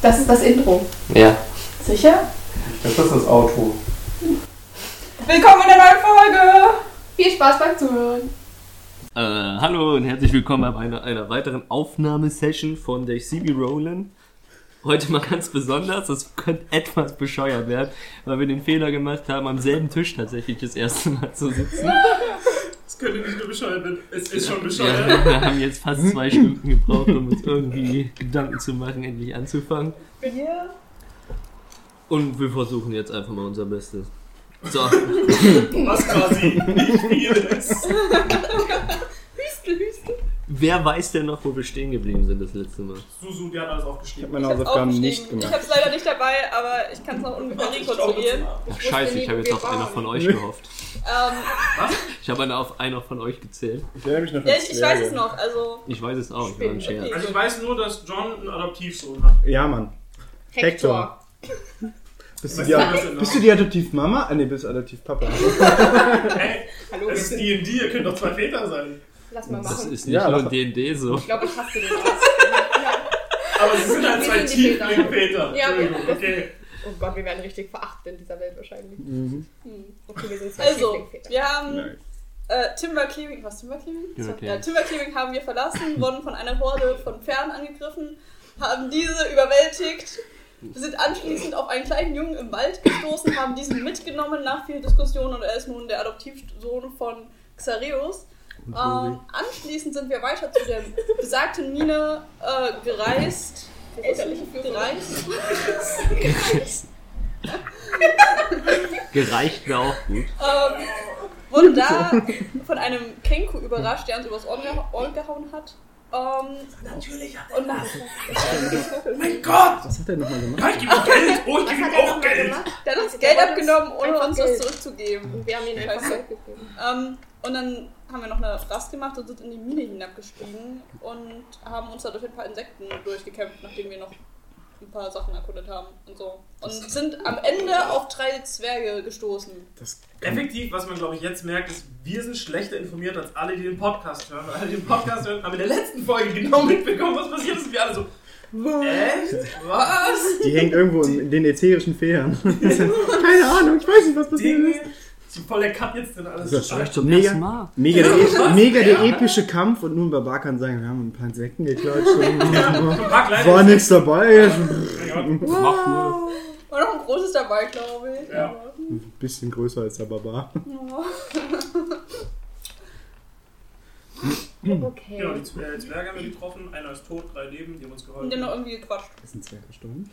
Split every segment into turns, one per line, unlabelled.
Das ist das Intro.
Ja.
Sicher?
Das ist das Auto.
Willkommen in der neuen Folge! Viel Spaß beim Zuhören.
Äh, hallo und herzlich willkommen bei einer, einer weiteren Aufnahmesession von der CB Roland. Heute mal ganz besonders, das könnte etwas bescheuert werden, weil wir den Fehler gemacht haben, am selben Tisch tatsächlich das erste Mal zu sitzen.
Es könnte nicht nur bescheuert werden. Es ist schon
Ja,
bescheuert.
wir haben jetzt fast zwei Stunden gebraucht, um uns irgendwie Gedanken zu machen, endlich anzufangen.
Wir
Und wir versuchen jetzt einfach mal unser Bestes. So,
Was quasi nicht viel ist.
wer weiß denn noch, wo wir stehen geblieben sind das letzte Mal?
Susu, die hat alles
Ich habe
aufgeschrieben.
meine
Ich hab's
Hausaufgaben
aufgeschrieben.
nicht
Ich
gemacht.
hab's leider nicht dabei, aber ich kann es noch ungefähr
Ach, ich schau
rekonstruieren.
kurz
Ach scheiße, ich habe jetzt auf einer von euch gehofft.
Ähm,
Ich habe eine auf einer von euch gezählt.
Ich erinnere mich noch
ja,
an
ich, ich
Zwerge.
weiß es noch. Also,
Ich weiß es auch, ich war ein Scherz.
nach. Also ich weiß nur, dass John einen Adoptivsohn hat.
Ja, Mann. Hector. Bist du,
Was
die,
ist das denn noch?
bist du die Adoptivmama? Ah, nee, bist du Adoptivpapa.
Hey,
Hallo, wir
es ist
sind-
D&D, ihr könnt doch zwei Väter sein.
lass mal
Das
machen.
ist nicht
Ja,
nur in
doch.
D&D so.
Ich glaube, ich hasse den Arzt.
Aber es sind halt
Wir
zwei
sind die Väter.
Tiefling-Väter.
Ja, wir-
Entschuldigung, okay.
Oh Gott, wir werden richtig verachtet in dieser Welt wahrscheinlich.
Mhm.
Hm. Okay, wir sind zwei
also
Tieflingväter.
wir haben
Nein.
äh, Timber Clearing. Was Timber Clearing?
Timber Clearing.
Ja, Timber Clearing haben wir verlassen, wurden von einer Horde von Pferden angegriffen, haben diese überwältigt. Sind anschließend auf einen kleinen Jungen im Wald gestoßen, haben diesen mitgenommen nach viel Diskussion und er ist nun der Adoptivsohn von Xareus. Ähm, anschließend sind wir weiter zu der besagten Mine äh, gereist. Elterliche gereist.
Gereicht mir auch gut.
Ähm, wurden da von einem Kenku überrascht, der uns übers Ohr, geha- Ohr gehauen hat. Ähm,
Natürlich hat
und nach,
Mein Gott!
Was hat er nochmal gemacht?
Ja, ich gebe ihm Geld! Oh, ich gebe ihm auch Geld!
der hat
Also
uns Geld
Der hat uns
abgenommen, ohne
einfach
uns das
Geld.
zurückzugeben.
Und wir haben ihn einfach
Scheiße.
mitgegeben.
Ähm, und dann haben wir noch eine Rast gemacht und sind in die Mine hinabgestiegen und haben uns halt da durch ein paar Insekten durchgekämpft, nachdem wir noch ein paar Sachen erkundet haben und so. Und sind am Ende auf drei Zwerge gestoßen.
Das
Effektiv, was man glaube ich jetzt merkt, ist, wir sind schlechter informiert als alle, die den Podcast hören. Alle, die den Podcast hören, haben in der letzten Folge genau mitbekommen, was passiert ist. Und wir alle so, echt? Was?
die hängt irgendwo in den ätherischen Federn. Keine Ahnung, ich weiß nicht, was passiert
Ding.
ist.
So voll der Cut jetzt drin alles.
Das ist
Scheiße.
zum
Mega.
ersten Mal.
Mega der, e- mega der epische Kampf und nun Barbar kann sagen, wir haben ein paar Insekten geklaut. War
Mark leider.
nichts dabei.
War
Wow.
War noch ein großes dabei, glaube ich.
Ja.
aber-
Ein bisschen größer als der Barbar.
Genau, die
Okay.
Zwer- Zwerge haben wir getroffen. Einer ist tot, drei leben, die haben uns
Und
geholfen.
die haben noch irgendwie gequatscht.
Ist ein Zwerg gestorben?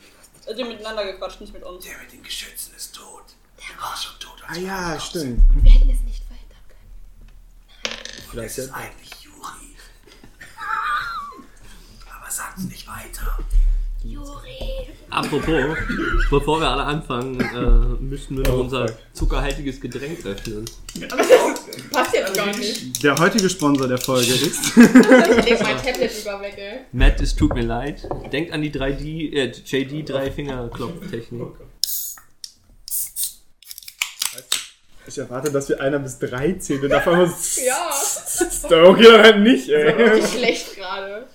Also die haben miteinander gequatscht, nicht mit uns.
Der mit den Geschützen ist tot. Der war schon tot.
Ah
als wir
ja,
raus sind.
stimmt.
Wir hätten es nicht verhindern können.
Das ist eigentlich Juri. Aber sagt's nicht weiter.
Juri.
Apropos, bevor wir alle anfangen, äh, müssen wir noch
Oh,
unser
fuck.
zuckerhaltiges Getränk öffnen.
Passt jetzt
Also
gar
ich-
nicht.
Der heutige Sponsor der Folge ist.
Ich leg mein Tablet über weg, ey.
Matt, es tut mir leid. Denkt an die 3D, äh, JD Drei-Finger-Klopftechnik.
Ich erwarte, dass wir einer bis drei zählen und auf einmal.
Ja.
Darum geht er halt nicht, ey.
Richtig schlecht gerade.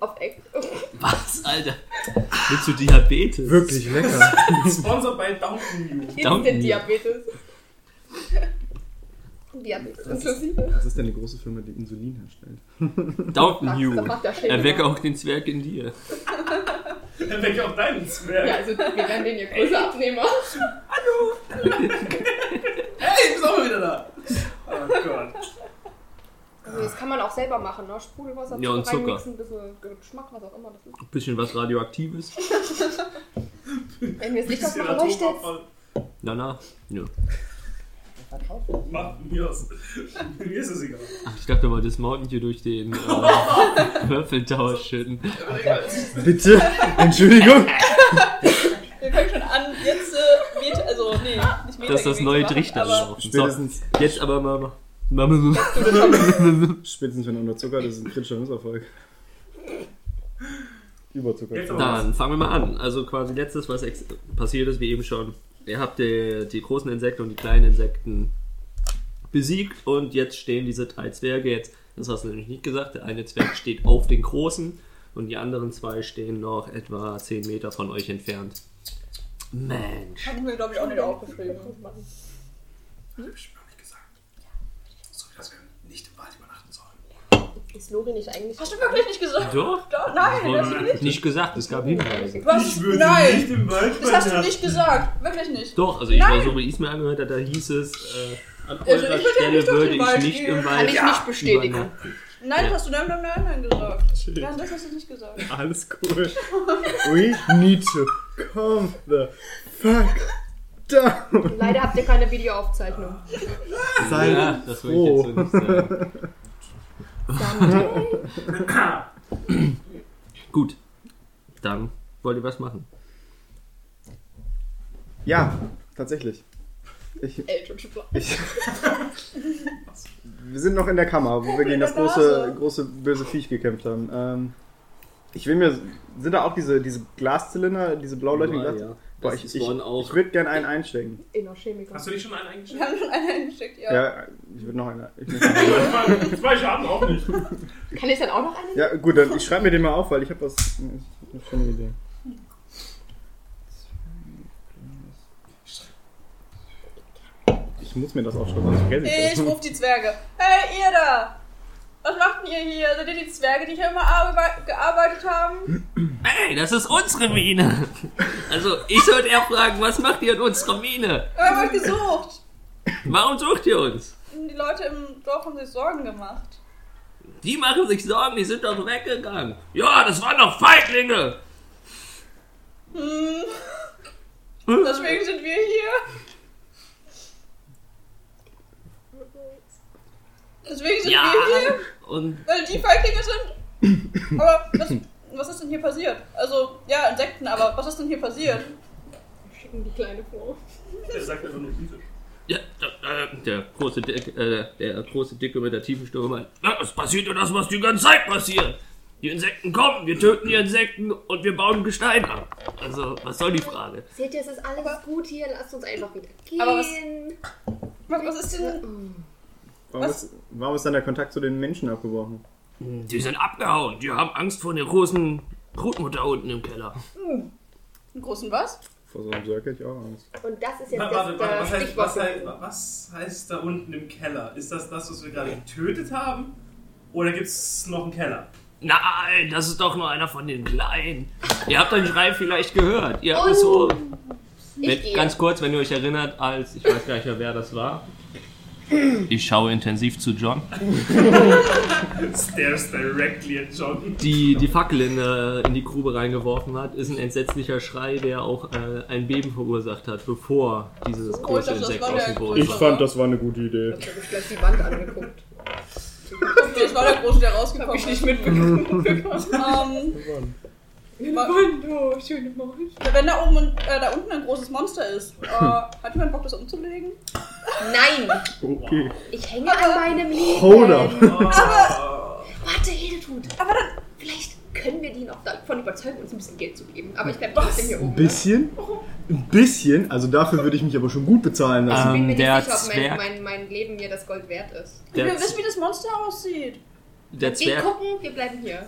Auf Eck.
Was, Alter? Willst du Diabetes?
Wirklich lecker.
Sponsor bei Downton You.
Downton.
Instant Diabetes. Diabetes inklusive.
Das ist denn eine große Firma, die Insulin herstellt.
Downton You.
Da macht der Schäfer
Erwecke
nach.
auch den Zwerg in dir.
Dann weg auf deinen Zwerg.
Ja, also wir werden den hier größer Abnehmer.
Hey, bist auch wieder da. Oh Gott.
Also das kann man auch selber machen, ne? Sprudelwasser,
Ja, und Zucker.
reinmixen, ein bisschen Geschmack, was auch immer das ist.
Bisschen was Radioaktives.
Wenn wir es nicht das
Bisschen
machen, leuchtet
Atomabfall.
Danach. Ja.
Mach mir aus. Mir ist es egal.
Ach, ich dachte, du wolltest Mountain Dew durch den äh, Würfeltower schütten.
Bitte? Entschuldigung?
Wir fangen schon an, jetzt äh, Met also nee, nicht Meter
Das ist das neue
Trichter. Aber
Trichterlaufen. So,
Spätestens,
jetzt aber mal. mal- mal- mal-
spätestens wenn er unterzuckert ist, ist ein kritischer Misserfolg.
Jetzt
Überzuckert.
aber.
Dann fangen wir mal an. Also quasi letztes, was ex- passiert ist, wie eben schon. Ihr habt die, die großen Insekten und die kleinen Insekten besiegt und jetzt stehen diese drei Zwerge jetzt. Das hast du nämlich nicht gesagt. Der eine Zwerg steht auf den großen Und die anderen zwei stehen noch etwa 10 Meter von euch entfernt. Mensch.
Haben wir, glaube ich, auch nicht aufgeschrieben.
Ich habe nicht gesagt. So wie dass wir nicht im Wald übernachten sollen.
Ist Lori nicht eigentlich.
Hast du wirklich nicht gesagt?
Doch?
Doch, nein,
Das
hast du
wurde
nicht.
nicht gesagt, es gab Hinweise.
Du hast es,
Ich würde nicht
nein,
im Wald
das hast du
übernachten.
nicht gesagt. Wirklich nicht.
Doch, also ich
Nein.
war so bei Ismail angehört, hat, da hieß es, äh, an
Also
eurer
ich würde ja
Stelle
nicht durch
würde
den
ich
Wald
nicht
gehen.
im
Kann
Wald
ich nicht bestätigen.
übernachten.
Nein,
Ja.
das hast du nein, nein, nein, nein gesagt. Nein, das hast du nicht gesagt.
Alles cool. We need to calm the fuck down.
Leider habt ihr keine Videoaufzeichnung.
Sei
Ja, das würde ich jetzt so
froh.
nicht sagen. Gut, dann wollt ihr was machen.
Ja, tatsächlich. Ich,
Elternschüler.
ich, wir sind noch in der Kammer, wo wir gegen das
der
große,
Nase.
große böse Viech gekämpft haben. Ähm, ich will mir. Sind da auch diese, diese Glaszylinder, diese blauleuchtenden
Überall,
Glas?
ja.
Boah,
Das
ich
ist
ich,
vorhin auch-
ich würde gerne einen einstecken.
Inner Chemiker.
Hast du nicht schon einen
Wir
eingeschickt?
haben schon einen hingeschickt, ja.
Ja, ich würde noch einen. Ich muss noch einen.
Zwei- Zwei Schaden auch nicht.
Kann ich dann auch noch eine?
Ja, gut, dann ich schreibe mir den mal auf, weil ich habe was. Ich hab schon eine Idee. Ich muss mir das aufschreiben, sonst vergesse ich
Ich
das.
ruf die Zwerge. Hey, ihr da! Was macht denn ihr hier? Seid ihr die Zwerge, die hier immer arbe- gearbeitet haben?
Ey, das ist unsere Mine. Also, ich sollte eher fragen, was macht ihr in unserer Mine?
Wir haben euch gesucht.
Warum sucht ihr uns?
Die Leute im Dorf haben sich Sorgen gemacht.
Die machen sich Sorgen, die sind doch weggegangen. Ja, das waren doch Feiglinge.
Hm. Deswegen sind wir hier. Deswegen sind
Ja.
wir hier,
Und
weil die Feiglinge sind. Aber was, was ist denn hier passiert? Also, ja, Insekten, aber was ist denn hier passiert?
Wir schicken die kleine vor.
Er sagt einfach nur Fiete.
ja, äh, äh, der große, Dick, äh, der große Dicke mit der tiefen Stimme meint, "Na, es passiert ja das, was die ganze Zeit passiert. Die Insekten kommen, wir töten die Insekten und wir bauen Gestein ab. Also, was soll die Frage?
Seht ihr, es ist alles gut hier. Lasst uns einfach wieder gehen.
Aber was- Was, was ist denn.
Warum ist, warum ist dann der Kontakt zu den Menschen abgebrochen?
Die sind abgehauen, die haben Angst vor der großen Brutmutter unten im Keller.
Einen großen was?
Vor so einem Circle ich auch Angst.
Und das ist jetzt
Warte, warte,
das
warte,
äh,
was heißt,
Stichwort.
was, heißt, was heißt da unten im Keller? Ist das das, was wir gerade getötet haben? Oder gibt es noch einen Keller?
Nein, das ist doch nur einer von den Kleinen. Ihr habt den Schrei vielleicht gehört. Ihr habt es so. Mit,
gehe.
ganz kurz, wenn ihr euch erinnert, als ich weiß gar nicht mehr, wer das war. Ich schaue intensiv zu John.
Stares directly at John.
Die die Fackel in, äh, in die Grube reingeworfen hat, ist ein entsetzlicher Schrei, der auch äh, ein Beben verursacht hat, bevor dieses
Oh,
große
ich dachte, das
Insekt
war
aus
der
dem Boden
Ich
Ich
kommt.
fand,
fand, das war eine gute Idee.
Ich habe gleich die Wand angeguckt.
Das war der große, der rausgekommen ist. Hab ich nicht mitbekommen. ähm, oh,
Wando, schöne Morgen.
wenn da, oben, und- äh, da unten ein großes Monster ist, äh, hat jemand Bock, das umzulegen?
Nein,
Okay.
ich hänge an meinem Leben.
Hold up.
Warte, Hildetrud.
Aber dann.
Vielleicht können wir die noch davon überzeugen, uns ein bisschen Geld zu geben. Aber ich bleib trotzdem hier
Ein
oben.
bisschen? Ein bisschen? Also dafür würde ich mich aber schon gut bezahlen lassen.
Ich bin mir
Ähm, der
nicht sicher, ob mein,
Zwerg-
mein, mein Leben mir das Gold wert ist.
Wir
Der,
wissen, wie das Monster aussieht.
der
Wir
Zwerg,
gucken, wir bleiben hier.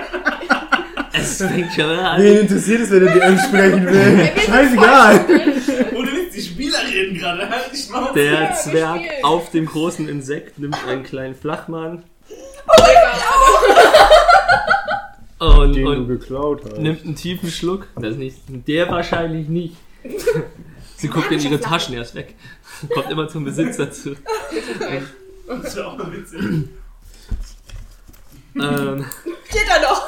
es fängt schon an.
Wen interessiert es, wenn er die ansprechen will?
Wir wissen
Scheißegal.
Ohne Witz, die Spieler reden gerade. Halt die Schnauze.
Der
wir
Zwerg
spielen.
auf dem großen Insekt nimmt einen kleinen Flachmann
Oh
und,
Den du
und
geklaut hast.
nimmt einen tiefen Schluck. Das nicht, der wahrscheinlich nicht. Sie guckt in ihre Taschen, er ist weg. Kommt immer zum Besitzer zu.
Das wäre auch mal witzig.
Ähm,
Steht da noch?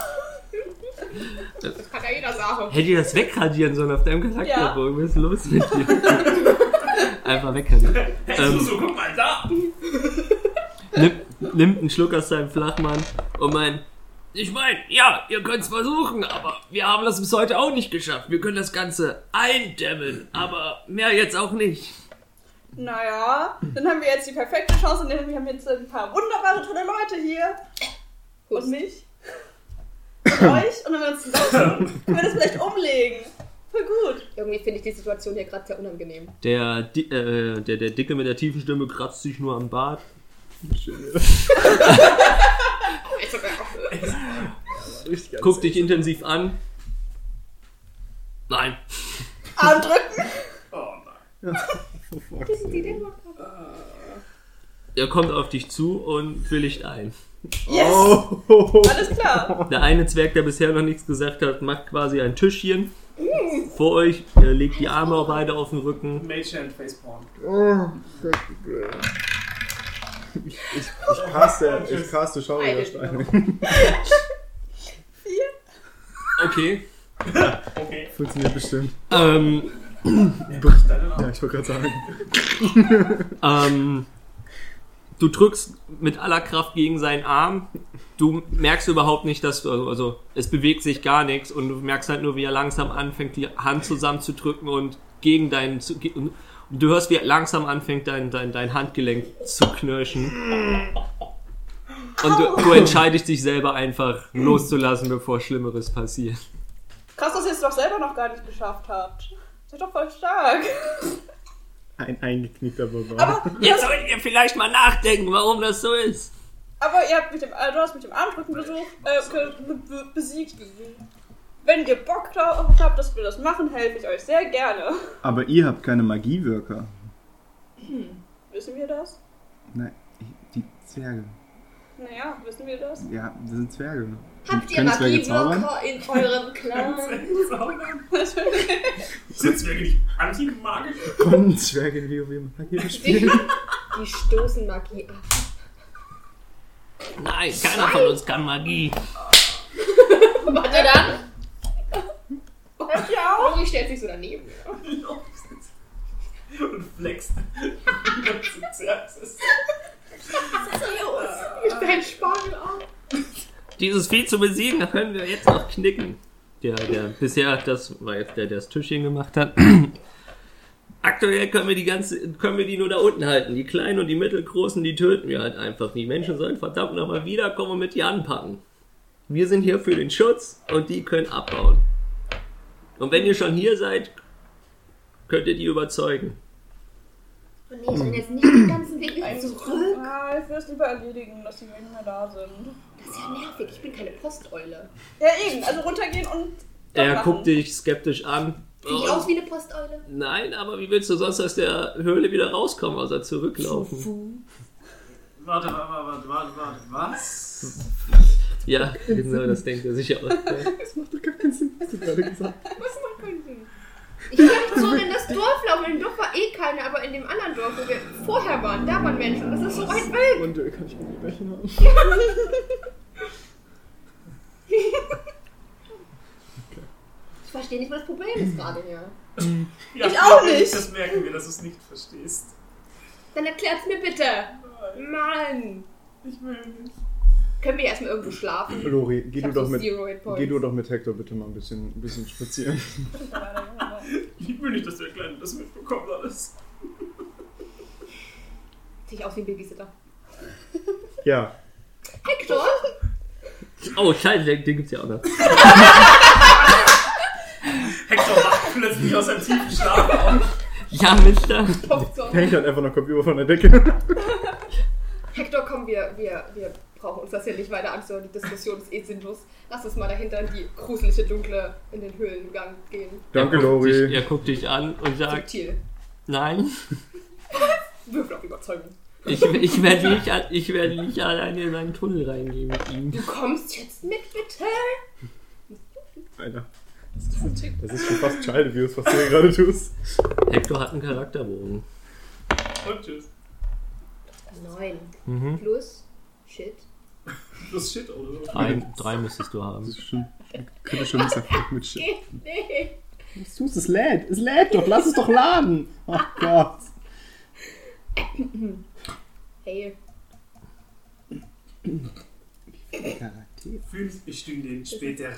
Das kann ja jeder sagen.
hätte ihr das wegradieren sollen auf deinem Charakterbogen? Was ist los mit dir? Einfach wegradieren.
Hey,
Ähm.
Susu, guck mal da.
Nimmt, nimmt einen Schluck aus seinem Flachmann und meint, ich meine, ja, ihr könnt es versuchen, aber wir haben das bis heute auch nicht geschafft. Wir können das Ganze eindämmen, aber mehr jetzt auch nicht.
Naja, dann haben wir jetzt die perfekte Chance, denn wir haben jetzt ein paar wunderbare, tolle Leute hier. Und mich. Und euch. Und wenn wir uns zusammen können wir das vielleicht umlegen. Voll gut.
Irgendwie finde ich die Situation hier gerade sehr unangenehm.
Der, Di- äh, der, der Dicke mit der tiefen Stimme kratzt sich nur am Bart.
Ich hab ja auch-
Richtig
Guck dich intensiv an. Nein.
Arm drücken.
Oh nein.
an.
Er kommt auf dich zu und willigt ein.
Yes.
Oh.
Alles klar.
Der eine Zwerg, der bisher noch nichts gesagt hat, macht quasi ein Tischchen vor euch, er legt die Arme auch beide auf den Rücken.
Magehand Faceporn.
Oh, fuck. Ich, ich, ich caste, ich caste Schauersteine.
Okay.
Okay.
Funktioniert bestimmt.
Ähm,
Ja, ich wollte gerade sagen.
ähm, du drückst mit aller Kraft gegen seinen Arm. Du merkst überhaupt nicht, dass du, also, also es bewegt sich gar nichts und du merkst halt nur, wie er langsam anfängt, die Hand zusammenzudrücken und gegen deinen zu, ge- und du hörst, wie er langsam anfängt, dein, dein, dein Handgelenk zu knirschen. Und du, du entscheidest dich selber einfach loszulassen, bevor Schlimmeres passiert.
Krass, dass ihr es doch selber noch gar nicht geschafft habt. Seid doch voll stark.
Ein eingeknickter Barbar.
Aber,
Jetzt solltet ihr vielleicht mal nachdenken, warum das so ist.
aber ihr habt mit dem, äh, du hast mit dem Armdrücken besucht, äh, ge- be- be- besiegt. Wenn ihr Bock drauf habt, dass wir das machen, helfe ich euch sehr gerne.
Aber ihr habt keine Magiewirker.
Wissen wir das?
Nein, die Zwerge.
Naja, wissen wir das?
Ja, das sind Zwerge.
Habt ihr
Können Zwerge zaubern?
Magiewirker in eurem Clan?
Sind Zwerge nicht antimagisch?
Konnten Zwerge in WoW Magie spielen?
Die stoßen Magie ab.
Nein, keiner von uns kann Magie.
Warte dann.
Ja.
Rory stellt sich so daneben.
Und flext. Zwerg ist.
Was ist los? Ich bin ein Spargel auf.
Dieses Vieh zu besiegen, da können wir jetzt noch knicken. Der, der bisher das war jetzt der, der das Tischchen gemacht hat. Aktuell können wir die ganze, können wir die nur da unten halten. Die kleinen und die mittelgroßen, die töten wir halt einfach. Die Menschen sollen verdammt nochmal wiederkommen und mit die anpacken. Wir sind hier für den Schutz und die können abbauen. Und wenn ihr schon hier seid, könnt ihr die überzeugen.
Nee, ich bin jetzt nicht den ganzen Weg über zurück.
Ah, ich will es lieber erledigen, dass die nicht mehr da sind.
Das ist ja nervig. Ich bin keine Posteule.
Ja, eben. Also runtergehen und.
Er
machen.
guckt dich skeptisch an.
Sehe ich aus wie eine Posteule?
Nein, aber wie willst du sonst aus der Höhle wieder rauskommen, außer zurücklaufen?
Warte, warte, warte, warte, warte. Was?
Ja, genau, das denkt er sich auch.
Das macht doch gar keinen Sinn, was du gerade gesagt hast.
Was macht keinen Sinn. Ich kann so in das Dorf laufen. In dem Dorf war eh keiner, aber in dem anderen Dorf, wo wir vorher waren, da waren Menschen. Das ist so weit weg.
Und äh, kann ich ein Bärchen haben?
Ich verstehe nicht, was das Problem ist gerade hier.
Ja,
Ich auch
ja,
nicht.
Das merken wir, dass du es nicht verstehst.
Dann erklärt's mir bitte. Mann.
Ich will nicht.
Können wir erstmal irgendwo schlafen?
Lori, geh
Ich
du,
hab
doch
so
mit,
zero Hit Points.
geh du doch mit Hector bitte mal ein bisschen, ein bisschen spazieren.
Ich will nicht, dass der Kleine das mitbekommt alles.
Sehe ich aus wie ein Babysitter.
Ja.
Hector?
Oh, scheiße, den gibt's ja auch noch.
Hector wacht plötzlich aus seinem tiefen Schlaf auf.
Ja, Mister.
Hector,
Hängt dann einfach noch kopfüber von der Decke.
Hector komm, wir, wir, wir brauchen uns das hier nicht weiter anzuhören. Die Diskussion ist eh sinnlos. Lass uns mal dahinter in die gruselige, dunkle, in den Höhlengang gehen.
Danke,
er guckt Dich,
Lori.
er guckt dich an und sagt,
Subtil.
nein,
Würfel auf Überzeugung.
ich, ich, werde nicht, a- ich werde nicht alleine in einen Tunnel reingehen mit ihm.
Du kommst jetzt mit, bitte.
Alter. Das ist schon fast Child Abuse, was du hier gerade tust.
Hector hat einen Charakterbogen.
Und tschüss.
Neun.
Mhm.
Plus. Shit.
Das Shit oder so.
Drei, drei müsstest du
Das
haben.
ist schon kritischer Misserfolg mit Shit.
Geht nicht.
Was tust du? Es lädt. Es lädt doch. Lass es doch laden. Ach Gott.
Hey.
Charakter.
Fünf Stunden später.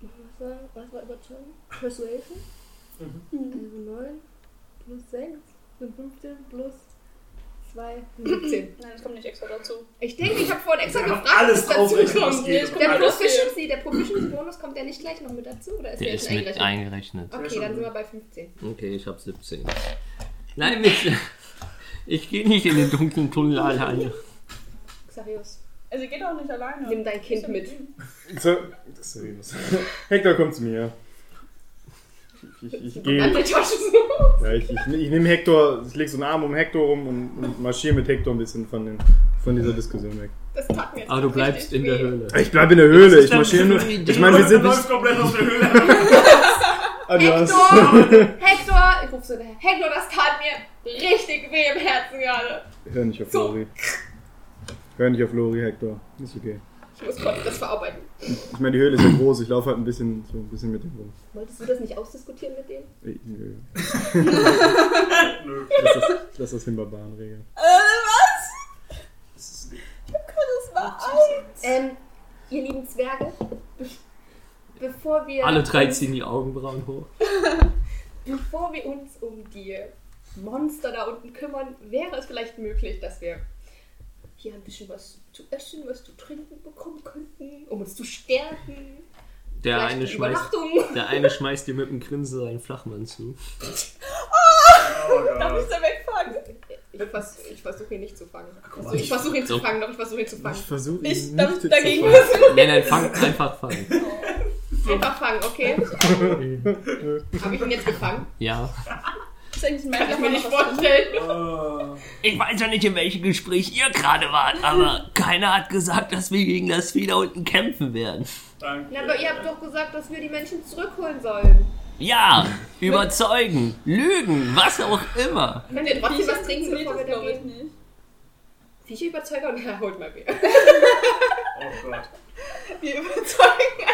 Was war, was war Überzeugung? Persuasion? Also neun. Plus sechs. Sind 15. Plus zwei. sind 17.
Nein, das kommt nicht extra dazu.
Ich denke, ich habe vorhin extra
Wir haben
gefragt,
alles
was dazu
draufrechnen, was
kommt.
geht.
Der
Alles
Proficiency, der Proficiency-Bonus kommt ja nicht gleich noch mit dazu, oder ist
Der
jetzt
ist mit
eingerechnet?
eingerechnet.
Okay, dann sind wir bei 15.
Okay, ich habe 17. Nein, Mister. Ich gehe nicht in den dunklen Tunnel alleine.
Xarius,
Also geht auch nicht alleine.
Nimm dein Kind
Ist ja
mit.
ihm.
So, das ist seriös. Hector, komm zu mir. Ich, ich, ich gehe.
An der Tasche so.
Ja, ich, ich, ich nehme Hector, ich lege so einen Arm um Hector rum und, und marschiere mit Hector ein bisschen von, den, von dieser Diskussion weg.
Das tat mir jetzt
Aber du
richtig
bleibst in der
weh.
Höhle.
Ich bleibe in der Höhle,
Das
ich
ist
marschiere
dann
nur.
so eine Idee.
Ich meine, wir
Der
sind
läuft
bis.
komplett aus der Höhle.
Adios.
Hector! Hector! Ich rufe so hinterher. Hector, das tat mir richtig weh im Herzen gerade.
Hör nicht auf
So.
Lori. Hör nicht auf Lori, Hector. Ist okay.
Ich muss kurz das verarbeiten.
Ich meine, die Höhle ist ja groß, ich laufe halt ein bisschen, so ein bisschen mit dem rum.
Wolltest du das nicht ausdiskutieren mit denen?
Ich, nö.
Nö.
Ich lass das, ich lass das den Barbaren regeln.
Äh, was? Das war ein.
Ähm, ihr lieben Zwerge, be- bevor wir,
Alle drei ziehen die Augenbrauen hoch.
bevor wir uns um die Monster da unten kümmern, wäre es vielleicht möglich, dass wir hier ein bisschen was zu essen, was zu trinken bekommen könnten, um uns zu stärken.
Der
Vielleicht
eine, schmeißt,
Übernachtung.
der eine schmeißt dir mit dem Grinsen seinen Flachmann zu.
Oh
Darf ich
Gott.
da wegfangen?
Ich, vers ich versuche ihn nicht zu fangen. Also
mal,
ich versuche ihn zu
so.
fangen, doch ich versuche ihn zu fangen.
versuche
Ich darf dagegen
Nein, nein, fang, einfach fangen.
Einfach fangen, okay? Habe ich ihn jetzt gefangen?
Ja.
Das ist eigentlich ein
Kann ich mir
Mann,
nicht
was-
vorstellen.
Oh,
Ich weiß ja nicht, in welchem Gespräch ihr gerade wart, aber keiner hat gesagt, dass wir gegen das Vieh da unten kämpfen werden.
Danke.
Na, aber ihr habt doch gesagt, dass wir die Menschen zurückholen sollen.
Ja, überzeugen, lügen, was auch immer.
Können wir trotzdem
Viecher
was trinken, bevor wir
funktioniert das,
da
glaube ich,
gehen?
nicht.
Viecherüberzeuger und er holt mal Bier.
Oh Gott.
Wir überzeugen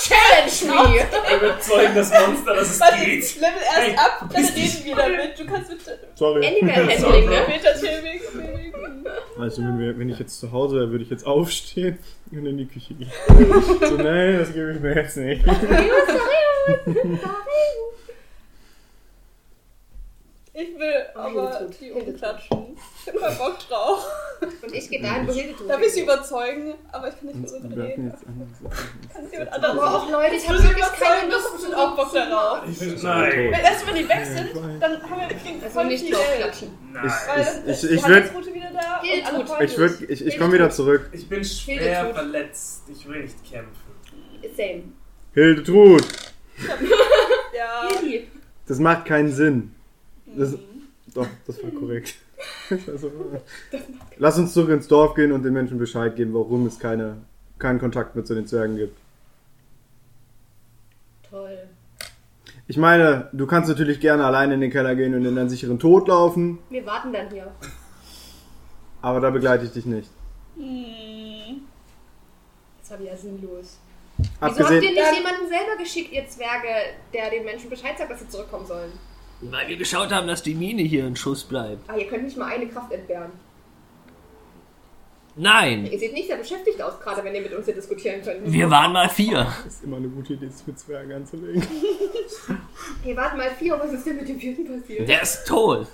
Challenge me!
Überzeugen das Monster, dass es
Warte,
geht.
level erst
Hey,
ab, dann reden wir damit. Du kannst mit
Sorry.
Animal Handling, ne?
Meta-Shaming.
Also, wenn, wir, wenn ich jetzt zu Hause wäre, würde ich jetzt aufstehen und in die Küche gehen. so, nein, das gebe ich mir jetzt nicht.
Ich will aber
Hildetrud.
die umklatschen. Ich hab mal Bock drauf.
Und ich gehe dahin, wo Hilde tut.
Darf ich sie überzeugen, aber ich kann nicht zurückreden.
jetzt andere
Kann es jemand anderes
Aber
machen?
auch Leute, ich habe
Müssen wir
wirklich
überzeugen,
keine
das
Lust
ist auch Bock darauf.
Ich bin, nein.
Wenn erst wenn die weg sind,
Nein.
dann haben wir kriegen
Also
voll
nicht
viel
nur
Geld.
klatschen.
Nein.
Weil
Ich-
dann ist
ich-
die
ich würd-
Handelsroute wieder da und alle
Hildetrud.
freuen
Ich, würd- ich, ich komme wieder zurück.
Ich bin
Hilde
schwer
tut.
verletzt. Ich will nicht kämpfen.
Same.
Hildetrud,
sich. Ja.
Hildi.
das macht keinen Sinn. Das,
Mhm.
doch, das war korrekt. Also, lass uns zurück ins Dorf gehen und den Menschen Bescheid geben, warum es keine, keinen Kontakt mehr zu den Zwergen gibt.
Toll.
Ich meine, du kannst natürlich gerne alleine in den Keller gehen und in deinen sicheren Tod laufen,
Wir warten dann hier.
aber da begleite ich dich nicht.
Hm.
Das war wieder sinnlos. Wieso habt ihr
Abgesehen,
nicht jemanden selber geschickt, ihr Zwerge, der den Menschen Bescheid sagt, dass sie zurückkommen sollen?
Weil wir geschaut haben, dass die Mine hier in Schuss bleibt.
Ah, ihr könnt nicht mal eine Kraft entbehren.
Nein,
Ihr seht nicht sehr beschäftigt aus, gerade wenn ihr mit uns hier diskutieren könnt.
wir waren mal vier.
das ist immer eine gute Idee, es mit Zwergen anzulegen.
Hey, warte mal, Fio, was ist denn mit dem vierten passiert?
Der ist tot.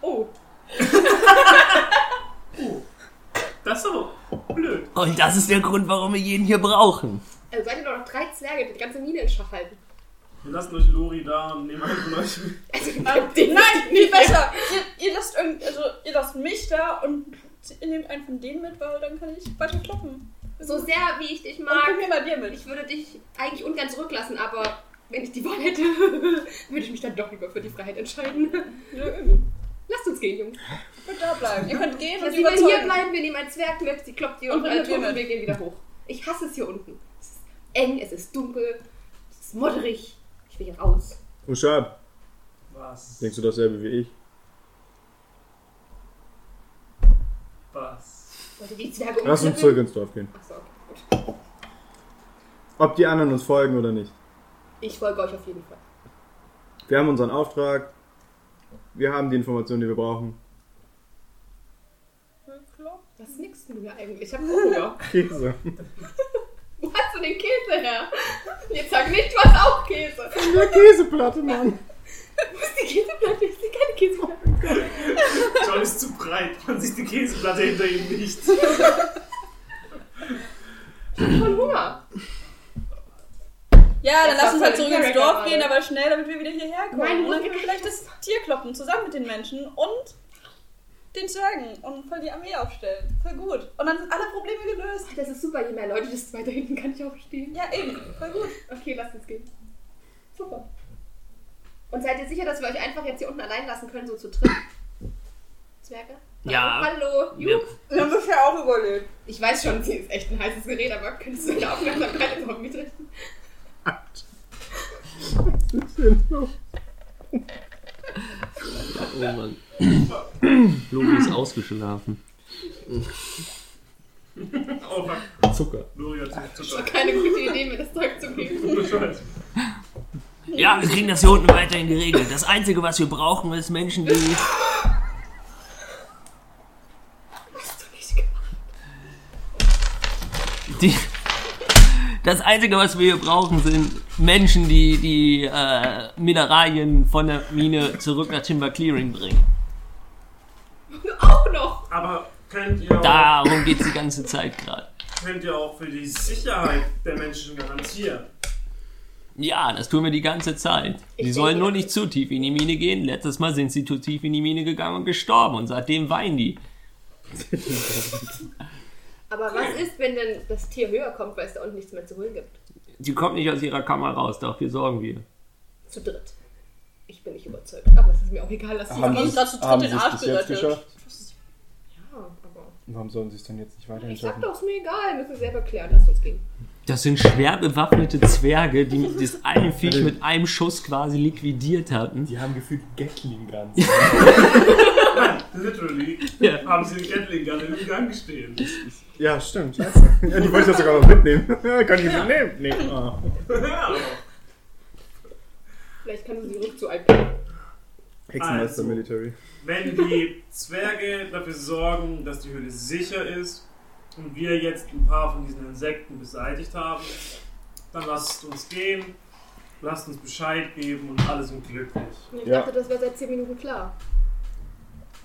Oh,
Das ist aber blöd.
Und das ist der Grund, warum wir jeden hier brauchen.
also seid ihr doch noch drei Zwerge, die die ganze Mine in Schach halten.
Wir lassen euch Lori da und nehmen einen von euch mit.
Also,
Nein,
den
viel besser. Ihr, ihr, lasst irgend, also, ihr lasst mich da und ihr nehmt einen von denen mit, weil dann kann ich weiter kloppen.
So sehr, wie ich dich
Und
mag,
komm mir mal dir mit.
ich würde dich eigentlich ungern zurücklassen, aber wenn ich die Wahl hätte, würde ich mich dann doch lieber für die Freiheit entscheiden.
Ja, eben.
Lasst uns gehen, Jungs.
Ich würde da bleiben. Ihr könnt gehen
Ja,
und
sie will hier
überzeugen.
bleiben, wir nehmen ein Zwerg mit, sie klopft hier
Und
unten
bringt
an den Turm und
Bier mit.
wir gehen wieder hoch. Ich hasse es hier unten. Es ist eng, es ist dunkel, es ist modderig. Ich will hier raus.
Uschab,
Was?
Oh, denkst du dasselbe wie ich?
Was?
Wollt ihr die Zwerge
Lass uns zurück ins Dorf gehen.
Achso, okay, gut.
Ob die anderen uns folgen oder nicht.
Ich folge euch auf jeden Fall.
Wir haben unseren Auftrag. Wir haben die Informationen, die wir brauchen.
Was nickst du mir eigentlich? Ich hab Hunger.
Käse.
Wo hast du den Käse her? Jetzt sag nicht, du hast auch Käse. Wo
Der Käseplatte, Mann.
ist die Käseplatte? Ich sehe keine Käseplatte.
John ist zu breit. Man sieht die Käseplatte hinter ihm nicht.
Voll Hunger.
Ja, dann
Das
lass uns
war
halt
voll
zurück ins
Character
Dorf
gerade.
gehen, aber schnell, damit wir wieder hierher kommen.
Nein,
und dann
wir-
können wir vielleicht das Tier kloppen, zusammen mit den Menschen. Und den Zwergen und voll die Armee aufstellen. Voll gut. Und dann sind alle Probleme gelöst.
Das ist super, je mehr Leute, desto weiter hinten kann ich auch stehen.
Ja, eben. Voll gut.
Okay, lasst uns gehen. Super. Und seid ihr sicher, dass wir euch einfach jetzt hier unten allein lassen können, so zu dritt? Zwerge?
Ah, Ja.
Hallo.
Wir,
Juhu.
Dann bist du ja auch überlebt.
Ich weiß schon, sie ist echt ein heißes Gerät, aber könntest du deine Aufmerksamkeit überhaupt mitrichten?
oh Mann. Loki ist ausgeschlafen.
Oh fuck,
Zucker.
Lori hat sich total.
Keine gute Idee, mir das Zeug zu geben.
Ja, wir kriegen das hier unten weiterhin geregelt. Das Einzige, was wir brauchen, ist Menschen, die. die das Einzige, was wir hier brauchen, sind Menschen, die die äh, Mineralien von der Mine zurück nach Timber Clearing bringen.
Auch noch!
Aber könnt ihr, auch,
Darum geht's die ganze Zeit gerade.
könnt ihr auch für die Sicherheit der Menschen garantieren?
Ja, das tun wir die ganze Zeit. Die sollen nur nicht zu tief in die Mine gehen. Letztes Mal sind sie zu tief in die Mine gegangen und gestorben und seitdem weinen die.
Aber was ist, wenn denn das Tier höher kommt, weil es da unten nichts mehr zu holen gibt?
Sie kommt nicht aus ihrer Kammer raus, dafür sorgen wir.
Zu dritt. Ich bin nicht überzeugt, aber es ist mir auch egal, dass sie
Haben
haben
sie
es
es
uns dazu tot den
haben
Arsch
es bis jetzt
gerettet.
geschafft?
Ja, Ah, aber.
Warum sollen sie es denn jetzt nicht weiterhin
Ich sag
schaffen?
doch, ist mir egal, müssen wir selber klären, lass uns gehen.
Das sind schwer bewaffnete Zwerge, die das eine Viech mit einem Schuss quasi liquidiert hatten.
Die haben gefühlt Gatling ganz.
Literally
Ja.
haben sie den Gatling Gun im Gang stehen.
Ja, stimmt. Scheiße. Ja, die wollte ich ja sogar noch mitnehmen. Kann ich mitnehmen? Nee. Ah.
Ja,
Vielleicht kannst du sie rück zu einpacken.
Hexenmeister
Hexenmeister Military.
wenn die Zwerge dafür sorgen, dass die Höhle sicher ist und wir jetzt ein paar von diesen Insekten beseitigt haben, dann lasst uns gehen, lasst uns Bescheid geben und alle sind glücklich.
Ich
Ja.
dachte, das wäre seit 10 Minuten klar.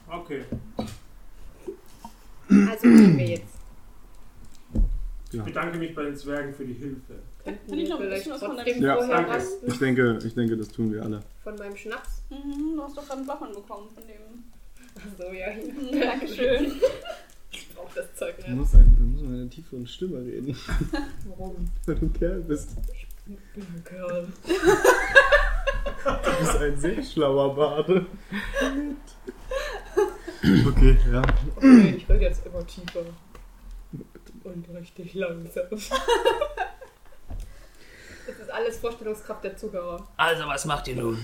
Okay.
Also gehen wir jetzt.
Ich bedanke mich bei den Zwergen für die Hilfe.
Könnten
Kann ich
wir
noch ein
vielleicht
bisschen was von
trotzdem
deinem-
Ja.
vorher
Danke.
rasten?
Ich denke, ich denke, das tun wir alle.
Von meinem Schnaps?
Mhm, du hast doch gerade einen Wachmann bekommen von dem.
Achso, ja.
Mhm, Dankeschön.
Ich brauch das Zeug ne?
Du
nicht.
musst, ein, du musst mit einer tieferen Stimme reden,
Warum?
weil du ein Kerl bist.
Girl.
Du bist ein sehr schlauer Bade. Okay, ja.
Okay, ich rede jetzt immer tiefer. Und richtig langsam. Das ist alles Vorstellungskraft der Zuhörer.
Also, was macht ihr nun?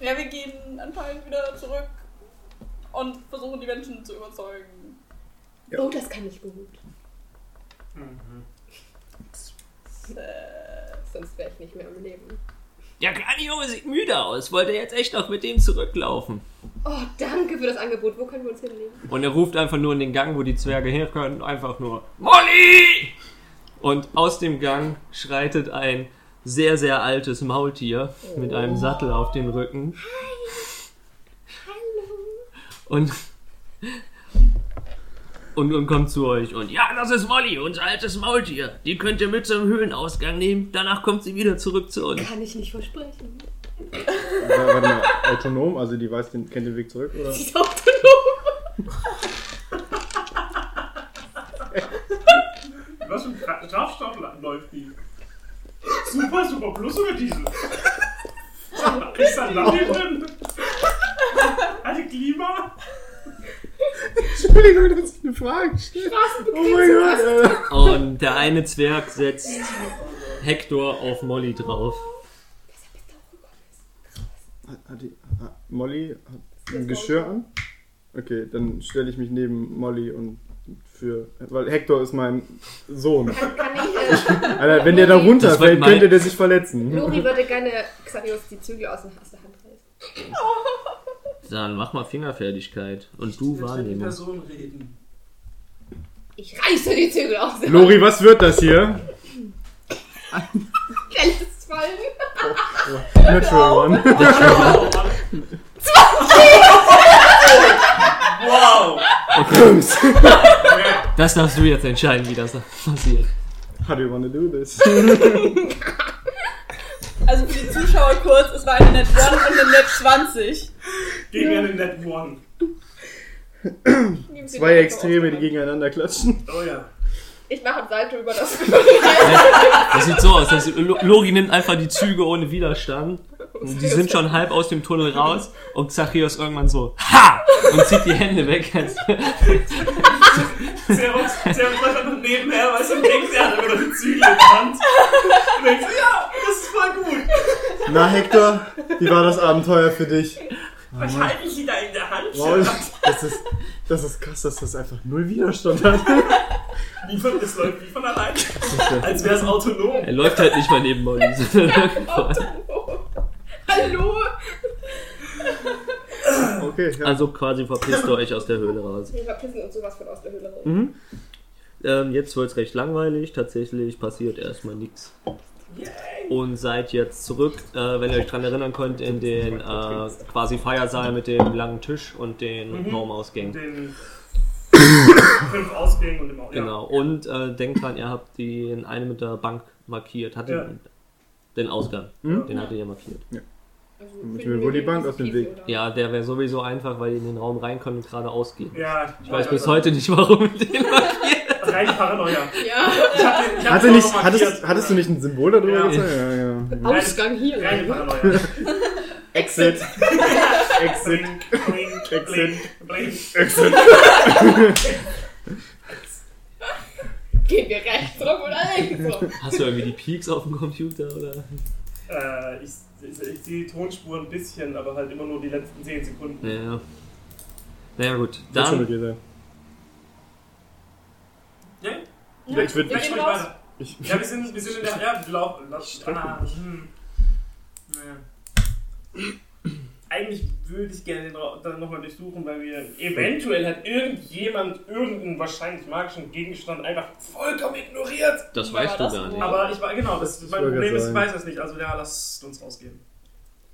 Ja, wir gehen anscheinend wieder zurück und versuchen die Menschen zu überzeugen.
Ja. Mhm.
Oh, das kann ich gut.
Äh,
Sonst wäre ich nicht mehr am Leben.
Der kleine Junge sieht müde aus. Wollt ihr jetzt echt noch mit dem zurücklaufen?
Oh, danke für das Angebot. Wo können wir uns hinlegen?
Und er ruft einfach nur in den Gang, wo die Zwerge herkönnen, einfach nur Molly! Und aus dem Gang schreitet ein sehr, sehr altes Maultier mit einem Sattel auf dem Rücken. Und, und, und kommt zu euch. Und ja, das ist Molly, unser altes Maultier. Die könnt ihr mit zum Höhlenausgang nehmen. Danach kommt sie wieder zurück zu uns.
Kann ich nicht versprechen.
Warte mal, autonom, also die weiß den, kennt den Weg zurück, oder?
Die ist autonom.
Was für ein Tra- Strafstoffler läuft die? Super, super plus oder Diesel? Ist da Lade drin? Hatte Klima?
Entschuldigung, dass ich eine Frage stelle. Oh mein Gott, Alter.
Und der eine Zwerg setzt Hector auf Molly drauf.
Hat, hat die, hat, Molly hat ein Geschirr an? Okay, dann stelle ich mich neben Molly und für. Weil Hector ist mein Sohn.
Kann ich, äh,
Alter, wenn der da
Das wird
runterfällt,
mein-
könnte der sich verletzen.
Lori würde gerne Xarios die Züge aus, aus der Hand reißen.
Dann mach mal Fingerfertigkeit. Und du
Mit der
Wahrnehmung.
Person reden.
Ich reiße die Züge aus der
Lori, was wird das hier?
Hand. Lässt es fallen.
Natural One.
Oh, Mann. Wow! Okay.
Das darfst du jetzt entscheiden, wie das passiert.
How do you wanna do this?
Also für die Zuschauer kurz, es war eine Net 1 und eine Net 20.
Gegen eine Net One.
Nehmen Sie
Zwei
die
Extreme, die
Auseinander.
gegeneinander klatschen.
Oh ja.
Ich mache ein Salto über das.
Das sieht so aus. Das sieht, Lo- Lori nimmt einfach die Züge ohne Widerstand. Und die sind schon halb aus dem Tunnel raus. Und Zachäus irgendwann so, ha! Und zieht die Hände weg. Als,
Servus, Servus läuft einfach nebenher, weißt du, und denkt, er hat immer noch die Zügel in der Hand. Und denkt, so, ja, das ist voll gut.
Na, Hector, wie war das Abenteuer für dich?
Was halte ich die da in der Hand?
Wow, das ist, das ist krass, dass das einfach null Widerstand hat.
Wie von, das läuft wie von allein. Als wäre es autonom.
er läuft halt nicht mal neben Molly. sondern irgendwo.
Hallo!
Okay, ja.
also quasi verpisst ihr euch aus der Höhle raus.
Wir verpissen uns sowas von aus der Höhle raus.
Hm?
Ähm, jetzt wird's recht langweilig. Tatsächlich passiert erstmal nichts. Und seid jetzt zurück, äh, wenn ihr euch dran erinnern könnt, in den äh, quasi Feiersaal mit dem langen Tisch und den Raumausgängen.
Den fünf Ausgängen und dem Auto.
Genau, und äh, denkt dran, ihr habt den einen mit der Bank markiert. Hat
Ja.
den, den Ausgang,
Hm?
den hattet ihr markiert.
Also
Und ich
finden
will wohl
wir
die Bank
dieses
aus dem
Kies,
Weg.
oder?
Ja, der wäre sowieso einfach, weil ihr in den Raum rein könnt und gerade ausgehen.
Ja, ja
Ich weiß bis heute nicht, warum ich den
Rein Paranoia.
Ja,
Ich hab den, ich hab
Hatte
den
nicht,
auch noch
hattest,
markiert.
hattest du nicht ein Symbol darüber
Ja.
gezeigt? Ja, ja.
Ausgang hier.
Reine Paranoia.
Exit. Exit.
Blink, blink, blink, blink.
Exit.
Gehen wir rechts rum oder links rum?
Hast du irgendwie die Peaks auf dem Computer oder?
Äh, ich, ich, ich sehe die Tonspur ein bisschen, aber halt immer nur die letzten 10 Sekunden.
Naja. Naja gut,
Wird schon
dann
okay sein.
Ja,
Ja, ich würd-
wir
ich
gehen
sprich
raus.
weiter.
Ich,
Ja, wir sind, wir sind in der. Ja, wir laufen. laufen.
Strecke.
Ah, hm. Naja. Eigentlich würde ich gerne den Ra- dann nochmal durchsuchen, weil wir eventuell hat irgendjemand irgendeinen wahrscheinlich magischen Gegenstand einfach vollkommen ignoriert.
das
Ja,
weißt du
das-
gar nicht.
Aber ich war genau, das, mein
wollte
Problem
gerade
ist, ich
sagen.
weiß es nicht. Also ja, lasst uns rausgehen.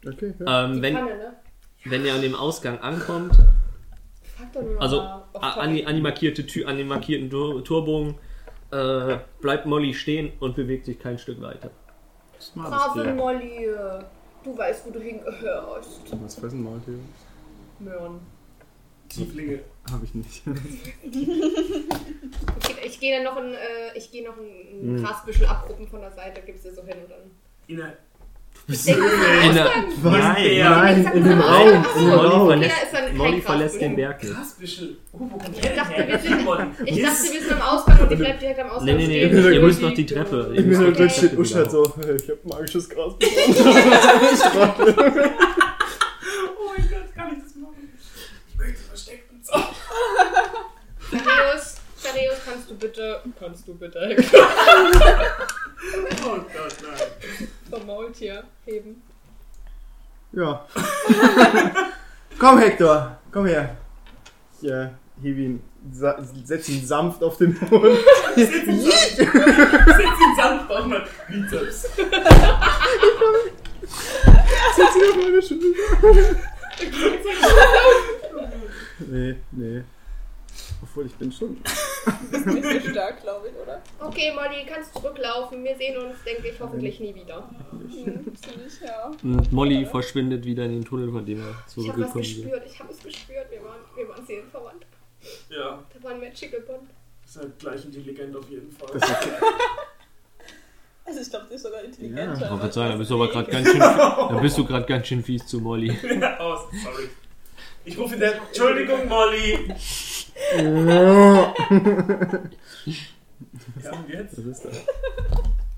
okay,
Ah.
ja.
Ähm,
Die
wenn,
Panne, ne?
wenn ihr an dem Ausgang ankommt,
Fuck doch nur
Also,
mal auf
a- an die, an die markierte Tür, an den markierten Tur Torbogen, äh, bleibt Molly stehen und bewegt sich kein Stück weiter.
Smartes
Brave
Tier.
Molly, äh, du weißt, wo du hingehörst.
Was fressen Maultiere?
Möhren.
Tieflinge.
Hab ich nicht.
Ich, geh- ich gehe dann noch ein, äh, ich gehe noch ein
Mhm.
ein Grasbüschel abruppen von der Seite, gibst dir so hin und dann.
Inne.
In der- Nein,
Nein, in dem Raum. In dem
Molly
Raum.
verlässt-
Ja, ist dann kein
Molly verlässt
Grasbüschel.
den Berg nicht.
Grasbüschel. Oh, wo kommt
Ich
der
dachte,
denn
wir sind-
her?
Ich dachte, wir sind am Ausgang und ich bleib direkt am
Nee,
Ausgang
nee, nee,
stehen.
ihr
Entschuldigung.
müsst noch die Treppe. ihr
Im
halt
müsst noch die
Hintergrund
Treppe
steht
halt
Uschat
wieder hoch.
so, hey, ich hab magisches Gras bekommen.
Oh mein Gott, kann ich das machen? Ich möchte versteckt und so.
Thaddeus, Thaddeus, kannst du bitte. Kannst du bitte
Oh Gott, nein.
vom Maultier heben?
Ja. Komm, Hector, komm her. Ja, heb ihn. Sa setz ihn sanft auf den Boden.
Setz den Sand auf meinen Bizeps.
setz ihn auf meine Schulter. nee, nee. Obwohl, ich bin schon.
Nicht so stark, glaube ich, oder?
Okay, Molly, kannst zurücklaufen. Wir sehen uns, denke ich, hoffentlich nie wieder.
Hm, ziemlich, ja.
Und Molly verschwindet wieder in den Tunnel, von dem er
Ich habe was
zurückgekommen ist.
gespürt, ich habe es gespürt. Wir waren, wir waren seelenverwandt.
Ja,
Da war ein Magical Bond.
ist halt gleich in die Legende auf jeden Fall.
Das ist
Also ich glaube, die ist sogar
Ich
intelligenter. ne?
wollte sagen, da bist du aber gerade ganz schön, da bist du gerade ganz schön fies zu Molly.
Ja, aus. Sorry. Ich rufe der. Entschuldigung, Molly.
Was
Ja, und jetzt?
ist das?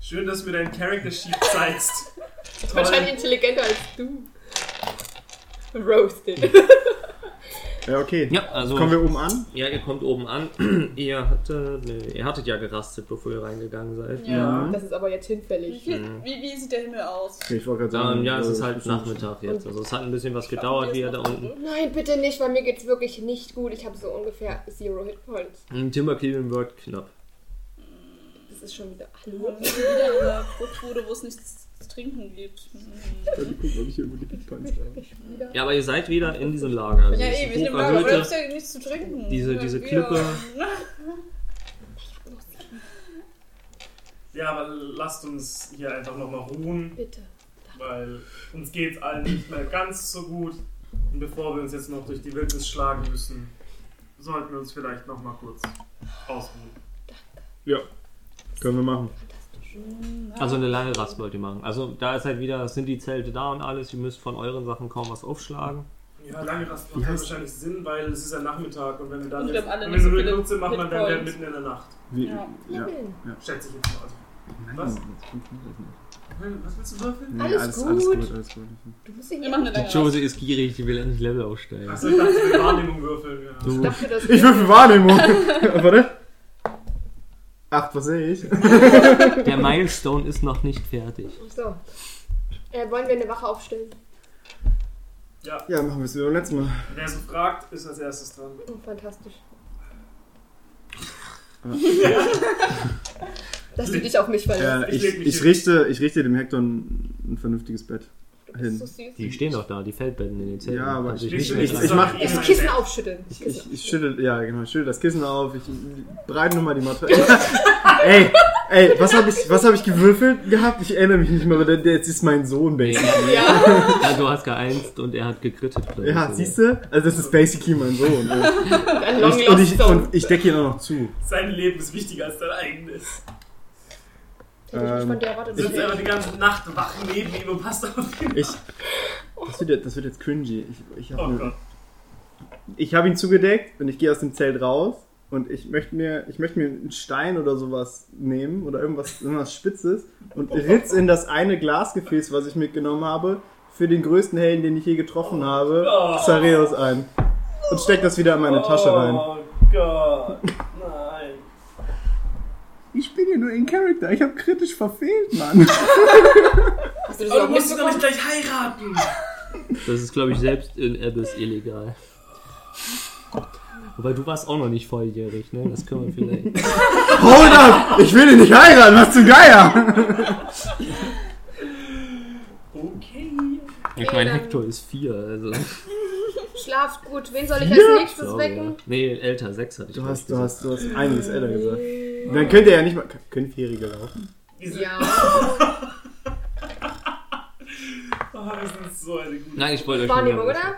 Schön, dass du mir deinen Character Sheet zeigst. Toll.
Wahrscheinlich intelligenter als du. Roasted.
Ja, okay.
Ja, also,
Kommen wir oben an?
ja, ihr kommt oben an. ihr, hattet, nee, ihr hattet ja gerastet, bevor ihr reingegangen seid.
Ja.
Das ist aber jetzt
Wie,
hinfällig.
hm.
viel, wie, wie sieht der Himmel aus?
Ich wollte gerade
Ähm, ja, es ist
äh,
halt Nachmittag jetzt. Also es hat ein bisschen was gedauert, wie ihr da unten.
Nein, bitte nicht, weil mir geht's wirklich nicht gut. Ich habe so ungefähr zero Hitpoints.
Ein Timber Cleveland wird knapp.
Das ist schon wieder. Hallo?
Wir sind wieder in der Bruchbude, wo es nichts zu trinken gibt. Hm.
Ich
Also
wollte gucken, ob ich hier irgendwo die Hitpoints habe.
Ja, aber ihr seid wieder in diesem Lager. Also
Ja, eh,
diese
eben, ich nehme Lager, aber da
hocherhöhte-
ja nichts zu trinken.
Diese-
Ja,
diese
Bier.
Klippe.
Ja, aber lasst uns hier einfach nochmal ruhen,
Bitte.
weil uns geht's allen nicht mehr ganz so gut. Und bevor wir uns jetzt noch durch die Wildnis schlagen müssen, sollten wir uns vielleicht nochmal kurz ausruhen.
Ja. Können wir machen.
Also eine lange Rast wollt ihr machen. Also da ist halt wieder, sind die Zelte da und alles, ihr müsst von euren Sachen kaum was aufschlagen.
Ja, lange Rast macht ja wahrscheinlich Sinn, weil es ist ja Nachmittag und wenn wir dann
Und wir
jetzt,
haben alle
wenn wir
nicht so
so eine
viele
Nutze machen, dann werden wir
Hitpoints.
mitten in der Nacht.
Wie,
Ja.
ja.
Schätze ich jetzt mal. Also, Was? was willst du würfeln?
Nee,
Alles
alles
gut.
gut, alles gut.
Du musst dich
Wir machen eine lange Rast.
Jose ist gierig, die will endlich Level aufsteigen.
Achso, ich dachte, wir Wahrnehmung würfeln. Ja.
Du,
Dafür, dass
Ich würfel Wahrnehmung. Warte. Ach, was sehe ich?
der Milestone ist noch nicht fertig.
So. Äh, wollen wir eine Wache aufstellen?
Ja,
Ja, machen wir es wie beim letzten Mal.
wer so fragt, ist als erstes dran.
Oh, fantastisch.
Dass du dich auf mich verlässt.
Äh,
Ich
ich,
leg mich
ich,
hin.
richte, ich richte dem Hector ein, ein vernünftiges Bett
Das ist
hin.
so süß.
Die stehen doch da, die Feldbetten in den Zelten.
Ja, aber
Kannst
ich-
dich
ich-
mehr
ich-
dran-
ich mach-
sag,
Das
mein
Kissen
Bett.
aufschütteln.
Ich, ich, ich schüttel, ja genau, ich schüttel das Kissen auf, ich breite nochmal die Matratze. ey, ey, was habe ich, was hab ich gewürfelt gehabt? Ich erinnere mich nicht mehr, aber der, der, jetzt ist mein Sohn, Baby.
Ja, du hast geeinst und er hat gekrittet. glaub ich
Ja,
sogar.
siehst du? Also das ist basically mein Sohn. Und
Ein
ich, und ich, und ich decke ihn auch noch zu.
Sein Leben ist wichtiger als dein eigenes.
Hätte ich nicht
Ähm,
von dir erwartet.
Du sitzt einfach die ganze Nacht wach neben ihm und passt auf ihn.
Ich, das, wird jetzt, das wird jetzt cringy. Ich, ich habe
Oh Gott.
ich hab ihn zugedeckt und ich gehe aus dem Zelt raus und ich möchte mir, ich möchte mir einen Stein oder sowas nehmen oder irgendwas, irgendwas Spitzes und ritz in das eine Glasgefäß, was ich mitgenommen habe, für den größten Helden, den ich je getroffen habe, Zareus ein. Und steck das wieder in meine Tasche rein.
Oh Gott. Nein.
Ich bin ja nur in Character, ich habe kritisch verfehlt, Mann.
Hast du das
Aber
auch
du musst ihn doch
mitbekommen?
nicht gleich heiraten.
Das ist, glaube ich, selbst in Abyss illegal. Wobei du warst auch noch nicht volljährig, ne? Das können wir vielleicht.
Hold up! Ich will dich nicht heiraten, was zum Geier!
Okay.
Ich
Ähm,
meine, Hector ist vier, also.
Schlaft gut. Wen soll ich als nächstes
Glaube, ja.
wecken?
Nee, älter, sechs hatte ich.
Du
glaub ich,
hast, du
gesagt.
hast, du hast einiges älter gesagt. Dann könnt ihr ja nicht mal. Können Vierjährige laufen?
Wir sind,
Ja.
oh, wir sind so eine gute.
Nein, ich wollte euch nur
Wahrnehmung,
mal-
oder?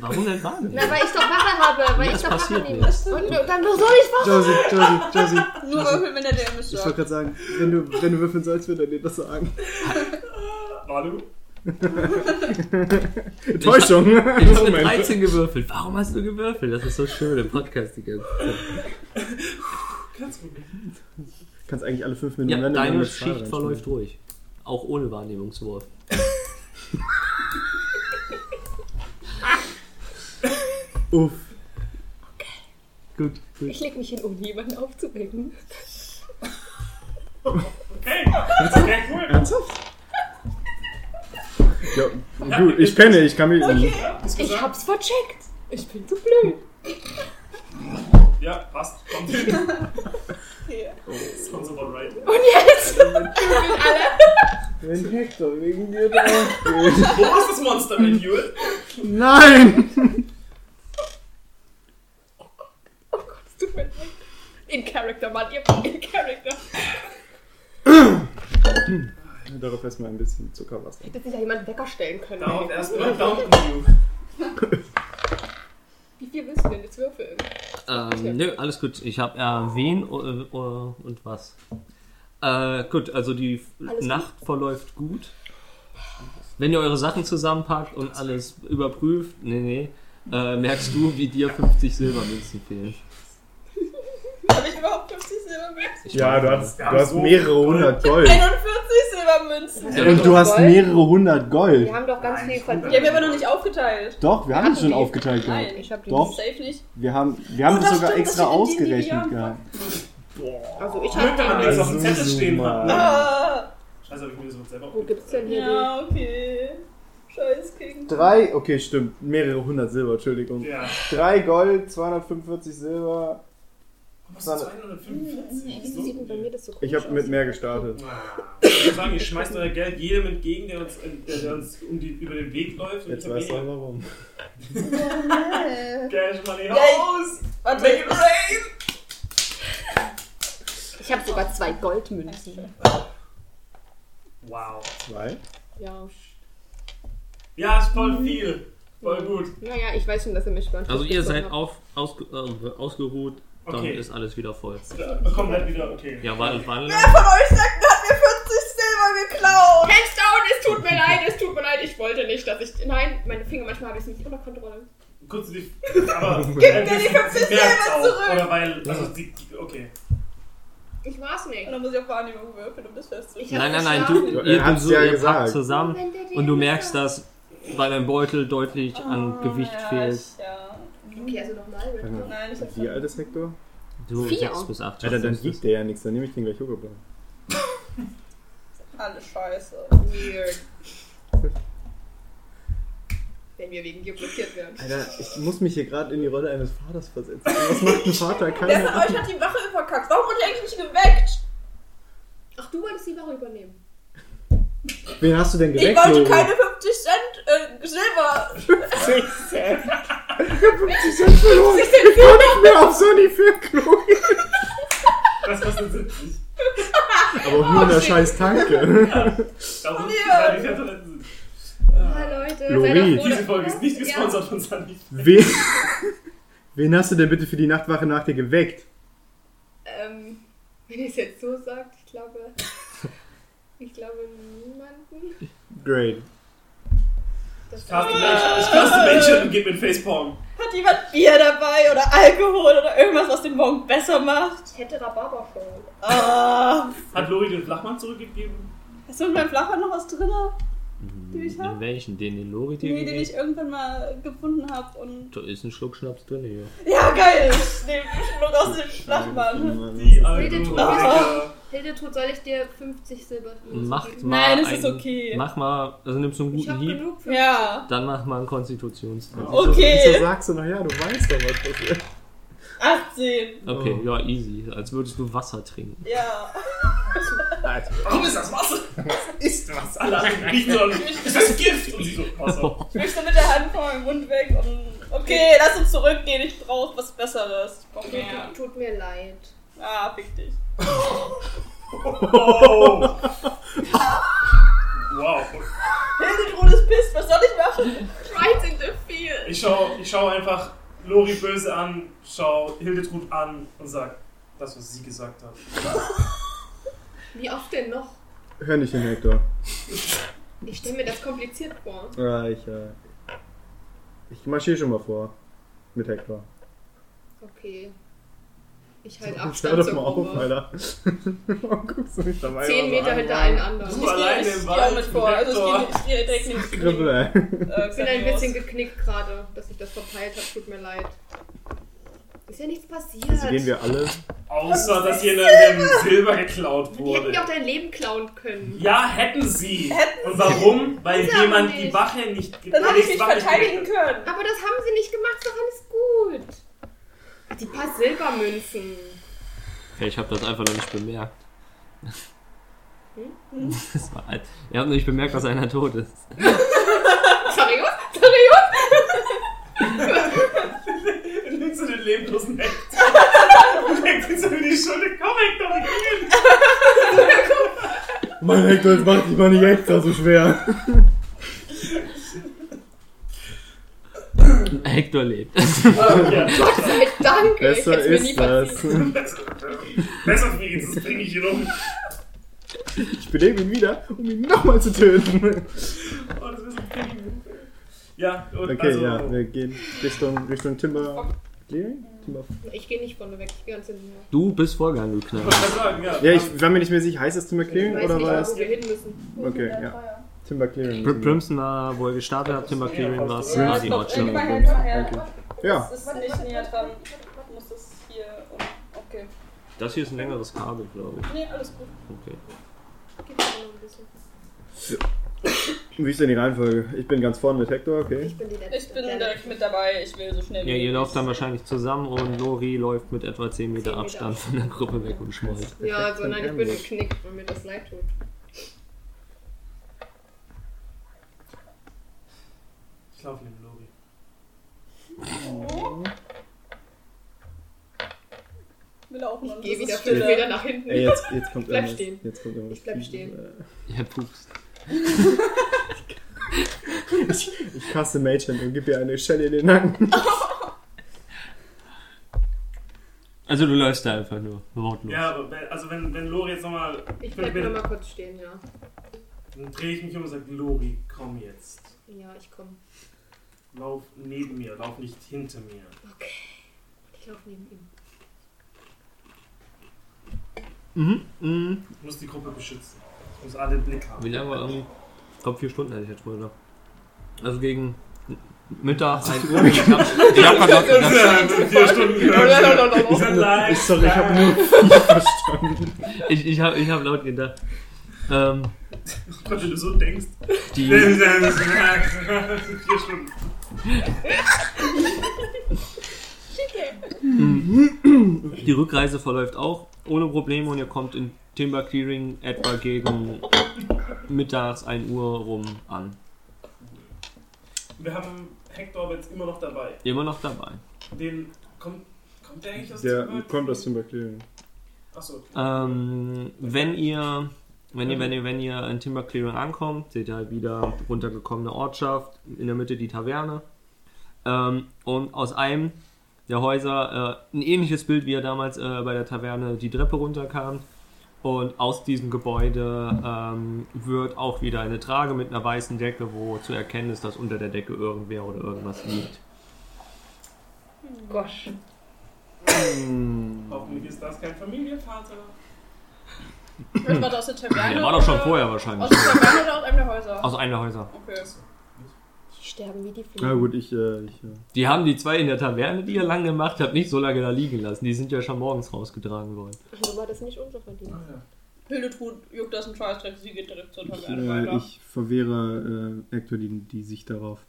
Warum denn Wahrnehmung?
Na, weil ich doch Wache habe. Weil
Ja,
ich
es
doch Wache
passiert
nehme.
nichts.
Und du- dann soll ich Wache.
Josie, Josie, Josie.
Nur würfeln, wenn der DM ist.
Ich wollte gerade sagen, wenn du, wenn du würfeln sollst, wird er dir das sagen.
Manu?
Täuschung.
Ich habe mit
Moment.
13 gewürfelt. Warum hast du gewürfelt? Das ist so schön im Podcast die ganze Zeit.
Kannst du mich?
Kannst eigentlich alle fünf Minuten
Ja,
rennen,
deine
dann ist Fahrrad
Schicht verläuft ruhig. Auch ohne Wahrnehmungswurf.
Uff.
Gut, gut.
Ich leg mich hin, um niemanden aufzuwecken.
Okay. Okay, cool.
Ernsthaft? Ja, gut, ich penne, ich kann mich.
Ist
Ich
gesagt.
hab's vercheckt. Ich bin zu blöd.
Ja, passt. Kommt hin. Oh.
Ja.
Sponsored by Riot.
Wenn Hector wegen dir draufgeht.
Wo ist das Monster mit Jule?
Nein!
Oh Gott, es tut mir leid. In Character, Mann. Ihr habt in Character.
Darauf erstmal ein bisschen Zuckerwasser.
Hätte sich ja jemand Wecker stellen können.
Darauf erstmal Downton View.
Wie viel willst du denn jetzt würfeln?
Ähm, nö, alles gut. Ich habe erwähnt äh, äh, und was. Äh, gut, also die F-
Alles
Nacht verläuft gut. Wenn ihr eure Sachen zusammenpackt und alles überprüft, nee, nee, äh, merkst du, wie dir 50 Silbermünzen fehlen.
Habe ich überhaupt 50 Silbermünzen?
Ja, du hast,
Ja,
du hast
so.
mehrere hundert Gold.
41 Silbermünzen!
Ja,
Und du hast
Gold?
mehrere hundert Gold.
Wir haben doch ganz
Nein,
viel
ich wundere
Die haben
verdient.
wir aber noch nicht aufgeteilt.
Doch, wir haben es
Hatten
schon
die?
aufgeteilt gehabt.
Nein,
Ich hab die
Doch,
Safe nicht.
wir haben, wir haben
Oh,
das
das
sogar
stimmt,
extra
das sind die, die wir
ausgerechnet
haben.
gehabt.
Also ich
Glück, wenn man
hab
nichts
den.
auf dem Zettel stehen hat. Ne?
Ah,
Scheiße, hab ich mir das jetzt selber
Wo gibt's denn hier die?
ja, okay. Scheiß King.
Drei, okay, stimmt, mehrere hundert Silber, Entschuldigung.
Ja.
Drei Gold, 245 Silber.
Was ist 245?
Wieso sieht denn Hm, bei mir das so komisch
Ich habe mit
aus?
mehr gestartet.
Ah. Ich würde sagen, ihr schmeißt euer Geld jedem entgegen, der uns, der, der uns um die, über den Weg läuft. Und
Jetzt
ich hab
weißt du auch
weniger
warum.
Cash Money
Ja, ich-
aus! Make
Warte,
it rain!
Ich habe sogar zwei Goldmünzen.
Wow.
Zwei?
Ja. Mhm.
Ja, ist voll viel. Voll gut.
Naja, ich weiß schon, dass ihr mich beantwortet.
Also ihr seid
habt.
auf, ausge, äh, ausgeruht, dann
Okay.
ist alles wieder voll.
Ja, Komplett halt wieder, okay.
Ja, wandelt, wandelt.
Wer von euch sagt, der hat mir 50 Silber geklaut?
Hands down, es tut mir leid, es tut mir leid, ich wollte nicht, dass ich. Nein, meine Finger, manchmal habe ich es nicht unter Kontrolle.
Kurz die. Aber. äh, Gib
mir die 50 selber zurück.
Oder weil. Also, die, okay.
Ich war's nicht.
Und dann muss ich auf Wahrnehmung würfeln, um das festzustellen.
Ich hab
Nein, nein, nein,
geschlafen.
du,
Er
ihr, du
hat's
so,
ja
ihr
gesagt.
packt zusammen
Wenn der dir
und du
das
merkst,
sagt.
dass bei deinem Beutel deutlich an Gewicht
Ah, Oh, ja,
fehlt.
Ich, ja.
Okay, also nochmal.
Nein, ich
Wie
hab's
alt ist Hector?
Du
Vier.
6 bis 8.
Alter, dann gibt der ja nichts, dann nehme ich den gleich hochgebracht.
alles scheiße.
Weird. Wenn wir wegen dir blockiert werden.
Alter, ich muss mich hier gerade in die Rolle eines Vaters versetzen. Was macht ein Vater?
Wer von
Keiner.
euch hat die Wache verkackt? Warum wurde ich eigentlich nicht geweckt?
Ach, du wolltest die Wache übernehmen.
Wen hast du denn
Ich
geweckt,
wollte
Lore?
keine 50 Cent äh, Silber.
Ich hab 50 Cent verloren. Ich war nicht mehr auf Sony für Chloe.
Das kostet 70.
Aber auch nur
Oh,
in der scheiß Tanke.
Da muss
dir.
ich die Toiletten sind.
Ah, Leute,
Lori.
seid doch froh,
Diese
dass-
Folge ist nicht
Ja.
gesponsert von Sunny.
Wen, wen hast du denn bitte für die Nachtwache nach dir geweckt?
Ähm, wenn ihr es jetzt so sagt, ich glaube. Ich glaube niemanden.
Great.
Das
Caste Menschen. Ich caste Menschen und gebe mir einen Facepalm.
Hat jemand Bier dabei oder Alkohol oder irgendwas, was den Morgen besser macht?
ich hätte Rhabarber vor.
Ah.
Hat Lori den Flachmann zurückgegeben?
Hast du in meinem Flachmann noch was drin? Die ich hab?
In welchen? Den in Lori dir
Nee, den ich
gegeben?
irgendwann mal gefunden habe und.
Da ist ein Schluck Schnaps drin hier.
Ja, geil! Ich nehme einen Schluck aus dem Flachmann.
Die
den
Alkoholiker.
Hildetod, soll ich dir 50 Silber
Macht mal
Nein, das
einen,
ist okay.
Mach mal, also nimmst du einen
Ich
guten
hab
Hieb,
genug für.
Ja.
dann mach mal einen Konstitutionstest.
Okay.
Wieso sagst du noch, ja, du weißt doch, was passiert.
18.
Okay, ja, easy. Als würdest du Wasser trinken.
Ja.
Alter.
Warum ist das Wasser? Was ist das? Alle anderen riechen so. Ist das Gift? Und sie so, Wasser.
Ich möchte mit der Hand vor meinem Mund weg und. Okay, lass uns zurückgehen. Ich brauche was Besseres. Ich brauch mehr.
Tut, tut mir leid.
Ah, fick dich.
Oh. Wow.
Hildetrud ist pisst. Was soll ich machen?
Right in the field.
Ich schaue ich schau einfach Lori böse an, schau Hildetrud an und sag das, was sie gesagt hat.
Wie oft denn noch?
Hör nicht hin, Hector.
Ich stelle mir das kompliziert vor.
Ja, ich, äh, ich marschiere schon mal vor. Mit Hector.
Okay. Ich halte
Hör
Abstand
doch
zur
mal auf,
Gruppe.
Alter. Warum guckst du nicht dabei?
Zehn
immer so
Meter
an?
hinter allen anderen.
Du
Ich
alleine
ich
im
geh
Wald
auch mit
mit
vor. Also
Hector.
ich geh- ich gehe direkt Äh, links.
Kribbel, ey.
Ich
bin ein bisschen geknickt gerade, dass ich das verpeilt habe. Tut mir leid. Ist ja nichts passiert.
Also gehen wir alle.
Außer, dass jemandem Silber geklaut
Die hätten
wurde.
ja auch dein Leben klauen können.
Ja, hätten sie. und warum? Weil
Ist aber
jemand
nicht.
die Wache nicht ge-
Dann hätte ich
die
mich
Wache nicht
verteidigen
gerettet
können.
Aber das haben sie nicht gemacht, ist doch alles gut. Die paar Silbermünzen.
Okay, ich habe das einfach noch nicht bemerkt.
Hm?
Das war alt. Ihr habt noch nicht bemerkt, dass einer tot ist.
Sorry, sorry.
hat. Dann nimmst du den leblosen Hector und legst ihn so in die Schulter. Komm, Hector, wir gehen.
Mann, Hector, jetzt mach dich mal nicht extra so schwer.
Hector lebt.
Ah, ja.
Gott sei Dank. ich
Besser
hätte mir nie
ist
passiert.
das.
Besser für mich, das bringe ich hier um.
Ich belebe ihn wieder, um ihn nochmal zu töten.
Oh, das ist ein Piggy Ja, und
Okay,
also,
ja, wir gehen Richtung, Richtung Timber. Clearing? Timber.
Ich gehe nicht vorne weg, ich gehe ganz hinten her.
Du bist Vorgang
Ich
geknallt.
wollte gerade sagen, ja.
Ja, ich war mir nicht mehr sicher, heißt das Timber
Ich
Clearing
weiß
oder
nicht,
war es?
wo wir hin müssen.
Okay, ja. Timber Clearing.
Pr Primson war, wo ihr gestartet habt, Timber Clearing war es.
Ja,
war
das
die
war-
Äh, Geh mal
Ortschaft.
her, geh mal her.
Ja,
Das ist nicht näher dran. Ich muss das hier. um- Okay.
Das hier ist ein längeres Kabel, glaube ich.
Nee, alles gut.
Okay.
Gib mir noch ein bisschen.
wie ist denn die Reihenfolge? Ich bin ganz vorne mit Hector, okay.
Ich bin die letzte.
Ich bin direkt mit dabei. Ich will so schnell wie
Ja, ihr
möglich.
lauft dann wahrscheinlich zusammen und Lori läuft mit etwa 10 Meter
Meter
Abstand von der Gruppe weg und schmollt.
Ja, so nein, ich bin geknickt, weil mir das leid tut.
Ich laufe neben Lori.
Wir laufen
Ich
und
gehe
das ist
wieder
Stille.
fünf Meter nach hinten.
Ey, jetzt, jetzt kommt
Bleib
irgendwas.
stehen.
Jetzt kommt irgendwas.
Ich bleib stehen.
Er pupst.
Äh, Ich hasse Mädchen und gib ihr eine Schelle in den Nacken.
Also du läufst da einfach nur, wortlos.
Ja, aber wenn- also wenn, wenn Lori jetzt nochmal.
Ich bleib nur mal kurz stehen, ja.
Dann drehe ich mich um und sage, Lori, komm jetzt.
Ja, ich komme.
Lauf neben mir, lauf nicht hinter mir.
Ich laufe neben ihm.
Mhm. Mhm.
Ich muss die Gruppe beschützen. Ich muss alle im Blick haben.
Wie lange war irgendwie? Ich glaube vier Stunden hätte ich jetzt mal gedacht. Also gegen Mittag, 1 Uhr. Ich hab, ich hab grad
Das
gedacht,
sind vier Stunden gehört. Ich bin live.
Ich, sorry, ich habe nur vier verstanden.
ich, ich, hab, ich hab laut gedacht. Ähm,
Gott, wenn du so denkst.
die,
Das sind vier Stunden.
die Rückreise verläuft auch ohne Probleme und ihr kommt in Timber Clearing etwa gegen mittags 1 Uhr rum an.
Wir haben Hector aber jetzt immer noch dabei.
Immer noch dabei.
Den. Kommt, kommt der eigentlich aus
Der
Zimmer?
kommt aus Timberclearing.
Achso, okay.
Ähm, wenn ihr, wenn ihr, wenn ihr, wenn ihr in Timber Clearing ankommt, seht ihr halt wieder runtergekommene Ortschaft, in der Mitte die Taverne. Ähm, und aus einem der Häuser äh, ein ähnliches Bild, wie ihr damals äh, bei der Taverne die Treppe runterkam. Und aus diesem Gebäude ähm, wird auch wieder eine Trage mit einer weißen Decke, wo zu erkennen ist, dass unter der Decke irgendwer oder irgendwas liegt.
Gosh.
Hoffentlich ist das kein Familienvater.
Das war doch aus der Taverne.
Der war doch schon
oder-
vorher wahrscheinlich.
Aus der Taverne oder aus einem der Häuser?
Aus einem der Häuser.
Okay.
Die sterben wie die Fliegen.
Na gut, ich, äh, ich, äh,
Die haben die zwei in der Taverne, die ihr lang gemacht habt, nicht so lange da liegen lassen. Die sind ja schon morgens rausgetragen worden.
Also war das nicht unser
Ah,
Verdienst.
Hildetrud juckt das ein Scheißdreck, sie geht direkt zur
ich,
Taverne
äh,
weiter.
ich verwehre äh, Hector die, die Sicht darauf.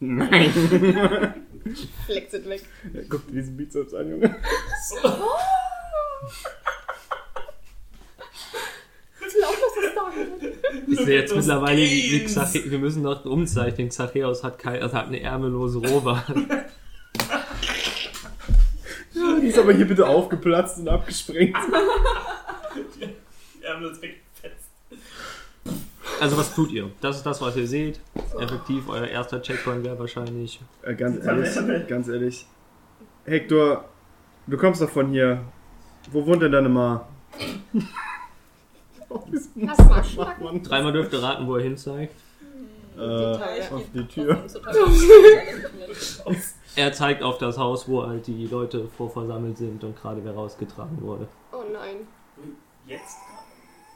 Nein.
Flex sind weg.
Ja, guck dir diesen Bizeps an, Junge.
Ich glaube, das ist da.
Ich sehe jetzt
Das
mittlerweile, wie, wie
geht's.
Xache, wir müssen noch umzeichnen. Xacheus hat, kein, also hat eine ärmellose Rohware.
Die ist aber hier bitte aufgeplatzt und abgesprengt.
Wir haben das weggefetzt.
Also was tut ihr? Das ist das, was ihr seht. Effektiv, euer erster Checkpoint wäre wahrscheinlich.
Äh, ganz
Taverne.
ehrlich, ganz ehrlich. Hector, du kommst doch von hier. Wo wohnt denn deine Ma?
Lass mal schnacken.
Mann.
Dreimal dürft ihr raten, wo er hinzeigt.
Äh,
Ja, ich
auf
geh
die
trotzdem
Tür.
zur Taverne.
Er zeigt auf das Haus, wo halt die Leute vorversammelt sind und gerade wer rausgetragen wurde.
Oh nein.
Jetzt?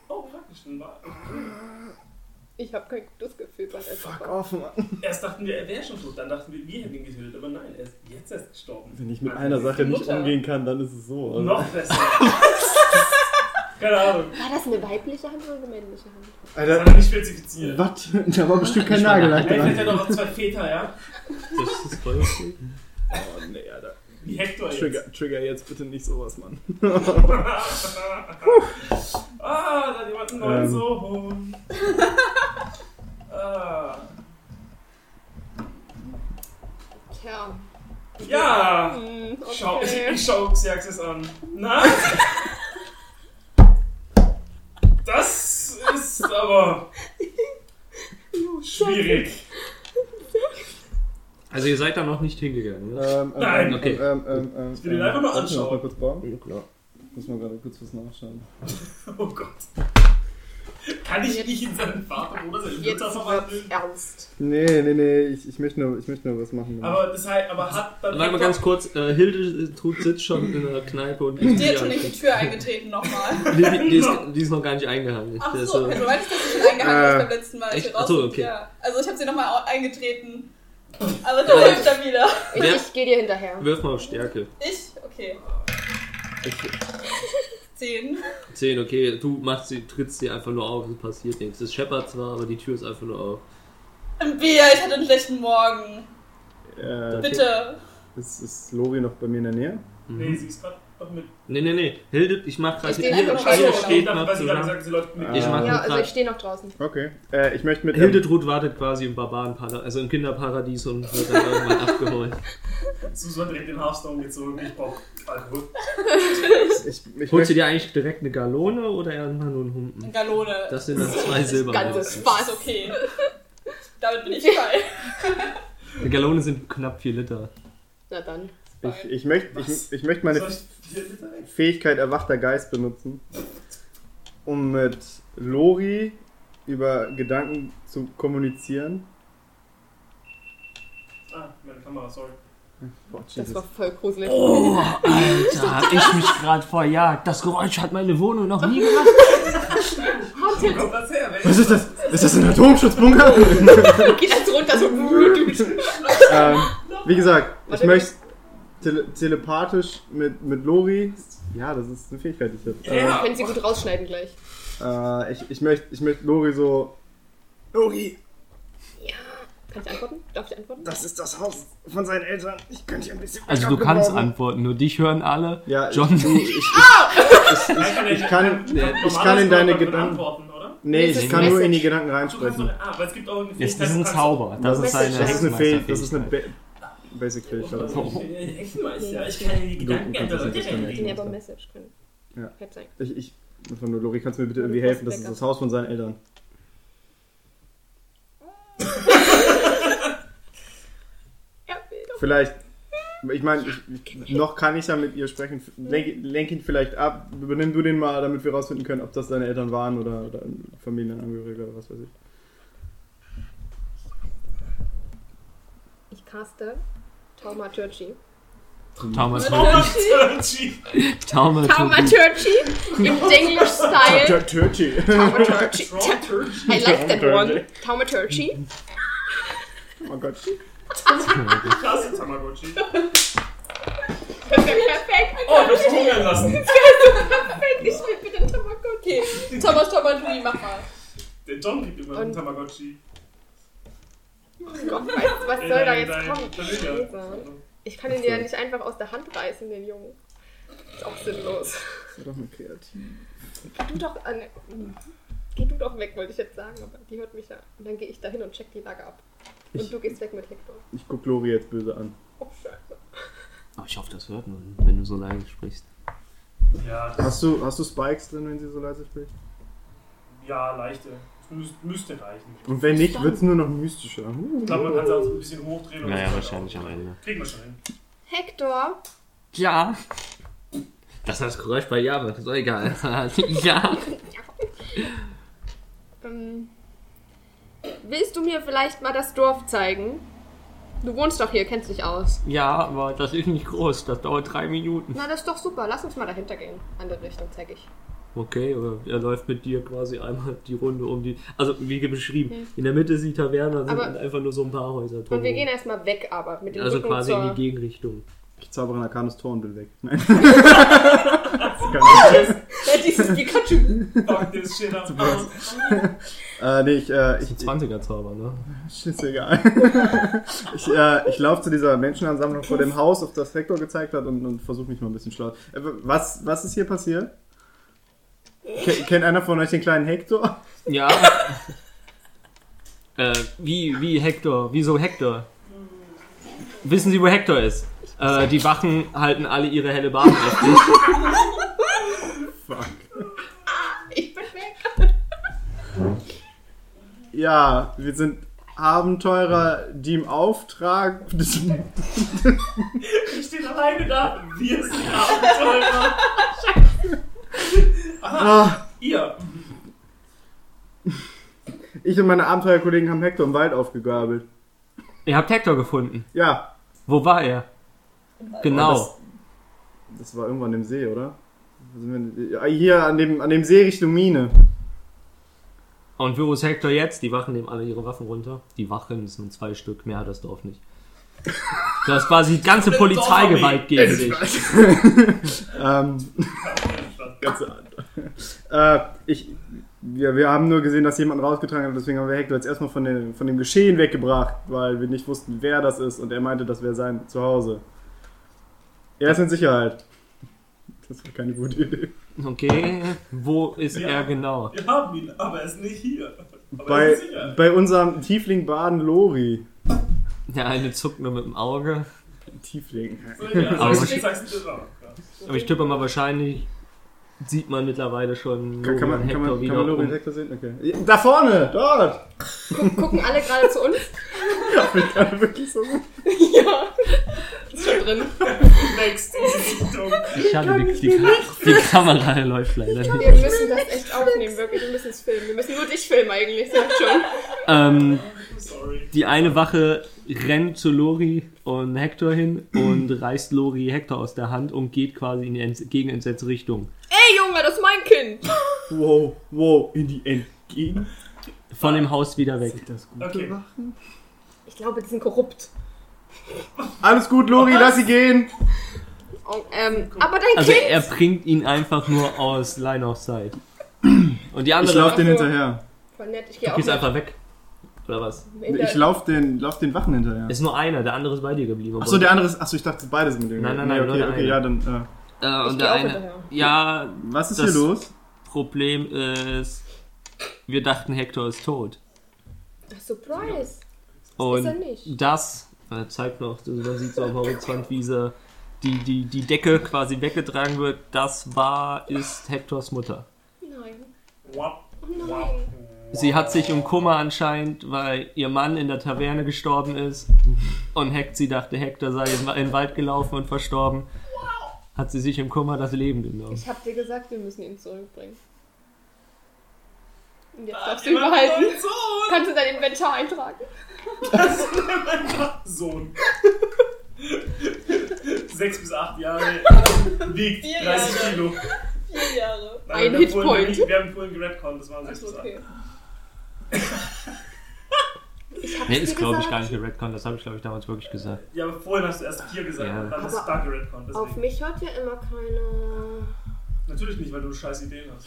Oh, praktisch. dann war-
Ich habe kein gutes Gefühl bei der
Oh, Fuck
Sache.
off, Mann.
Erst dachten wir, er wäre schon tot, dann dachten wir, wir hätten ihn getötet, aber nein, er ist jetzt erst gestorben. Also,
Wenn ich mit einer Sache nicht
Mutter.
umgehen kann, dann ist es so. Also.
Noch besser. Keine Ahnung.
War das eine weibliche Hand oder eine männliche Hand?
Das
Alter,
hat er nicht spezifiziert.
was? Da war bestimmt kein
Ich war
Nagellack
Vielleicht hat
dran.
er noch zwei Väter, ja?
Das ist voll okay.
Oh nee, Alter.
Wie Hector jetzt.
Trigger, Trigger jetzt bitte nicht sowas, Mann.
Ah, da hat jemand einen neuen
Ähm.
Sohn. Ah.
Tja.
Ja.
Hm,
Schau, ich,
okay.
ich schau Xiaxes an. Na? Das ist aber schwierig.
Also ihr seid da noch nicht hingegangen. Ne?
Ähm, ähm,
Nein,
okay.
Ähm, ähm, ähm,
will ihn einfach mal
kannst du noch
anschauen.
Mal kurz bauen?
Ja, klar.
Muss mal gerade kurz was nachschauen.
Oh Gott. Kann ich nicht in seinen Vater oder seine Mutter
Jetzt wird's
verwandeln?
ernst.
Nee, nee, nee, ich, ich, möchte, nur, ich möchte nur was machen.
Aber das heißt, aber hat dann.
Warte mal ganz kurz, äh, Hilde tut sitzt schon in der Kneipe und
Die hat schon nicht die Tür eingetreten nochmal.
Die, die, die, ist, die ist noch gar nicht eingehandelt.
Ach
Der ist
so, also
so-
du meinst, dass ich schon eingehangen
Äh,
habe beim letzten Mal, als
echt?
wir
Ach so,
raus
okay.
Ja. Also ich habe sie nochmal eingetreten. Aber da hilft er wieder.
Ich,
Wer-
ich gehe dir hinterher.
Wirf mal auf Stärke.
Ich? Okay.
Ich,
Zehn.
10, okay. Du machst sie, trittst sie einfach nur auf, es passiert nichts. Es scheppert zwar, aber die Tür ist einfach nur auf.
Ein Bier, ich hatte einen schlechten Morgen.
Äh,
Bitte.
ist, ist Lori noch bei mir in der Nähe?
Nee, sie ist gerade Doch mit
Mhm. Nee, nee, nee. Hilde, ich mach
Ich
gerade
steh
ihr
einfach
ihr
weiter.
steht
Weil
noch
sie gerade
zusammen.
gesagt, sie läuft mit.
Ah.
Ich mach
Ja,
ja,
also ich stehe noch draußen.
Okay. Äh, ich möchte mit.
Hildetrud wartet quasi im Barbarenpalast, also im Kinderparadies und wird dann irgendwann abgeholt.
Susan hat direkt den Hearthstone gezogen. Ich brauch Alkohol.
Ähm, ich, ich
Holst du
möchte,
dir eigentlich direkt eine Galone oder erstmal nur einen Humpen?
Eine Galone.
Das sind dann zwei Silber.
Ganzes
Spaß, okay. Damit bin ich frei.
Eine Galone sind knapp 4 Liter.
Na dann.
ich, ich, möchte, ich, ich möchte meine
Soll ich vier Liter weg?
Fähigkeit erwachter Geist benutzen, um mit Lori über Gedanken zu kommunizieren.
Ah, meine Kamera, sorry.
Boah,
Das
Jesus.
war voll gruselig.
Oh, Alter, hab ich mich gerade verjagt. Das Geräusch hat meine Wohnung noch nie gemacht.
Wo kommt das her? Wer
Was ist das? Ist das ein Atomschutzbunker?
Geht also runter so.
ähm, wie gesagt, ich möchte tele telepathisch mit, mit Lori. Ja, das ist eine Fähigkeit, die ich habe.
Ja.
Können sie gut rausschneiden gleich.
Äh, ich, ich möchte ich möchte Lori so. Lori,
Kann ich antworten? Darf ich antworten?
das ist das Haus von seinen Eltern. Ich könnte hier ein bisschen.
Also du kannst antworten, nur dich hören alle.
Ja,
John,
Ich, du, ich, ich, ich kann- ich kann in deine Gedanken-
antworten, oder?
nee,
Das
ich
ist
kann nur in die
Message.
Gedanken
Du kannst
reinsprechen.
doch, ah, aber es gibt auch eine
jetzt
Fähigkeit,
diesen
du kannst-
Zauber. Das ist eine
Das ist eine Fähigkeit. Das ist eine
Hexenmeisterfähigkeit.
Ba Basic Fähigkeit.
Hexenmeister, ich kann in die Gedanken
kannst das
ändern.
nicht
Ich
verstehen.
hätte aber Message können.
Ja.
Hätte sein.
Ich, ich, einfach nur, Lori, kannst du mir bitte irgendwie helfen? Das ist das Haus von seinen Eltern. Vielleicht, ich meine, ich- ich- noch kann ich ja mit ihr sprechen. Lenk, lenk ihn vielleicht ab, benimm du den mal, damit wir rausfinden können, ob das deine Eltern waren oder, oder ein Familienangehöriger oder was weiß ich.
Ich caste Taumaturgy.
Oh,
Taumaturgie. Taumaturgie.
Taumaturgy im Denglish Style.
Turchi.
Taumaturgy.
Taumaturgy.
I like that one. Taumaturgy.
Oh Gott.
Klasse Tamagotchi.
Perfekt.
Oh, du hast hungern lassen.
Ich will bitte einen Tamagotchi.
Okay, Thomas, Thomas, Louis, mach mal.
Der John gibt immer einen
Und-
Tamagotchi.
Gott, was, was soll da jetzt kommen? Scheiße.
kommen?
Ich kann ihn ja nicht einfach aus der Hand reißen, den Jungen. Ist auch sinnlos.
Das war doch mal kreativ.
Geh du doch an. Geh du doch weg, wollte ich jetzt sagen, aber die hört mich da. Und dann gehe ich da hin und check die Lage ab. Und
Ich-
du gehst weg mit Hector.
Ich guck Lori jetzt böse an.
Oh, scheiße.
Oh, ich hoffe, das hört man, wenn du so leise sprichst.
Ja, das-
Hast du, hast du Spikes drin, wenn sie so leise spricht?
ja, leichte. Das müß- Müsste reichen.
Und wenn nicht, wird's nur noch mystischer. Uh.
Ich glaube, man kann es auch ein bisschen hochdrehen. und
Naja,
so.
wahrscheinlich am Ende.
Kriegen wir schon hin.
Hector!
Ja. Das war das Geräusch bei Ja, aber das ist auch egal. ja.
Ähm, willst du mir vielleicht mal das Dorf zeigen? Du wohnst doch hier, kennst dich aus.
Ja, aber das ist nicht groß. Das dauert drei Minuten.
Na, das ist doch super. Lass uns mal dahinter gehen. Andere Richtung zeig ich.
Okay, aber er läuft mit dir quasi einmal die Runde um die. Also, wie beschrieben, in der Mitte ist die Taverne, da sind
Aber-
einfach nur so ein paar Häuser drin.
Und wir gehen erstmal weg, aber mit dem
Oh. also
Rücken
quasi
zur...
in die Gegenrichtung.
Ich zaubere ein arkanes Tor und bin weg. Nein.
Ja, dieses Pikachu.
Fuck this shit up.
äh, nee, ich, äh, ich,
Das ist ein 20er-Zauber, ne?
ich, ist egal. ich, äh, ich laufe zu dieser Menschenansammlung vor dem Haus, auf das Hector gezeigt hat und, und versuche mich mal ein bisschen schlau. Äh, was, was ist hier passiert? Ke- kennt einer von euch den kleinen Hector?
Ja. äh, wie, wie Hector? Wieso Hector? Wissen Sie, wo Hector ist? Äh, die Wachen halten alle ihre helle Bahn auf dich.
Ah, Ich bin weg.
Ja, wir sind Abenteurer, die im Auftrag des
Ich stehe alleine da. Wir sind Abenteurer.
Ah,
Ihr.
ich und meine Abenteuerkollegen haben Hector im Wald aufgegabelt.
Ihr habt Hector gefunden.
Ja,
Wo war er? Genau.
das war irgendwann im See, oder? Wo sind wir denn? Ja, Hier an dem, an dem See Richtung Mine.
Und wo ist Hector jetzt? Die Wachen nehmen alle ihre Waffen runter. Die Wachen, das sind zwei Stück, mehr hat das Dorf nicht. Du hast quasi die ganze Polizeigewalt gegen dich.
Ähm, Ganze Art. äh, ich, wir, wir haben nur gesehen, dass jemand rausgetragen hat, deswegen haben wir Hector jetzt erstmal von, den, von dem Geschehen weggebracht, weil wir nicht wussten, wer das ist und er meinte, das wäre sein Zuhause. Er ist in Sicherheit. Das war keine gute Idee.
Okay, wo ist
Ja.
er genau?
Wir haben ihn, aber er ist nicht hier. Aber er
Bei,
ist sicher.
bei unserem Tiefling Baden Lori.
Der eine zuckt nur mit dem Auge.
Tiefling.
Aber-
Ja, also, ich sag's nicht immer. Ja.
Aber ich tippe mal wahrscheinlich, sieht man mittlerweile schon
Kann, kann
Lorian
man, kann
Hector
man,
wieder
kann man Lori
um-
Hector sehen? Okay. Ja, Da vorne! Dort!
Guck, gucken alle gerade zu uns?
Ich kann wirklich so gut.
ja. Ist schon drin.
Next in die Richtung.
Schade, die, die, die Kamera läuft leider nicht.
Wir müssen das echt aufnehmen, wirklich. Wir müssen es filmen. Wir müssen nur dich filmen eigentlich, sagt schon.
Ähm,
Sorry.
die eine Wache rennt zu Lori und Hector hin und reißt Lori Hector aus der Hand und geht quasi in die ents- gegenentsetzte Richtung.
Ey Junge, das ist mein Kind!
Wow, wow, in die Entgegen.
Von dem Haus wieder weg.
Das gute
Okay.
Wachen.
Ich glaube, die sind korrupt.
Alles gut, Lori, lass sie gehen!
Oh, ähm, aber dein
Also
Kind!
er bringt ihn einfach nur aus Line of Sight. Und die
Ich
andere
lauf den
Ach so.
hinterher.
Voll nett, ich gehe auch
die ist
mit.
einfach weg. Oder was?
In der-
Ich lauf den, lauf den Wachen hinterher.
Ist nur einer, der andere ist bei dir geblieben.
Achso, der andere ist. Achso, ich dachte beides mit dem.
Nein, nein,
Nee,
nein, nur
Okay,
der
okay,
eine.
ja, dann. Äh,
äh,
Ich
und
geh
der
auch
eine.
hinterher.
Ja,
was ist
Das-
hier los?
Problem ist, wir dachten, Hector ist tot.
Surprise!
Und
Ist er nicht.
das äh, zeigt noch, also man sieht so am Horizont, wie sie, die, die, die Decke quasi weggetragen wird. Das war, ist Hectors Mutter.
Nein.
Wap,
Oh
wap.
nein.
Sie hat sich im Kummer anscheinend, weil ihr Mann in der Taverne gestorben ist und Hect, sie dachte, Hector sei in, in den Wald gelaufen und verstorben. Hat sie sich im Kummer das Leben genommen.
Ich hab dir gesagt, wir müssen ihn zurückbringen. Und jetzt darfst du ihn
Ah, Wir machen
behalten.
neuen Sohn.
Kannst du dein Inventar eintragen?
Sohn. Sechs bis acht Jahre wiegt
Vier
30
Jahre.
Kilo.
Vier Jahre.
Nein,
Ein
wir haben
Hitpoint.
vorhin nicht- Wir haben vorhin gerapcon, das waren sechs
Ist
bis acht.
okay.
Nee, ist glaube ich gar nicht eine Redcon, das habe ich glaube ich damals wirklich gesagt.
Ja, aber vorhin hast du erst vier gesagt
Ja.
und dann ist
Aber
es da gerapcon.
Auf
Deswegen.
mich hört ja immer keiner.
Natürlich nicht, weil du scheiß Ideen hast.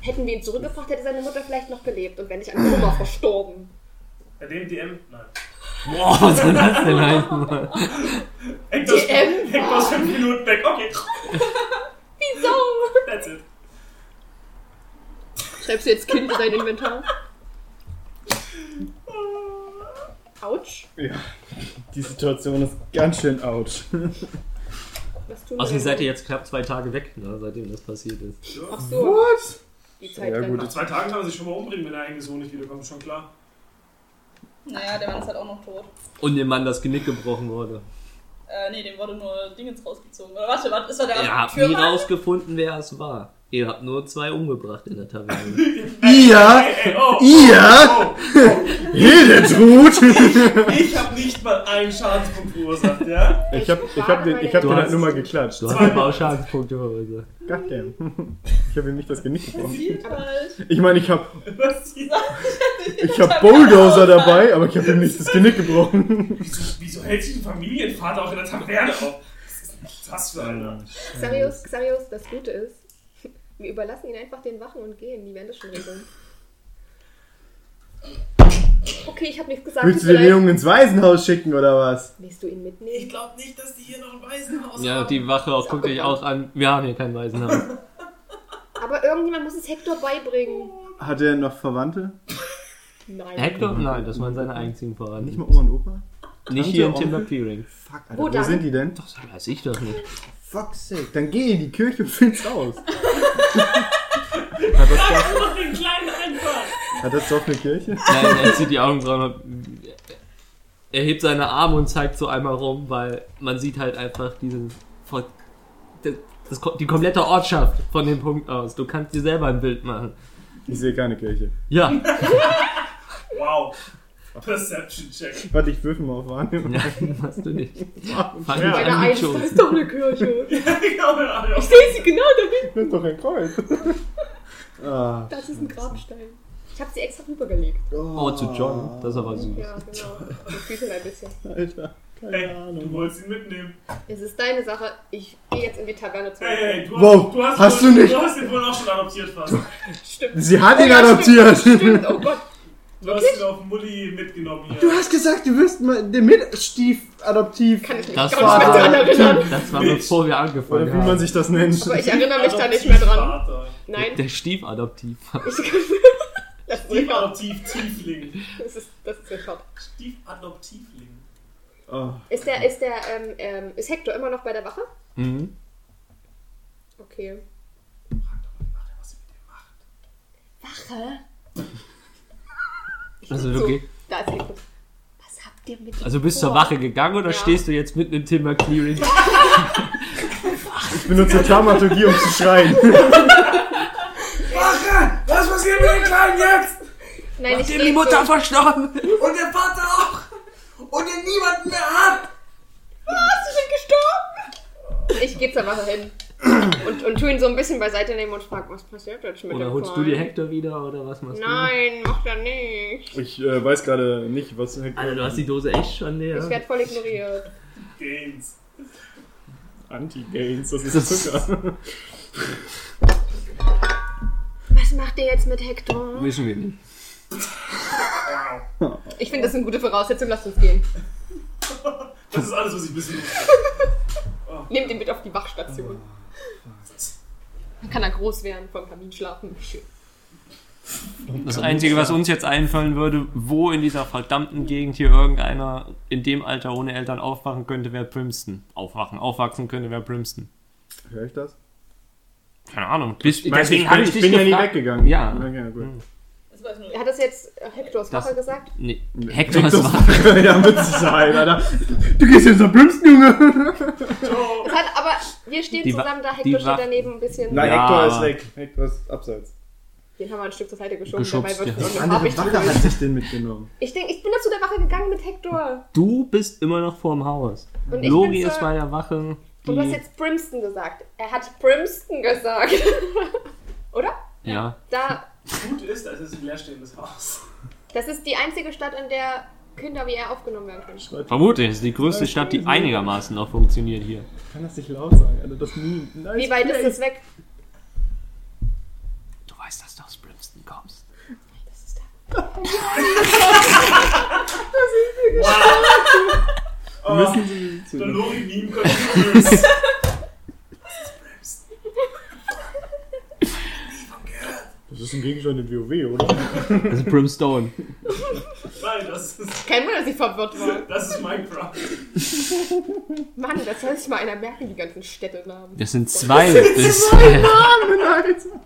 Hätten wir ihn zurückgebracht, hätte seine Mutter vielleicht noch gelebt und wäre nicht an Kummer verstorben.
Bei dem DM? Nein.
Boah, Oh, was soll das denn heißen? Mann?
Hängt aus,
DM?
hängt aus fünf Minuten weg. Okay,
Wieso?
that's it.
Schreibst du jetzt Kind in dein Inventar? Autsch.
Die Situation ist ganz schön out.
Was tun wir
Außerdem
denn?
seid ihr jetzt knapp zwei Tage weg, ne, seitdem das passiert ist.
Ach
Ja.
so,
What?
die Zeit
Ja,
rennt
gut.
Nach
ab.
zwei Tagen kann man sich schon mal umbringen, wenn der eigene Sohn nicht wiederkommt, ist schon klar.
Naja, der Mann ist halt auch noch tot.
Und dem Mann das Genick gebrochen wurde.
Äh, nee, dem wurde nur Dingens rausgezogen. Oder warte, warte, ist er der
Ihr habt nie
Türmann?
rausgefunden, wer es war. Ihr habt nur zwei umgebracht in der Taverne.
Ey,
Ihr,
ey, oh,
ihr,
oh,
Hildetrud!
ich hab nicht mal einen Schadenspunkt verursacht, ja?
Ich hab, ich hab den, ich hab
Du
den halt
hast-
nur mal geklatscht.
Du hast aber auch Schadenspunkte verursacht.
Goddamn. Ich hab ihm nicht das Genick gebrochen.
Sieht halt.
Ich meine, ich hab,
Was die-
ich hab Bulldozer dabei, aber ich hab ihm nicht das Genick gebrochen.
Wieso, wieso hält sich ein Familienvater auch in der Taverne auf? Was ist denn das für einer?
Xarius, Xarius, das Gute ist, wir überlassen ihn einfach den Wachen und gehen. Die werden das schon regeln. Okay, ich habe nichts gesagt.
Willst du den
vielleicht-
Jungen ins Waisenhaus schicken oder was?
Willst du ihn
Ich
mitnehmen?
glaube nicht, dass die hier noch ein Waisenhaus
Ja,
haben.
die Wache auch, guckt euch auch an. Wir haben hier keinen Waisenhaus.
Aber irgendjemand muss es Hector beibringen.
Hat er noch Verwandte?
Nein.
Hector? Nein, das waren seine einzigen
Nicht
Voran.
mal Oma und Opa?
Nicht hier in Timber Clearing.
Fuck, Alter,
Wo
wo
dann?
sind die denn?
Das weiß ich doch nicht.
Fuck's sake. Dann geh in die Kirche und find's raus.
Hat das doch-
Mach den Kleinen einfach!
Hat das doch eine Kirche?
Nein, er zieht die Augenbrauen ab. Er hebt seine Arme und zeigt so einmal rum, weil man sieht halt einfach diesen. Ver- Das, das, die komplette Ortschaft von dem Punkt aus. Du kannst dir selber ein Bild machen.
Ich sehe keine Kirche.
Ja,
Wow. Perception check.
Warte, ich würfel mal auf Wahrnehmung.
Ja, machst du nicht. Fang
Ja.
nicht
Meine
an mit
Eins, da
Shows.
ist doch eine Kirche. Ich
Ich
sehe sie genau da hinten.
Das ist doch ein Kreuz. ah.
Das ist ein Grabstein. Ich habe sie extra rübergelegt.
Oh, zu John. Das ist aber süß.
Ja, genau. Wir füßen ein bisschen.
Alter, keine
Hey, du
Ahnung.
wolltest ihn mitnehmen.
Es ist deine Sache. Ich gehe jetzt in die Taverne zurück.
Hey, hey, du,
Wow,
du hast,
hast
ihn,
du nicht-
Du hast ihn wohl auch schon adoptiert fast.
Stimmt.
Sie hat ihn
Ja, stimmt,
adoptiert.
Stimmt, oh Gott.
Du hast ihn auf Mulli mitgenommen
Du
hier.
hast gesagt, du wirst mal den Mitstief adoptiv.
Kann ich mich
Das
gar nicht
war-
mehr daran erinnern.
Das war
Bitch.
bevor wir
Oder
angefangen
wie man
haben.
sich das nennt.
Aber ich erinnere mich da nicht mehr dran.
Adoptivvater.
Nein,
Der Stiefadoptiv.
das ist Rekord.
Stiefadoptiv-Tiefling.
Das ist, das ist Rekord.
Stiefadoptivling.
Oh.
Ist der, ist der, ähm, ähm, ist Hector immer noch bei der Wache?
Mhm.
Okay.
Frag doch mal die Wache, was sie mit dem macht.
Wache?
Also, du
So.
geh-
Da ist Hector. Was habt ihr mit
also bist zur Wache gegangen oder
Ja.
stehst du jetzt mitten im Thema Clearing?
Ich benutze Dramaturgie, um zu schreien.
Wache! Was passiert mit dem Kleinen jetzt?
Nein, ich
Nachdem
rede
die Mutter
so,
verstorben ist.
Und der Vater auch! Und den niemanden mehr hat!
ich gehe zur Wache hin. Und, und tu ihn so ein bisschen beiseite nehmen und frag, was passiert jetzt mit
Oder
dem
holst du
Kleinen?
dir Hector wieder oder was machst
Nein, macht er nicht.
Ich äh, weiß gerade nicht, was. halt
du? Alter, Also du hast die Dose echt schon leer.
Ich werde voll ignoriert.
Gains.
Anti-Gains, das
Das-
ist Zucker.
Was macht ihr jetzt mit Hector?
Wissen wir nicht.
Ich finde, das ist eine gute Voraussetzung, lasst uns gehen.
Das ist alles, was ich wissen muss.
Nehmt ihn mit auf die Wachstation.
Oh,
Dann kann er groß werden, vom Kamin schlafen. Schön.
Das Einzige, was uns jetzt einfallen würde, wo in dieser verdammten Gegend hier irgendeiner in dem Alter ohne Eltern aufwachen könnte, wäre Primston. Aufwachen, aufwachsen könnte, wäre Primston.
Hör ich das?
Keine Ahnung. Bis,
Meinst du,
deswegen
ich
habe
bin,
ich
ich
dich
bin ja nie
gefragt.
weggegangen.
Ja.
Okay, gut.
Das weiß nur ich.
Hat das jetzt äh, Hectors
Das-
Wache gesagt?
Nee, Hector ist wach.
ja, mit Sicherheit, Alter. Mhm. Du gehst jetzt nach Blümsten, Junge.
Es hat aber, wir stehen
Die Wa-
zusammen da,
die
Hector
Wa-
steht daneben ein bisschen.
Nein,
Ja.
Hector ist weg. Hector ist abseits.
Den haben wir ein Stück zur Seite geschoben,
Geschubst,
dabei wird
ja.
schon
Die
irgendeine
andere
Farbe-
Wache hat sich den mitgenommen.
Ich denke, ich bin da zu der Wache gegangen mit Hector.
Du bist immer noch vorm Haus.
Und ich
Lori
bin
ist
so-
bei der Wache. Die,
Und du hast jetzt Brimston gesagt. Er hat Brimston gesagt. Oder?
ja.
Da,
Gut ist, es ist ein leerstehendes Haus.
das ist die einzige Stadt, in der Kinder wie er aufgenommen werden können.
Vermutlich, es ist die größte Stadt, die einigermaßen noch funktioniert hier.
Ich kann das nicht laut sagen, Alter. Das nie. Nice
Wie weit ist
play.
das weg?
Du weißt, dass du aus Brimston kommst.
Das ist da.
Oh,
Müssen Sie zu
der Lori-Meme confused.
Das ist ein Gegenstand in WoW, oder?
Das ist Also Brimstone.
Nein, das ist,
Kein Wunder, dass ich verwirrt war.
das ist Minecraft.
Mann, das soll sich mal einer merken, die ganzen Städtenamen.
Das sind zwei. bisher.
also.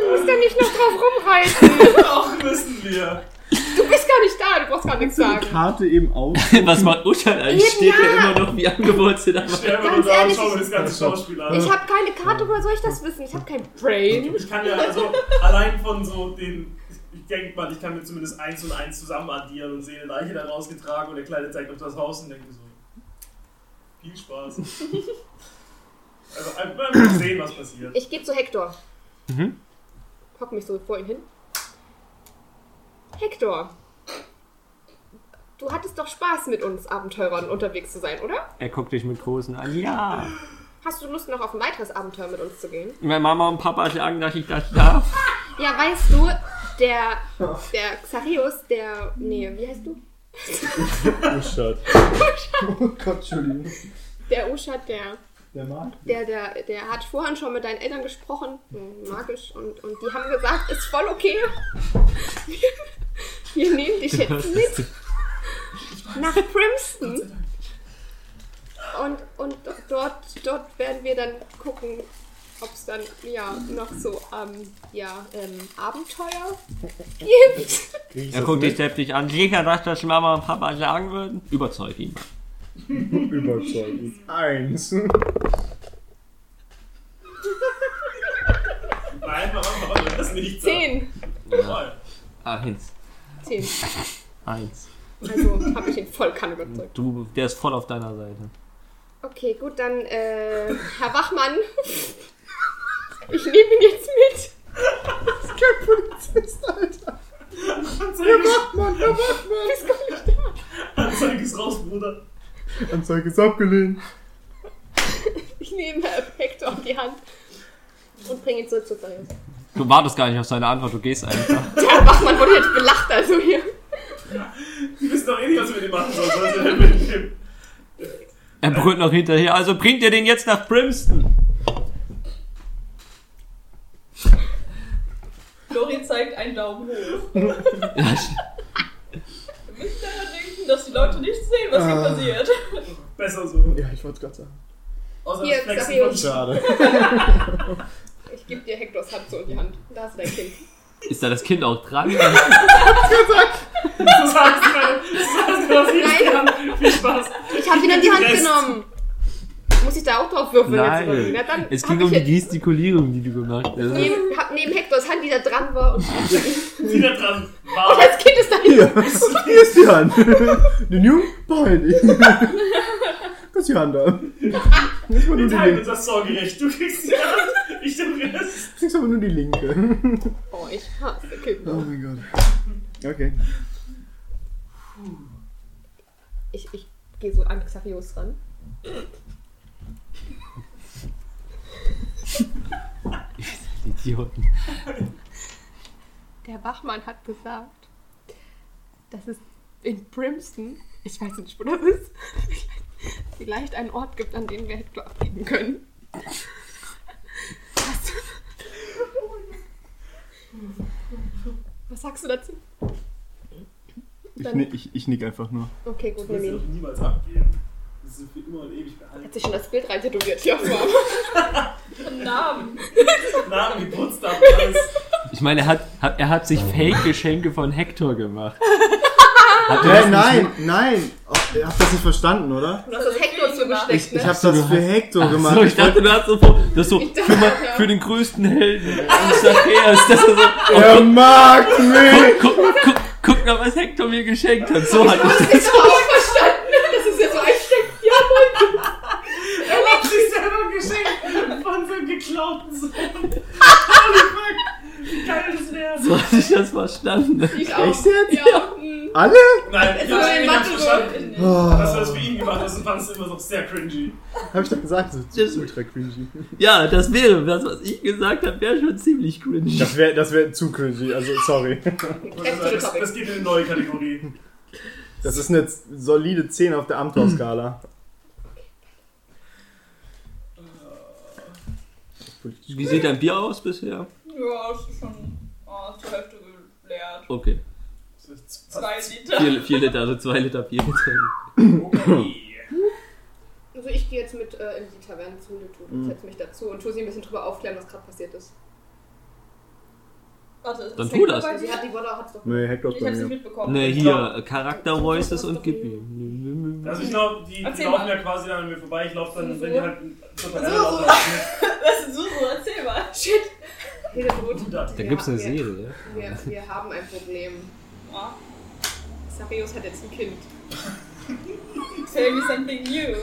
Du musst da nicht noch drauf rumreiten.
Doch, wissen wir.
Du bist gar nicht da, du brauchst gar nichts sagen.
Karte eben auf.
Was macht Uschan eigentlich? Steht der immer noch wie angewurzelt am
Sterben wir
Ganz
uns an,
ehrlich,
schauen wir das ganze Schauspiel
Ich
an.
habe keine Karte, woher soll ich das wissen? Ich habe kein Brain.
Ich kann ja also allein von so den. Ich denke mal, ich kann mir zumindest eins und eins zusammen addieren und sehe eine Leiche da rausgetragen und der Kleine zeigt auf das Haus und denkt mir so. Viel Spaß. Also einfach mal sehen, was passiert.
Ich gehe zu Hector.
Mhm.
Hock mich so vor ihm hin. Hector, du hattest doch Spaß mit uns Abenteurern unterwegs zu sein, oder?
Er guckt dich mit großen an. Ja.
Hast du Lust noch auf ein weiteres Abenteuer mit uns zu gehen?
Meine Mama und Papa sagen, dass ich das darf.
Ja, weißt du, der, der Xarius, der, nee, wie heißt du?
Uschat. Oh Gott, Entschuldigung.
Der Uschat, der,
Der Markt.
der, der, der hat vorhin schon mit deinen Eltern gesprochen, hm, magisch, und, und die haben gesagt, ist voll okay. Wir, wir nehmen dich jetzt mit. nach Primston. Und, und dort, dort werden wir dann gucken, ob es dann ja noch so ähm, ja, ähm, Abenteuer gibt.
Er guckt dich skeptisch an. Sicher, dass das Mama und Papa sagen würden? Überzeug ihn.
Überzeugend. Eins.
Nein, Mama, Mama, das nicht.
Zehn.
Voll.
Ah, Eins.
Zehn.
Eins.
Also habe ich ihn voll Kanne überzeugt.
Du, der ist voll auf deiner Seite.
Okay, gut, dann äh, Herr Wachmann. Ich nehme ihn jetzt mit.
Kein Polizist, Alter.
Anzeige,
Mann, der Wachmann.
Anzeige ist raus, Bruder.
Anzeige ist abgelehnt.
Ich nehme Herr Hector auf die Hand und bringe ihn zurück zu Sarius.
Du wartest gar nicht auf seine Antwort, du gehst einfach.
Der Wachmann wurde jetzt belacht, also hier.
Die wissen doch eh nicht, was wir mit dem machen sollen. Sollen wir den mitnehmen?
Er brüllt noch hinterher, also bringt ihr den jetzt nach Brimston.
Lori zeigt einen Daumen
Ja,
hoch. Wir müssen daran denken, dass die Leute nicht sehen, was hier
Ah.
passiert.
Besser so.
Ja, ich wollte es gerade sagen.
Außer
Hier,
das Flexen
Xavier.
von Sch-
Schade.
Ich gebe dir Hectors Hand so in die Hand. Da hast du dein Kind.
Ist da das Kind auch dran?
Das heißt, das heißt, was ich kann. Viel Spaß.
Ich habe ihn in die Hand
Rest.
genommen. Muss ich da auch drauf würfeln
Nein.
jetzt? oder wie? Na, dann
Es
hab
ging
ich
um die
jetzt
Gestikulierung, die du gemacht hast.
neben, hab neben Hectors Hand, die da dran war. Und
Die da dran war.
das Kind ist da hin.
Hier, hier ist die Hand. Die New Bein. Das ist die Hand da. Kriegst aber nur
Wir
die
teilen uns
linke.
das Sorgerecht. Du kriegst die Hand, ich den Rest.
Kriegst aber nur die linke.
Oh, ich hasse Kinder.
Oh mein Gott. Okay.
Ich, ich gehe so an Xavios ran.
Idioten.
Der Wachmann hat gesagt, dass es in Brimston, ich weiß nicht, wo das ist, vielleicht einen Ort gibt, an den wir Hector abgeben können. Was, was sagst du dazu?
Ich,
Dann-
nick- ich, ich nick einfach nur.
Okay, gut,
Das
nimm
wird
ihn.
niemals abgeben. Das ist für immer und ewig
Hat
behalten.
sich schon das Bild reintätowiert hier auf dem Arm.
Namen.
Namen geputzt ab und alles.
Ich meine, er hat, hat, er hat sich Fake-Geschenke von Hector gemacht. Hat er das
Hä,
nicht
nein, nein. Oh, ihr habt das nicht verstanden, oder?
Du hast das Hector zugesteckt,
Ich,
ne?
ich hab das für Hector gemacht.
So, ich dachte, du hast so, vor- das so
Ich dachte,
für, mal,
ja.
für den größten Helden des Achäers, dass er so,
er mag mich!
guck, guck, guck mal, was Hector mir geschenkt hat. So hat ich
das ist auch verstanden. Das ist ja so ein Steck.
Er hat sich selber geschenkt von seinem Oh geklauten Sohn. Holy fuck. Wie geil das wäre.
so hatte ich das verstanden.
Ich auch.
Echt jetzt?
Ja. hm.
Alle?
Nein, ich
war
hab's
in
nicht ganz
Mathe so.
verstanden. Dass du das
Oh,
für ihn gemacht hast und fandest immer noch sehr cringy.
hab ich doch gesagt, das ist ultra cringy.
Ja, das wäre, das, was ich gesagt habe, wäre schon ziemlich cringe.
Das wäre das wär zu cringy, also sorry.
Das, das geht in eine neue Kategorie.
Das ist eine solide 10 auf der Amtor-Skala.
Wie sieht dein Bier aus bisher?
Ja, es ist schon oh, zur Hälfte geleert.
Okay,
Zwei Liter.
vier, vier Liter, also zwei Liter Bier.
Okay.
Also ich gehe jetzt mit äh, in die Taverne zu Lütu und setze mich dazu und tue sie ein bisschen drüber aufklären, was gerade passiert ist.
Warte, ist
Dann
das
tu
Hector
das.
bei
Sie
dir?
hat die Worte, hat doch.
Nee, Hector ist
Ich
bei
hab's nicht
mir.
mitbekommen.
Ne, hier, Charakter Voices und gib ihm.
Also ich glaube, die, die
Erzähl
laufen
mal.
ja quasi dann an mir vorbei. Ich laufe dann,
So.
wenn die halt zur Tabelle
So.
laufen.
Was ist Susu? Erzähl mal. Shit.
Hildebrot,
dann-
Da gibt's eine
Ja,
Serie.
wir, wir haben ein Problem.
Oh,
Sarius hat jetzt ein Kind.
tell me something new.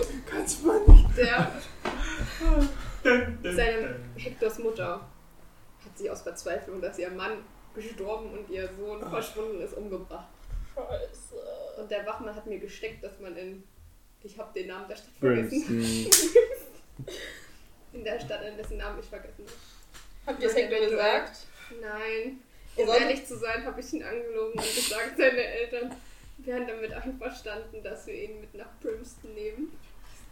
Der,
Dun, dun,
seine
dun.
Hectors Mutter hat sie aus Verzweiflung, dass ihr Mann gestorben und ihr Sohn verschwunden ist, umgebracht.
Scheiße.
Und der Wachmann hat mir gesteckt, dass man in, ich habe den Namen der Stadt vergessen,
Brimston.
in der Stadt, in dessen Namen ich vergessen habe.
Habt ihr es Hector gesagt?
Nein.
Oh
Um
Gott.
ehrlich zu sein, habe ich ihn angelogen und gesagt, seine Eltern wären damit einverstanden, dass wir ihn mit nach Brimston nehmen.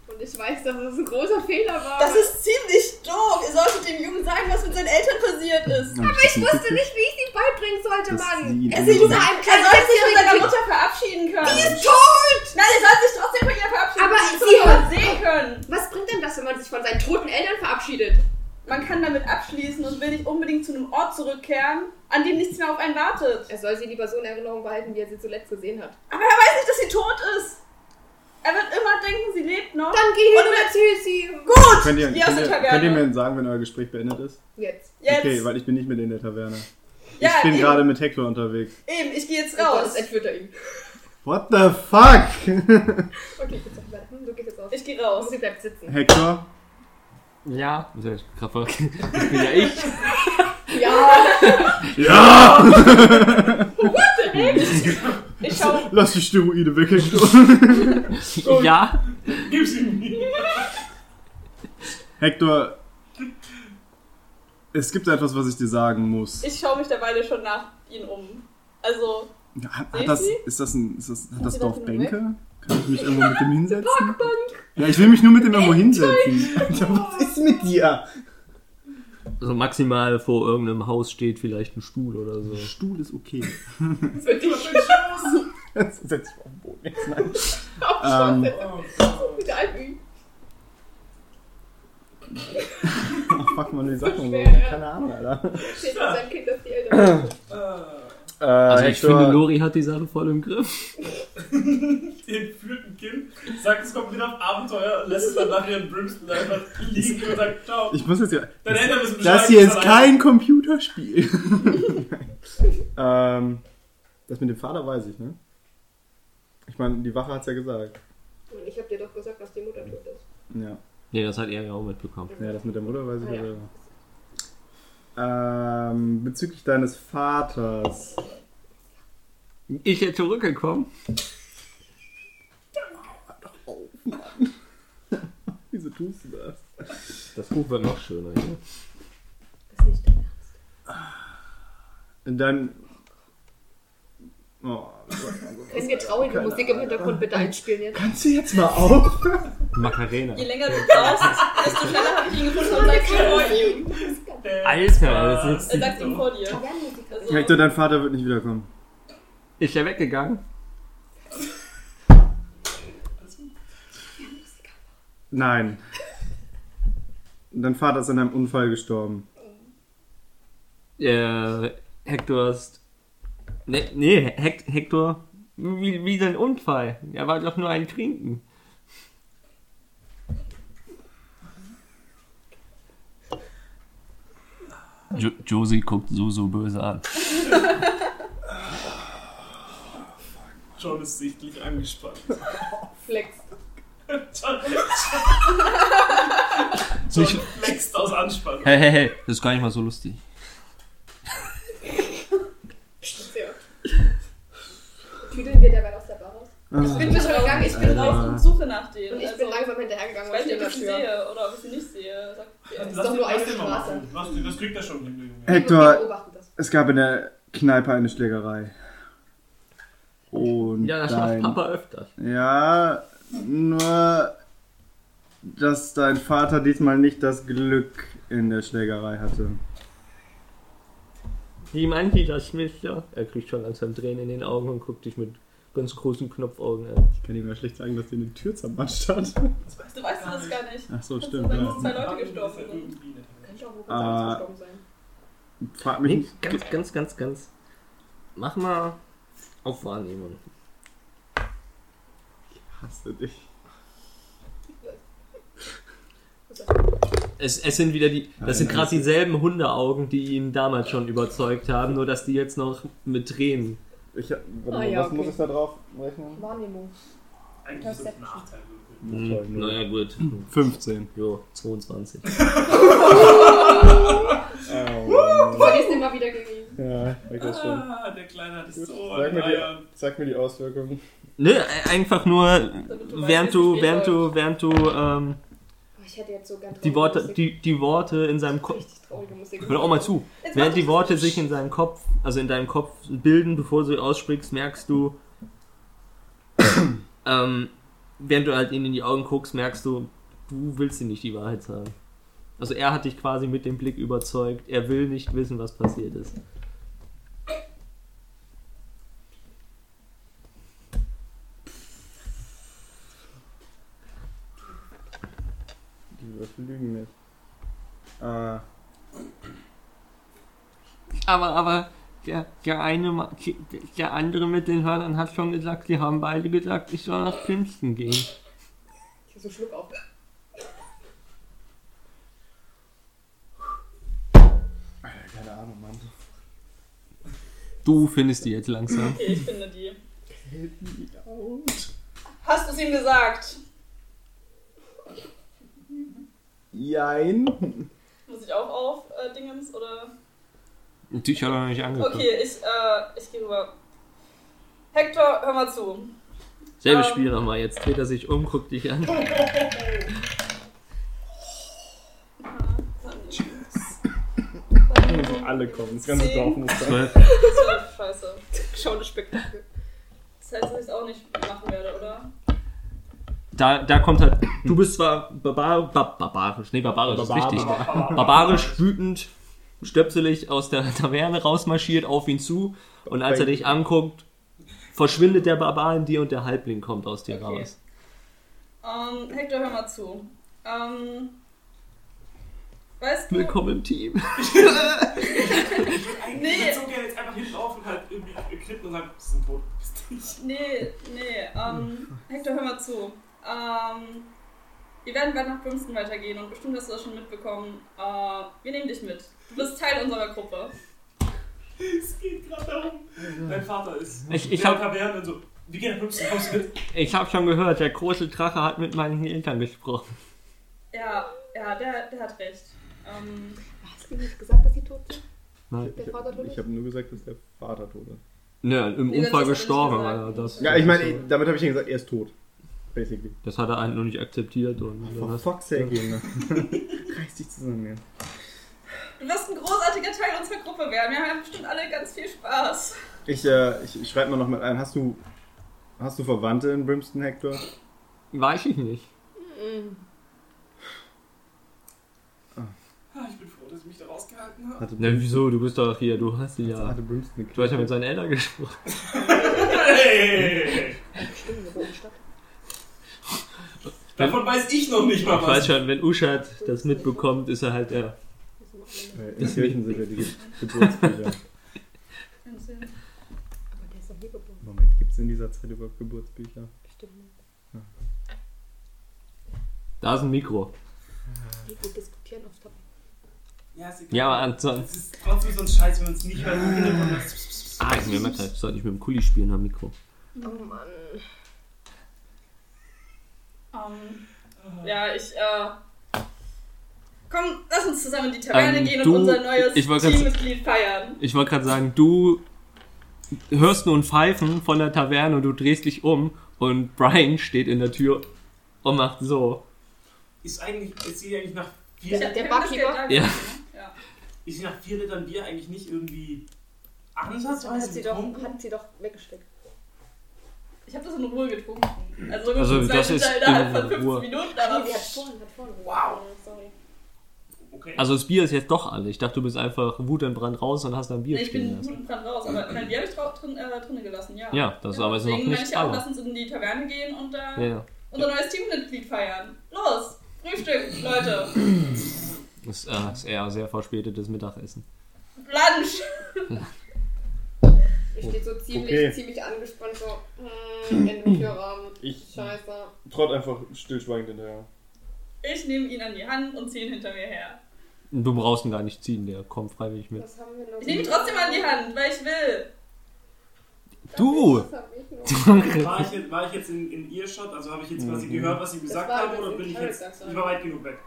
Und ich weiß, dass das ein großer Fehler war.
Das ist ziemlich doof. Ihr solltet dem Jungen sagen, was mit seinen Eltern passiert ist.
Aber ich
wusste nicht, wie ich sie beibringen sollte, Mann.
Mann.
Also, Er soll sich von seiner Mutter verabschieden können. Die ist tot! Nein, er soll sich trotzdem von ihr verabschieden
Aber
dass
sie
es
hat-
sehen können.
Was bringt denn das, wenn man sich von seinen toten Eltern verabschiedet?
Man kann damit abschließen und will nicht unbedingt zu einem Ort zurückkehren, an dem nichts mehr auf einen wartet.
Er soll sie lieber so in Erinnerung behalten, wie er sie zuletzt gesehen hat.
Aber er weiß nicht, dass sie tot ist. Er wird immer denken, sie lebt noch.
Dann geh hin und erzähl sie.
Gut!
Könnt ihr,
die aus
könnt,
der
ihr,
Taverne.
könnt ihr mir sagen, wenn euer Gespräch beendet ist?
Jetzt.
Jetzt.
Okay, weil ich bin nicht mit in der Taverne.
ja,
ich bin
eben,
gerade mit Hector unterwegs.
Eben, ich gehe jetzt
Oh Gott,
raus.
das entführt er ihn.
What the fuck?
Okay, gut, sag mal, hm, du gehst jetzt raus.
Ich gehe raus.
sie bleibt sitzen.
Hector?
Ja. Kraffer. Das bin ja ich.
Ja,
Ja!
Ich schaue.
Lass die Steroide weg, Hector.
Ja.
Gib's ihm nie.
Hector. Es gibt etwas, was ich dir sagen muss.
Ich schaue mich derweile schon nach ihnen um. Also,
Hat,
Sehen
hat das,
Sie?
ist das, ein, ist das, hat das
Sie
Dorf
das in der
Bänke? Kann ich mich irgendwo mit dem hinsetzen? Ja, ich will mich nur mit dem irgendwo hinsetzen. Alter, was ist mit dir?
Also maximal vor irgendeinem Haus steht vielleicht ein Stuhl oder so.
Stuhl ist okay.
Für dich.
Das setz ich auf den Boden. Jetzt, Nein.
Schon
Ähm,
Oh Gott.
mit
halt
einüben.
ach, oh, fuck man, wie sagt man so?
schwer, ja.
Keine Ahnung, Alter.
Steht mit seinem Kind, dass die Eltern.
Äh,
Äh,
Also ich
Hector-
finde, Lori hat die Sache voll im Griff.
den führt ein Kind, sagt, es kommt wieder auf Abenteuer, lässt es dann nachher in Brimston einfach liegen und sagt, ciao.
ich muss jetzt ja.
Deine Eltern wissen Bescheid.
Das hier
ich
ist
bin
kein Computerspiel. ähm, das mit dem Vater weiß ich, ne? Ich meine, die Wache hat's ja gesagt.
Und ich hab dir doch gesagt, dass die Mutter tot ist.
Ja,
Nee, das hat er ja auch mitbekommen.
ja das mit der Mutter weiß ich
Ah,
ja
ja.
selber. Ähm, bezüglich deines Vaters.
Ich hätte zurückgekommen.
Wieso tust du das?
Das Buch war noch schöner. Ja.
Das ist nicht dein Ernst.
Dein. Oh, sag mal so.
Können wir traurige
Keine
Musik im Hintergrund bitte einspielen jetzt?
Kannst du jetzt mal auf?
Macarena.
je länger du brauchst, desto schneller habe ich ihn gefunden und sag's ihm vor ihm.
allein.
Alter, das ist-
Äh, Sag's ihm vor dir.
Musik.
Also,
Hector, dein Vater wird nicht wiederkommen.
Ist er weggegangen?
Nein. Dein Vater ist in einem Unfall gestorben.
Äh, Hector ist. Nee, nee Hec- Hector. Wie, wie sein Unfall. Er war doch nur ein Trinken.
Jo Josie guckt Susu böse an.
John ist sichtlich angespannt.
Flex.
John,
So,
John
ich,
flext aus Anspannung.
hey, hey, hey, das ist gar nicht mal so lustig.
Ja. Tüdeln wir dabei aus der Bar raus?
Ah.
ich bin
Also,
schon gegangen, ich bin raus und suche nach denen.
Und ich
also,
bin langsam hinterhergegangen
Ich
und
weiß
stehe
nicht, ob ich sie
dafür.
sehe oder ob ich sie nicht sehe. Sag dir.
doch
den-
nur eine
den mal
Straße.
machen. Lass den, das kriegt er schon hin, Junge.
Wir
Hector,
beobachten das.
es gab in der Kneipe eine Schlägerei. Und
Ja, das
dein...
schafft Papa öfters.
Ja, nur, dass dein Vater diesmal nicht das Glück in der Schlägerei hatte.
Wie meint die das, Mister? Er kriegt schon langsam Tränen in den Augen und guckt dich mit ganz großen Knopfaugen an.
Ich kann ihm ja schlecht sagen, dass dir eine Tür zermatscht hat.
Du weißt du das gar nicht.
Ach so,
Kannst
stimmt.
du sagen, dass
Ja.
zwei Leute gestorben
Das ist ja
sind?
irgendwie nicht.
Könnte auch wohl ganz
Ah.
anders gestorben sein.
Frag mich
Nee,
nicht.
ganz, ganz, ganz, ganz. Mach mal auf Wahrnehmung.
Hasse dich.
Es, es sind wieder die, das sind
Nein,
gerade dieselben Hundeaugen, die ihn damals schon überzeugt haben, nur dass die jetzt noch mit Tränen.
Ich, hab- warte
Ah,
mal,
ja,
was muss
okay.
ich da drauf rechnen?
Wahrnehmung.
Eigentlich ist das ein Nachteil. wirklich.
Hm,
Naja, gut.
15.
Jo, 22.
Du
Ähm,
verlierst immer wieder gegen ihn.
ja, ich weiß schon.
Ah, der Kleine hat es so
Sag
an
mir,
den
die,
Eiern.
sag mir die Auswirkungen.
Ne, einfach nur,
du weißt,
während du,
wie es
während du, während du, ähm,
Oh, ich hätte jetzt so ganz
die
traurige
Worte,
Musik.
die, die Worte in seinem Kopf.
Richtig traurige Musik.
Hör auch mal zu.
Jetzt mach
Während die
doch-
Worte sich in seinem Kopf, also in deinem Kopf bilden, bevor du sie aussprichst, merkst du, ähm, während du halt ihnen in die Augen guckst, merkst du, du willst ihm nicht die Wahrheit sagen. Also er hat dich quasi mit dem Blick überzeugt. Er will nicht wissen, was passiert ist.
Die Würfel lügen nicht. Ah,
Aber, aber, der, der eine, Ma- der andere mit den Hörnern hat schon gesagt, die haben beide gesagt, ich soll nach Princeton gehen.
Ich hab so einen Schluck auf.
Alter, keine Ahnung, Mann.
Du findest die jetzt langsam.
Okay, ich finde die.
Help me out.
Hast du es ihm gesagt?
Jein.
Muss ich auch auf äh, Dingens oder?
Natürlich hat er noch nicht angeguckt.
Okay, ich, äh, ich gehe rüber. Hector, hör mal zu.
Selbes
Ähm.
Spiel nochmal. Jetzt dreht er sich um, guckt dich an.
Aha, dann-
alle kommen. Das ganze
Zehn.
Dorf muss sein.
Zwölf.
Zwölf, scheiße. Schau das Spektakel. Das heißt, dass ich es auch nicht machen werde, oder?
Da, da kommt halt, du bist zwar barbar, bar, barbarisch, nee, barbarisch ist richtig. Barbarisch, wütend, stöpselig aus der Taverne rausmarschiert, auf ihn zu. Und als er dich anguckt, verschwindet der Barbar in dir und der Halbling kommt aus dir
Okay.
raus.
Ähm, Hector, hör mal zu. Ähm, weißt du,
Willkommen im Team.
Eigentlich
Nee.
nee. so gerne jetzt einfach hinten auf und halt irgendwie knippen und sagen, bist ein tot, bist nicht.
nee, nee, ähm, Hector, hör mal zu. Ähm, wir werden bald nach Princeton weitergehen und bestimmt hast du das schon mitbekommen. Äh, wir nehmen dich mit. Du bist Teil unserer Gruppe.
Es geht gerade darum. Dein Vater ist.
Ich- ich
der
hab-
Taverne und so. Wir gehen nach 15 Haus mit.
Ich habe schon gehört, der große Drache hat mit meinen Eltern gesprochen.
Ja, ja, der, der hat recht. Ähm,
Hast du nicht gesagt, dass sie tot sind?
Nein.
Der Vater tot
Ich
ist?
habe nur gesagt, dass der Vater tot ist.
Nö, im
Nee, das
Unfall
hast du nicht
gestorben.
gesagt.
aber das,
Ja, ich meine, damit habe ich ja gesagt, er ist tot. Basically.
Das hat er eigentlich noch nicht akzeptiert. Und dann
For
hast-
fuck's sake, Junge. Reiß dich zusammen, ja.
Du wirst ein großartiger Teil unserer Gruppe werden. Wir haben bestimmt alle ganz viel Spaß.
Ich, äh, ich, ich schreibe mal noch mal ein. Hast du, hast du Verwandte in Brimston, Hector?
Weiß ich nicht.
Ah, Ich bin froh, dass ich mich da rausgehalten habe.
Hatte,
Na, wieso? Du bist doch hier, du hast ihn Ne, ja.
hatte Brimston eine
Du hast ja mit seinen Eltern gesprochen.
Hey!
Stimmt, wir wohnen in der Stadt.
Davon weiß ich noch nicht mal
Ich weiß
was.
schon, wenn Uschat das mitbekommt, ist er halt der.
Wir sind auch in
Äh,
der-
In Kirchen sind ja die Ge- Geburtsbücher.
Aber der ist doch hier geboren.
Moment, gibt's in dieser Zeit überhaupt Geburtsbücher?
Bestimmt nicht.
Da ist ein Mikro.
Hey, wir diskutieren oft dabei.
Ja, ist egal.
Ja, aber ansonsten.
Es ist trotzdem so ein Scheiß, wenn man es nicht hört. im Hintergrund das-
Ah, ich hab mir gemerkt, ich sollte nicht mit dem Kuli spielen am Mikro.
Oh Mann.
Ähm, ja, ich, äh. Komm, lass uns zusammen in die Taverne
Ähm,
gehen
du-
und unser neues
ich wollte grad-
Teammitglied feiern.
Ich wollte gerade sagen, du hörst nur ein Pfeifen von der Taverne und du drehst dich um und Brian steht in der Tür und macht so.
Ist eigentlich, ist sie eigentlich nach
Der-
vier,
Ja. der
Ich hab das Geld
Barkeeper?
da
Ja.
gelassen. ja.
ist sie nach vier Litern Bier eigentlich nicht irgendwie
Hat
ansatzweise
sie, doch,
betrunken?
hat sie doch weggesteckt.
Ich hab das in Ruhe getrunken. Also,
Also,
wirklich
das
zwei
ist
Liter innerhalb
in
von 15
Ruhe.
Minuten,
Nee,
aber.
sie hat vorhin, hat vorhin.
Wow.
Ja, Sorry.
Okay.
Also das Bier ist jetzt doch alle. Ich dachte, du bist einfach wutentbrannt raus und hast dann Bier
Nee, ich
stehen
bin
lassen.
guten Brand raus, aber mein Bier hab ich drau- drin, äh, drinne gelassen, ja.
Ja, das aber ist noch
Deswegen meine
nicht
ich ja auch,
alle.
lass uns in die Taverne gehen und da
Ja, ja.
unser neues Teammitglied feiern. Los! Frühstück, Leute!
Das äh, ist eher sehr verspätetes Mittagessen.
Lunch!
Ich stehe so ziemlich,
Okay.
ziemlich angespannt, so hm, in dem Türrahmen.
Ich-
Scheiße.
Trott einfach stillschweigend hinterher.
Ich nehme ihn an die Hand und ziehe ihn hinter mir her.
Du brauchst ihn gar nicht ziehen, der kommt freiwillig mit.
Was haben wir noch?
Ich nehme ihn trotzdem an die Hand, weil ich will.
Du!
Das hab ich noch.
War ich jetzt, war ich jetzt in, in ihr Shot? Also habe ich jetzt quasi
Mhm.
gehört, was sie gesagt
war
haben
übrigens
oder
im
bin ich
Character,
jetzt.
sorry.
Ich war weit genug weg.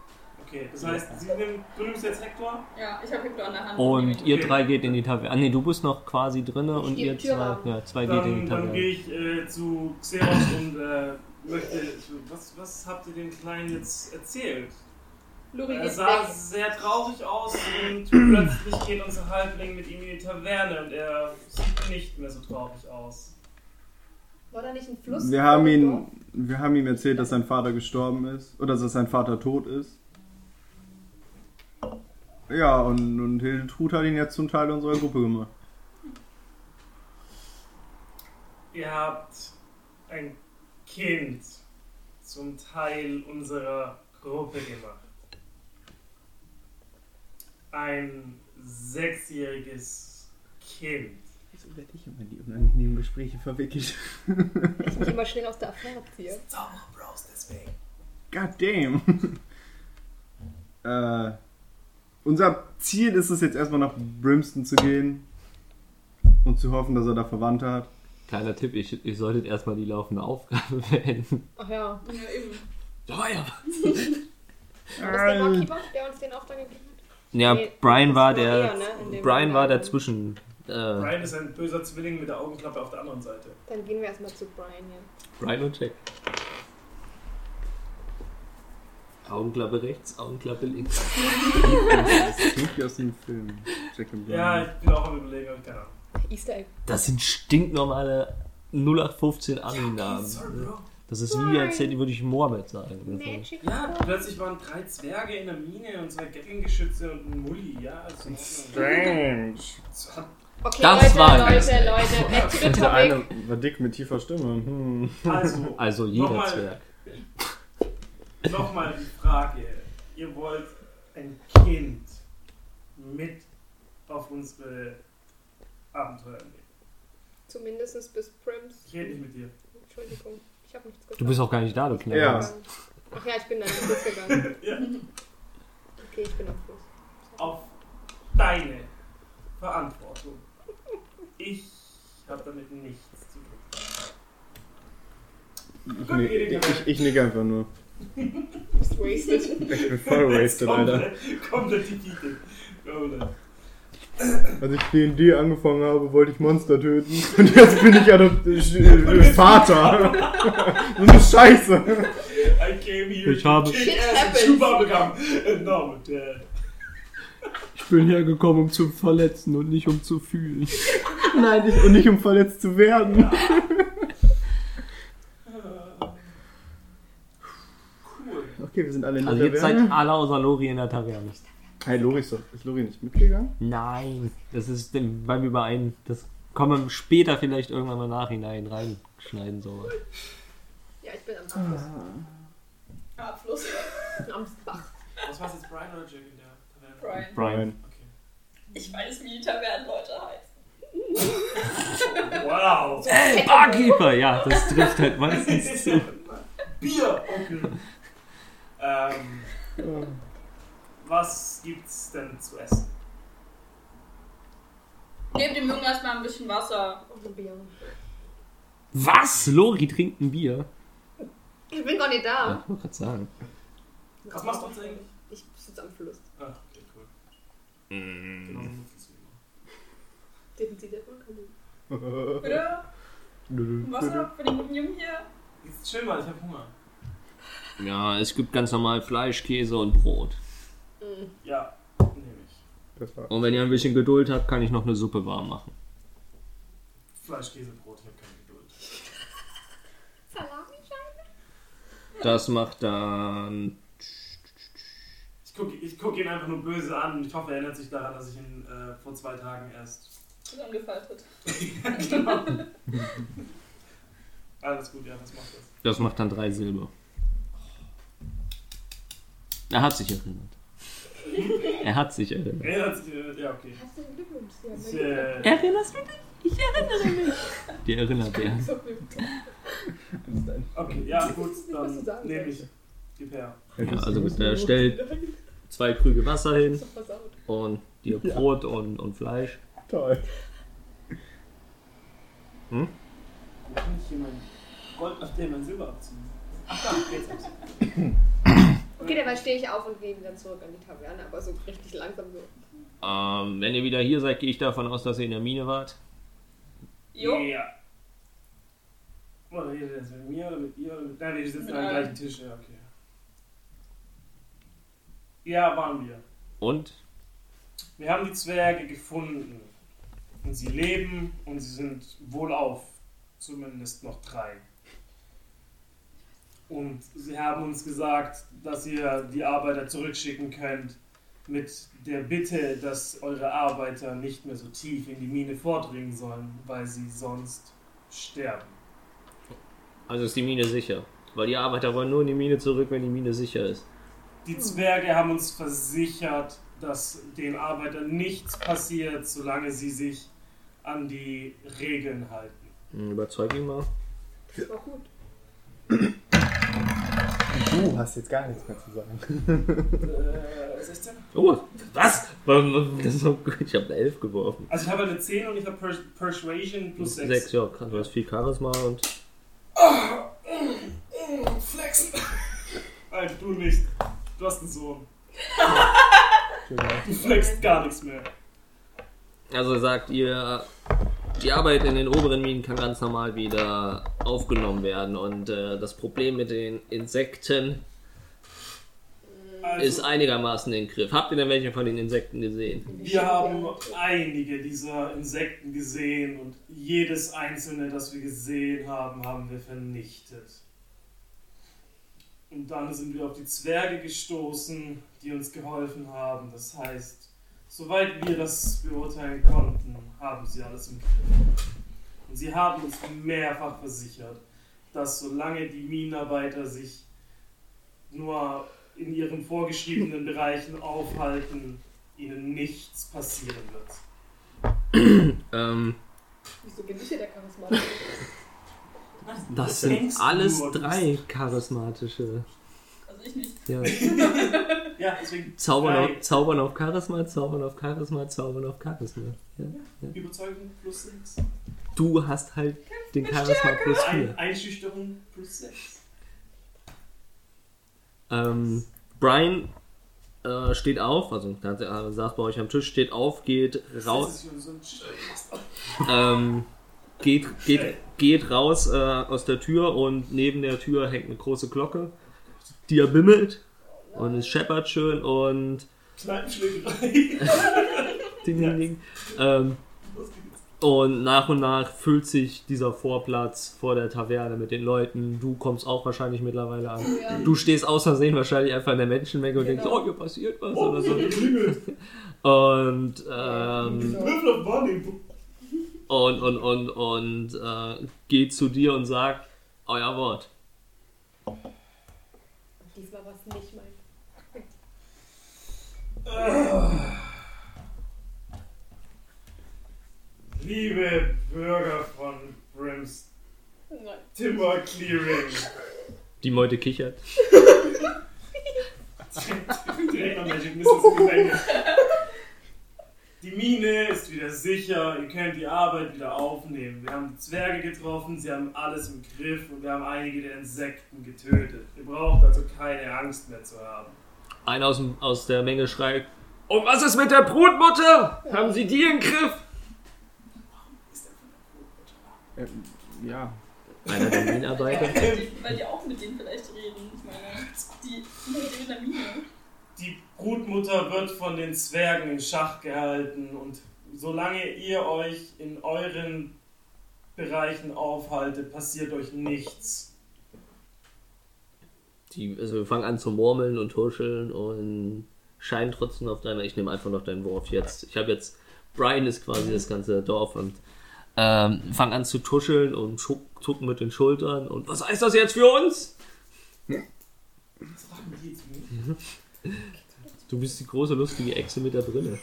Okay, das heißt, sie nimmt, du nimmst jetzt Hector.
Ja, ich habe Hector an der Hand.
Und ihr drei geht in die Taverne. Ah, nee, du bist noch quasi drinne und
geh
ihr
in die Tür
zwei,
rein.
ja, zwei geht in
Dann,
die
dann gehe
Taverne.
ich äh, zu Xeros und äh, möchte. Was, was habt ihr dem Kleinen jetzt erzählt?
Luri
Er
geht
sah
weg.
sehr traurig aus und plötzlich geht unser Halbling mit ihm in die Taverne und er sieht nicht mehr so traurig aus.
War da nicht ein Fluss?
Wir haben, ihn, wir haben ihm erzählt, dass sein Vater gestorben ist. Oder dass sein Vater tot ist. Ja, und, und Hildetrud hat ihn jetzt zum Teil unserer Gruppe gemacht.
Ihr habt ein Kind zum Teil unserer Gruppe gemacht. Ein sechsjähriges Kind.
Wieso werde ich immer in die unangenehmen Gespräche verwickelt?
Ich mich immer schnell aus der Affäre ziehe.
Zauberer Bros deswegen.
God damn. äh, unser Ziel ist es jetzt erstmal nach Brimston zu gehen und zu hoffen, dass er da Verwandte hat.
Kleiner Tipp, ich, ihr solltet erstmal die laufende Aufgabe beenden.
Ach ja.
Ja, eben.
Ja, ja.
War das der Barkeeper, der uns den Auftrag gegeben hat?
Ja,
Nee,
Brian
das
war
war
der.
er, ne, in dem
Brian war der
Moment.
zwischen. Äh,
Brian ist ein böser Zwilling mit der Augenklappe auf der anderen Seite.
Dann gehen wir erstmal zu Brian hier.
Brian und Jack. Augenklappe rechts, Augenklappe links.
Das klingt wie aus dem Film. Jack and
Ja, ich bin auch am überlegen, aber keine Ahnung.
Easter Egg.
Das sind stinknormale 0815
Sorry,
Ami-Namen.
Bro.
Das ist wie, als hätte würde ich Mohammed sagen.
Ja, plötzlich waren drei Zwerge in der Mine und zwei Gaggengeschütze und ein Mulli, ja. Also,
Strange.
das hat
Okay,
Das
Leute,
war ein
Leute,
Easter Egg.
Leute, back to the
Der
topic.
eine war dick mit tiefer Stimme. Hm.
Also,
Also jeder
Nochmal.
Zwerg.
nochmal die Frage. Ihr wollt ein Kind mit auf unsere Abenteuer nehmen.
Zumindest bis Prims.
Ich rede nicht mit dir.
Entschuldigung, ich habe nichts gesagt.
Du bist auch gar nicht da, du Knall.
Ja.
Ach ja, ich bin dann losgegangen.
Ja.
Okay, ich bin auf Fluss.
Auf deine Verantwortung. Ich habe damit nichts zu tun.
Ich, nick, ich, ich nick einfach nur.
Bist wasted.
Ich bin voll wasted, Alter.
Komplett- Komplett die Oh Tiefe. Komplett.
Als ich D&D angefangen habe, wollte ich Monster töten. Und jetzt bin ich Adopt äh, Vater. so eine Scheiße.
I came here
Ich habe-
to kick
Shit
ass and
happens.
chew bubblegum. And now I'm dead.
Ich bin hergekommen, um zu verletzen und nicht um zu fühlen.
Nein, nicht, und nicht um verletzt zu werden.
Cool.
Okay, wir sind alle in der
Also jetzt
Taverne.
Seid alle außer Lori in der Taverne.
Hey, Lori ist, doch, ist Lori nicht mitgegangen?
Nein. Das ist, dem- weil wir bei einem, das kann man später vielleicht irgendwann mal nachhinein reinschneiden. So.
Ja, ich bin am Abfluss.
Abfluss.
Am Bach.
Was war's jetzt, Brian oder Jack in der Taverne?
Brian.
Brian.
Okay.
Ich weiß, wie die Tavernenleute heißen.
Wow.
Äh.
Hey, Barkeeper! Ja, das trifft halt meistens zu.
Bier, okay. ähm, was gibt's denn zu essen?
Gebt dem Jungen erstmal ein bisschen Wasser.
Und ein Bier.
Was? Lori trinkt ein Bier?
Ich bin gar nicht
Ja,
da.
ich wollte gerade sagen.
Was machst du uns eigentlich?
Ich sitze am Fluss.
Ah, okay, cool.
Mm,
Genau so nutzt es immer.
Dürfen Sie der Vulkan?
Bitte? Wasser für den guten Jungen hier?
Jetzt chill mal, ich hab Hunger.
Ja, es gibt ganz normal Fleisch, Käse und Brot.
Ja, nehme ich.
Das war
Und wenn ihr ein bisschen Geduld habt, kann ich noch eine Suppe warm machen.
Fleisch, Käse, Brot, ich hab keine Geduld.
Das macht dann.
Ich gucke ich guck ihn einfach nur böse an und ich hoffe, er erinnert sich daran, dass ich ihn äh, vor zwei Tagen erst.
Zusammengefaltet.
genau. Alles gut, ja, was macht das?
Das macht dann drei Silber. Er hat sich erinnert. Er hat sich erinnert.
Erinnert sich, äh, ja, okay.
Herzlichen Glückwunsch. Sie haben
Ich,
mein
äh,
Erinnerst du dich? Ich erinnere mich. Die erinnert er.
Okay, ja, gut,
was du
dann
sagen
nehme ich. Gib her.
Ja, also gut, er stellt zwei Krüge Wasser hin
versaut.
und dir Brot und, und Fleisch.
toll.
Wo kann ich hier mein Gold, ach, nee, mein Silber abziehen? Ach, da, jetzt hab's.
Okay, derweil stehe ich auf und gehe dann zurück an die Taverne, aber so richtig langsam so.
Ähm, wenn ihr wieder hier seid, gehe ich davon aus, dass ihr in der Mine wart.
Jo.
Ja. Oder redet ihr jetzt mit mir oder mit ihr oder mit. Nein, wir sitzen
Mit
am
allen.
gleichen Tisch, ja, okay. Ja, waren wir.
Und?
Wir haben die Zwerge gefunden. Und sie leben und sie sind wohlauf. Zumindest noch drei. Und sie haben uns gesagt, dass ihr die Arbeiter zurückschicken könnt. Mit der Bitte, dass eure Arbeiter nicht mehr so tief in die Mine vordringen sollen, weil sie sonst sterben.
Also ist die Mine sicher. Weil die Arbeiter wollen nur in die Mine zurück, wenn die Mine sicher ist.
Die Zwerge haben uns versichert, dass den Arbeitern nichts passiert, solange sie sich an die Regeln halten.
Hm, Überzeug ihn mal.
Das war gut.
Du hast jetzt gar nichts mehr zu sagen.
Äh, 16?
Oh, was? Das ist so gut. Ich habe eine 11 geworfen.
Also ich habe eine 10 und ich habe Pers Persuasion plus 6.
Sechs, ja, krass. Du hast viel Charisma und.
Flexen! Nein, du nicht. Du hast einen Sohn. Du flexst gar nichts mehr.
Also sagt ihr, die Arbeit in den oberen Minen kann ganz normal wieder aufgenommen werden. Und äh, das Problem mit den Insekten
Also,
ist einigermaßen in den Griff. Habt ihr denn welche von den Insekten gesehen?
wir haben einige dieser Insekten gesehen und jedes einzelne, das wir gesehen haben, haben wir vernichtet. Und dann sind wir auf die Zwerge gestoßen, die uns geholfen haben. Das heißt, soweit wir das beurteilen konnten, haben sie alles im Griff. Und sie haben uns mehrfach versichert, dass solange die Minenarbeiter sich nur in ihren vorgeschriebenen Bereichen aufhalten, ihnen nichts passieren wird.
Ähm,
Wieso bin ich hier der Charisma?
das sind
Denkst du
alles
nur, du
drei charismatische.
Also ich nicht.
Ja.
bist- Ja, deswegen
Zaubern,
drei
auf, zaubern auf Charisma, zaubern auf Charisma, zaubern auf Charisma. Ja.
Überzeugung plus 6.
Du hast halt den Charisma plus 4.
Ein, Einschüchterung plus 6.
Ähm, Brian äh, steht auf, also der hat- äh, saß bei euch am Tisch, steht auf, geht raus.
Das ist so ein Sch-
ähm, geht, geht, geht raus äh, aus der Tür und neben der Tür hängt eine große Glocke, die er bimmelt und es scheppert schön und
Kneipenschlägerei.
ding, ding, ding. Ähm, und nach und nach füllt sich dieser Vorplatz vor der Taverne mit den Leuten. Du kommst auch wahrscheinlich mittlerweile an. Du stehst aus Versehen wahrscheinlich einfach in der Menschenmenge und denkst, oh, hier passiert was oder so.
Klingel.
Und ähm,
Würfel auf Wahrnehmung.
und, und, und, und äh, geht zu dir und sagt, euer Wort.
Diesmal war es nicht mein.
Äh. Liebe Bürger von Brims Timber Clearing.
Die Meute kichert.
Direkt am Magic Missile ins Gefängnis. Die Mine ist wieder sicher, ihr könnt die Arbeit wieder aufnehmen. Wir haben Zwerge getroffen, sie haben alles im Griff und wir haben einige der Insekten getötet. Ihr braucht also keine Angst mehr zu haben.
Einer aus, dem, aus der Menge schreit, und was ist mit der Brutmutter? Haben sie die im Griff?
Ähm, ja.
Einer der Minenarbeiter.
Weil die, weil die auch mit denen vielleicht reden. Ich meine, die sind mit der Mine.
Die Brutmutter wird von den Zwergen in Schach gehalten und solange ihr euch in euren Bereichen aufhaltet, passiert euch nichts.
Die, also wir fangen an zu murmeln und tuscheln und scheinen trotzdem auf deiner. Ich nehme einfach noch deinen Wurf jetzt. Ich habe jetzt. Brian ist quasi das ganze Dorf und ähm, fangen an zu tuscheln und schu- zucken mit den Schultern. Und was heißt das jetzt für uns?
Das fragen die jetzt nicht.
Du bist die große lustige Echse mit der Brille.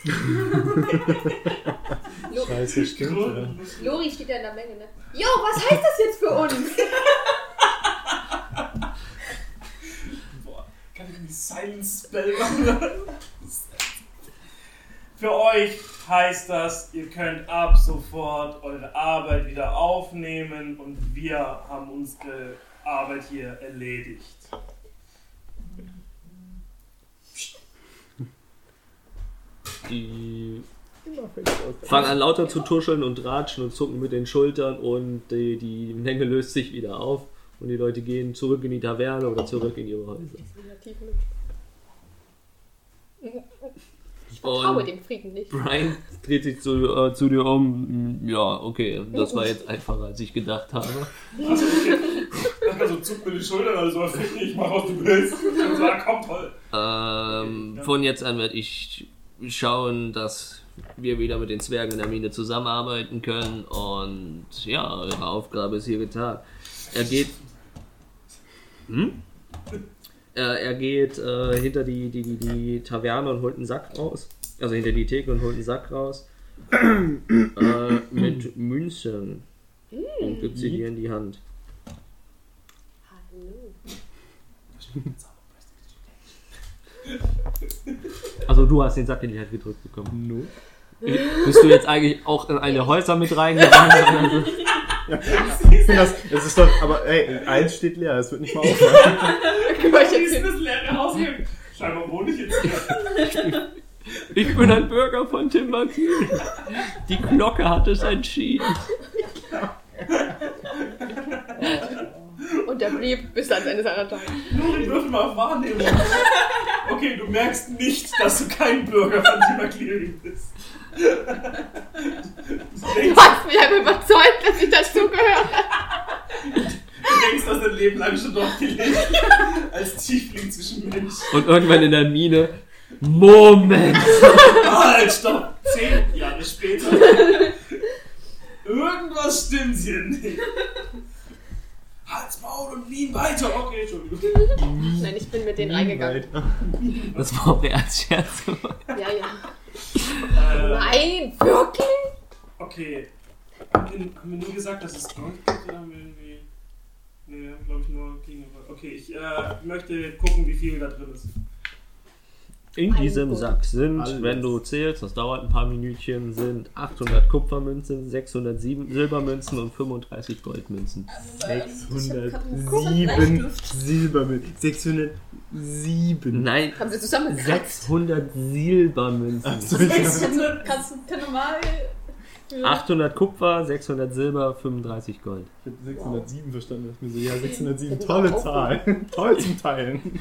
Scheiße, stimmt. ja.
Grund-
Lori steht ja in der Menge, ne? Jo, was heißt das jetzt für uns?
Boah, kann ich einen Silence Spell machen? Für euch heißt das, ihr könnt ab sofort eure Arbeit wieder aufnehmen und wir haben unsere Arbeit hier erledigt.
Die
Immer fällt aus.
fangen an lauter zu tuscheln und ratschen und zucken mit den Schultern und die, die Menge löst sich wieder auf und die Leute gehen zurück in die Taverne oder zurück in ihre Häuser.
Ich vertraue
Und
dem Frieden nicht.
Brian dreht sich zu, äh, zu dir um. "Mm, Ja, okay, das war jetzt einfacher, als ich gedacht habe.
Also, okay. Also zuck mir die Schultern, also fick dich, mach was du willst. Und sag, komm toll.
Ähm, von jetzt an werde ich schauen, dass wir wieder mit den Zwergen in der Mine zusammenarbeiten können. Und ja, eure Aufgabe ist hier getan. Er geht. Hm? Äh, er geht äh, hinter die, die, die, die Taverne und holt einen Sack raus. Also hinter die Theke und holt einen Sack raus. äh, mit Münzen. Und gibt sie dir in die Hand.
Hallo.
Also du hast den Sack in die Hand gedrückt bekommen. Bist du jetzt eigentlich auch in eine Häuser mit also, reingegangen?
Das, das ist doch, aber ey, eins steht leer, es wird nicht mal aufhören.
Ist das leere Haus hier? Scheinbar wohne ich jetzt hier.
ich bin ein Bürger von Timbuktu. Die Glocke hat es entschieden.
Und der blieb bis ans Ende seiner Tage.
Nur den Würfel mal auf Wahrnehmung. Okay, du merkst nicht, dass du kein Bürger von Tima Clearing bist. Du
Du
denkst,
hast mich aber überzeugt, dass ich dazugehöre.
du denkst, dass dein Leben lang schon dort gelebt als Tiefling zwischen Menschen.
Und irgendwann in der Mine. Moment!
Halt, stopp! Zehn Jahre später. Irgendwas stimmt hier nicht. Halt's Maul und lean weiter. Okay, Entschuldigung.
Nein, ich bin mit denen
Mhm.
reingegangen.
Das war auch der erste Scherz.
Ja, ja.
Äh,
Nein, wirklich?
okay. Haben wir, haben wir nie gesagt, dass es Gold gibt? Oder haben wir irgendwie. Nee, glaube ich nur King of Gold. Okay, ich äh, möchte gucken, wie viel da drin ist.
In diesem Sack sind,
Alles.
wenn du zählst, das dauert ein paar Minütchen, sind 800 Kupfermünzen, 607 Silbermünzen und 35 Goldmünzen.
607 Silbermünzen. 607.
Nein,
Haben wir zusammen
600 Silbermünzen.
So, ich hab-
Kannst du, kannst du kann normal.
800 Kupfer, 600 Silber, 35 Gold.
Ich hab 607 verstanden. Ich mir so, ja, 607, tolle Zahl. Toll zum Teilen.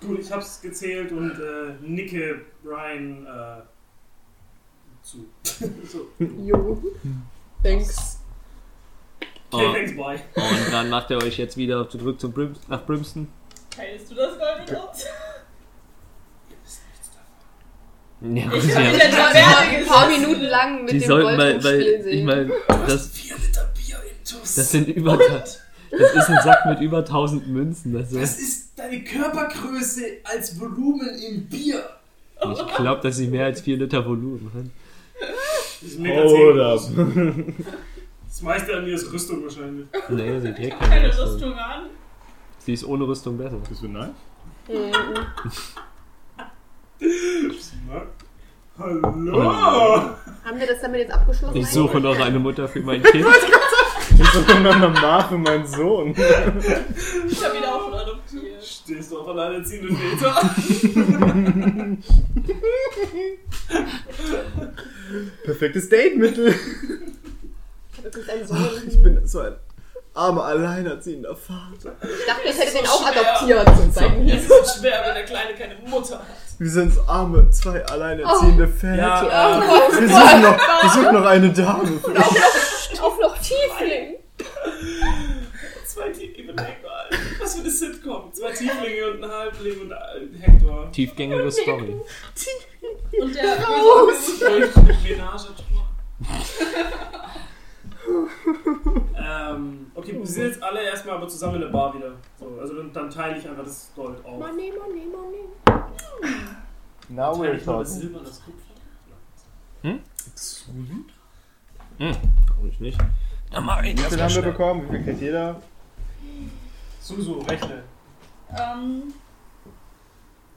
Gut, ich hab's gezählt und äh, nicke Brian äh, zu. so.
Jo.
Mhm.
Thanks.
Okay,
Oh.
thanks, bye.
Und dann macht ihr euch jetzt wieder zurück zum Brim nach Brimston.
Teilst du das Gold mit uns?
Ja,
Ich
gut,
hab
ja.
mich in der Taverne
Ein paar
gesessen.
Minuten lang mit
Die
dem
sollten,
Gold
weil, weil
rumspielen
ich
sehen.
meine, das,
Vier Liter Bier intus.
das sind über. Das ist ein Sack mit über 1000 Münzen. Das ist,
Das ist deine Körpergröße als Volumen im Bier.
ich glaube, dass sie mehr als 4 Liter Volumen haben.
Das ist mega
Hold
zäh.
up.
Das meiste an mir ist Rüstung wahrscheinlich.
Nee, sie trägt keine
Keine
Rüstung.
Rüstung an.
Sie ist ohne Rüstung besser.
Oh
Bist du nein?
Na? Hallo!
Haben wir das damit jetzt abgeschlossen?
Ich suche noch eine Mutter für mein Kind.
Ich bin sogar noch Ma für meinen Sohn.
Ich hab ihn auch schon adoptiert.
Stehst du auf alleinerziehende Väter?
Perfektes Datemittel.
Das ist ein Sohn.
Ich bin so ein armer, alleinerziehender Vater.
Ich dachte, ich hätte den
so
auch
schwer.
adoptiert. sozusagen.
Es ist schwer, wenn der Kleine keine Mutter hat.
Wir sind so arme, zwei alleinerziehende Väter.
Ja, äh,
Wir, suchen noch, wir suchen noch eine Dame.
Auf noch Tiefling.
zwei Tieflinge, egal. Was für eine Sitcom. Zwei Tieflinge und ein Halbling und ein Hector.
Tiefgängige Story.
Und der
Menage à trois. ähm, okay, wir sind jetzt alle erstmal aber zusammen in der Bar wieder. So, also dann, dann teile ich einfach das Gold auf.
Money, money, money.
Now
Teile ich nur das Silber und das Kupfer?
Komm ich nicht. Na, mach ich
Wie viel haben wir bekommen? Wie viel kriegt jeder?
Susu, rechne.
Ähm,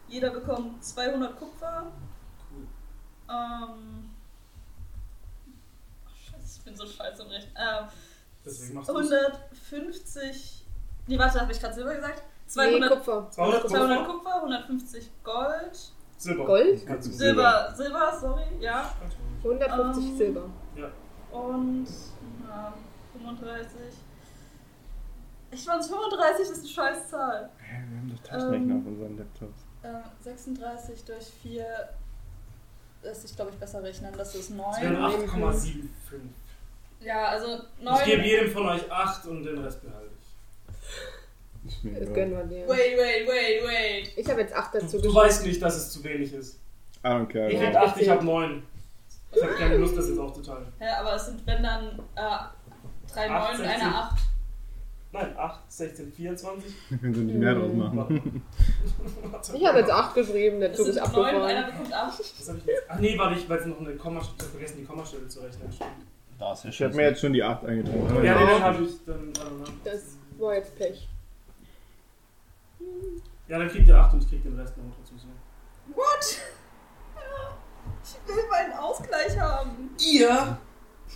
jeder bekommt 200 Kupfer.
Cool.
Ähm, ach, scheiße, ich bin so scheiße im Recht. Ähm,
Deswegen machst du
150. Nee, warte, habe ich gerade Silber gesagt?
Nee,
200,
Kupfer.
200
200
Kupfer.
Kupfer, 150 Gold.
Silber.
Gold?
Kannst du-
Silber, Silber, sorry, ja.
150
Ähm,
Silber.
Und na, 35. Ich meine, 35 ist eine scheiß Zahl.
Wir haben doch
Taschenrechner Ähm. auf
unseren Laptops.
Äh, 36 durch 4 lässt sich, glaube ich, besser rechnen. Das ist
Das
9.
wären 8,75.
Ja, also
Ich gebe
9.
jedem von euch 8 und den Rest behalte ich.
Ist mir
Das
egal.
genau-
gönnen wir dir.
Wait, wait, wait, wait.
Ich habe jetzt 8 dazu
Du, du
geschrieben.
weißt nicht, dass es zu wenig ist.
Ah, okay.
Ich
Ja.
hätte 8, ich habe 9. Ich habe keine Lust, das jetzt auch zu teilen.
Hä, aber es sind, wenn dann, äh, 3
Acht,
9 und eine
16.
8.
Nein, 8, 16, 24.
Wir können so nicht mehr draus
Hm.
machen.
Warte.
Ich habe jetzt 8 geschrieben,
Es
dazu
sind
ist
9 und einer
abgefahren.
bekommt 8.
Was hab ich jetzt? Ach nee, warte, ich weiß noch eine Kommastelle. Ich hab vergessen, die Kommastelle zu rechnen. Stimmt.
Ich habe mir jetzt schon die 8 eingetragen.
Ja, halt- nee, dann hab ich. Dann, warte, warte.
Das war jetzt Pech.
ja, dann kriegt ihr 8 und ich krieg den Rest noch dazu. So.
What? Ja. Ich will meinen Ausgleich haben.
Ihr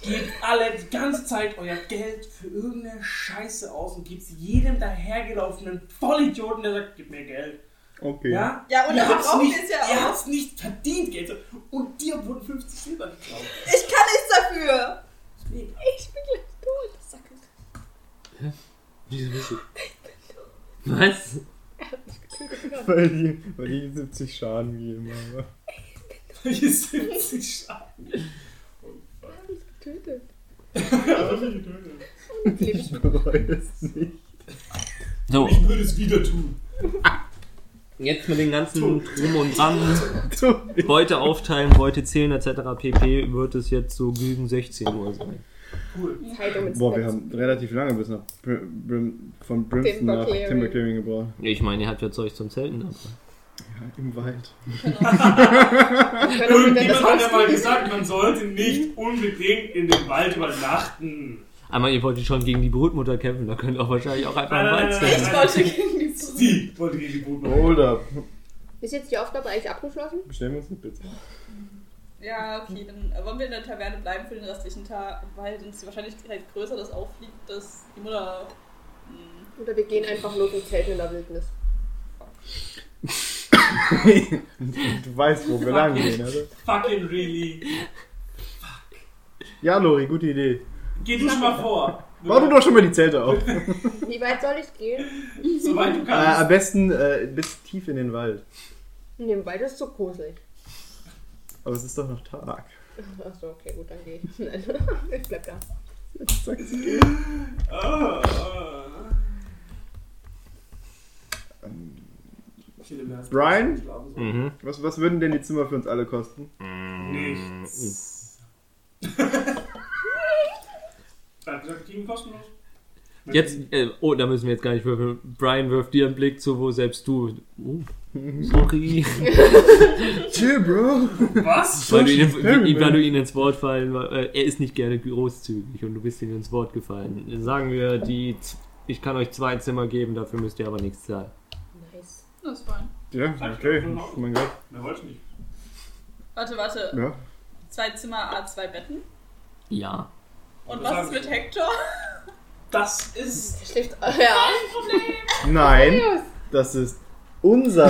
gebt alle die ganze Zeit euer Geld für irgendeine Scheiße aus und gebt jedem dahergelaufenen Vollidioten, der sagt, gib mir Geld.
Okay.
Ja?
Ja, und
ihr
er
habt's
braucht
nicht,
es ja
ihr
auch.
habt's nicht verdient, Geld. Und dir wurden 50 Silber geklaut.
Ich kann nichts dafür.
Nee.
Ich bin gleich tot.
Wieso bist du?
weil die, weil die 70 Schaden gegeben haben.
Die 70 Schaden.
Getötet.
Ich bereue es nicht.
So,
Ich würde es wieder tun.
jetzt mit den ganzen Drum und Dran,
So,
Beute aufteilen, Beute zählen etc. pp. wird es jetzt so gegen 16 Uhr sein.
Cool.
Zeitung ins
Boah,
Bett.
wir haben relativ lange bis nach Br Brim von Brimston
Timber
nach
Clearing.
Timber Clearing gebraucht.
Ich meine, ihr habt ja Zeug zum Zelten. dabei.
Im Wald.
Irgendjemand hat ja mal gesagt, man sollte nicht unbedingt in den Wald übernachten.
Aber ihr wolltet schon gegen die Brutmutter kämpfen, da könnt ihr auch wahrscheinlich auch einfach
Nein,
im
nein,
Wald
nein,
zelten.
nein,
Leute
nein.
gegen die Brut.
Steve wollte gegen die Boden.
Hold up.
Ist jetzt die Aufgabe eigentlich abgeschlossen?
Bestellen wir uns eine Pizza.
Ja, okay, dann äh, wollen wir in der Taverne bleiben für den restlichen Tag, weil dann ist die Wahrscheinlichkeit größer, dass auffliegt, dass die Mutter. Hm,
Oder wir gehen einfach los und zelten in der Wildnis.
Du weißt, wo wir lang gehen, oder?
Fucking really.
Ja, Lori, gute Idee.
Geh du schon mal vor.
Bau du doch schon mal die Zelte auf. äh,
Wie weit soll ich gehen?
Soweit du kannst.
am besten äh, bis tief in den Wald.
In dem Wald ist es so gruselig.
Aber es ist doch noch Tag.
Achso, okay, gut, dann gehe ich. Nein, ich bleib da.
Äh,
Ah, ah. Viele mehr als
Brian? Hm.
ich schlafen soll.
Mhm.
Was, was würden denn die Zimmer für uns alle kosten?
Nichts.
Äh,
Äh. Er hat gesagt, Team kostenlos.
Jetzt, äh, oh, da müssen wir jetzt gar nicht würfeln. Brian wirft dir einen Blick zu, wo selbst du. Oh, sorry.
Chill, Bro.
Was?
weil, du ihn,
Experiment.
weil du ihn ins Wort fallen, weil, äh, er ist nicht gerne großzügig und du bist ihm ins Wort gefallen. Sagen wir, die, z- ich kann euch zwei Zimmer geben, dafür müsst ihr aber nichts zahlen.
Nice.
das ist fein.
Ja, okay. Mein Gott.
Na, wollte ich nicht.
Warte, warte.
Ja.
Zwei Zimmer, A, zwei Betten.
Ja.
Und
Das
was
sag
ist
ich
mit
schon.
Hector?
Das ist.
Er schläft. Ja,
Nein, das ist unser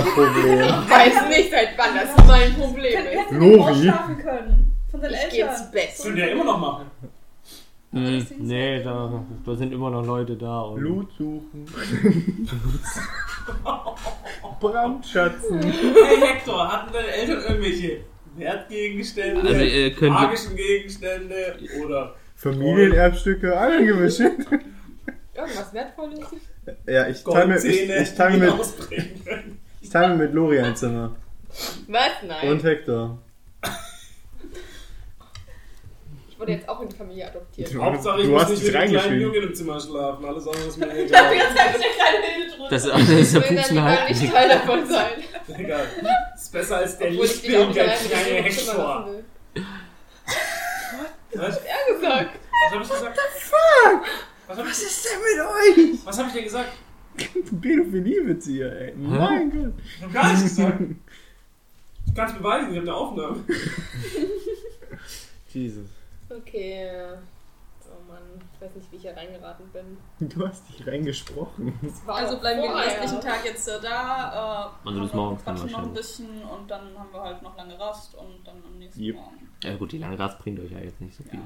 Problem.
ich weiß nicht, seit wann das mein Problem
Hätten-
ist.
Hätten wir
Lori.
ausschlafen können. Von seinen
Ich gehe
Eltern.
ins Bett.
Das können wir ja immer noch machen.
Hm, nee, da, da sind immer noch Leute da. Und
Blut suchen. Brandschatzen.
Hey Hector, hatten deine Eltern irgendwelche Wertgegenstände,
Also, ihr könnt-
magischen Gegenstände oder
Familienerbstücke, alle gemischt.
Irgendwas Wertvolles?
Ja, ich teile mir, ich,
Goldzähne,
ich
die wir
teile mir,
ausbringen können?
ich teile mir mit Lori ein Zimmer.
Was? Nein.
Und Hector.
Ich wurde jetzt auch in die Familie adoptiert.
Hauptsache, ich
du
muss
hast
nicht
dich
mit einem kleinen
reingeschrieben.
Jungen im Zimmer schlafen. Alles andere ist mir
Ich dachte,
egal.
jetzt habe ich eine kleine Hilde drunter.
das, das ist der
Ich will dann
Putzen
lieber
halt.
nicht Teil davon sein.
egal. Ist besser als der
Obwohl ich dich auch
Lichtbild,
nicht
der
alleine mit
kleine
dem Zimmer lassen
Hector.
will.
Was?
Ja, gesagt.
Was hab ich gesagt? What the fuck? Was, hab
ist denn mit
ich, was hab ich denn gesagt?
euch? Pädophilie-Bezieher, ey. Mein Gott.
Ich hab gar nichts gesagt. Ich kann's beweisen, ich hab eine Aufnahme.
Jesus.
Okay. Oh Mann, ich weiß nicht, wie ich hier reingeraten bin.
Du hast dich reingesprochen.
Das war
Also bleiben wir den
vorher.
restlichen Tag jetzt äh, da. Äh,
Also bis
haben
morgen
noch- Quatschen
dann
noch ein bisschen und dann haben wir halt noch lange Rast und dann am nächsten
Yep.
Morgen.
Ja gut, die lange Rast bringt euch ja jetzt nicht so viel.
Ja.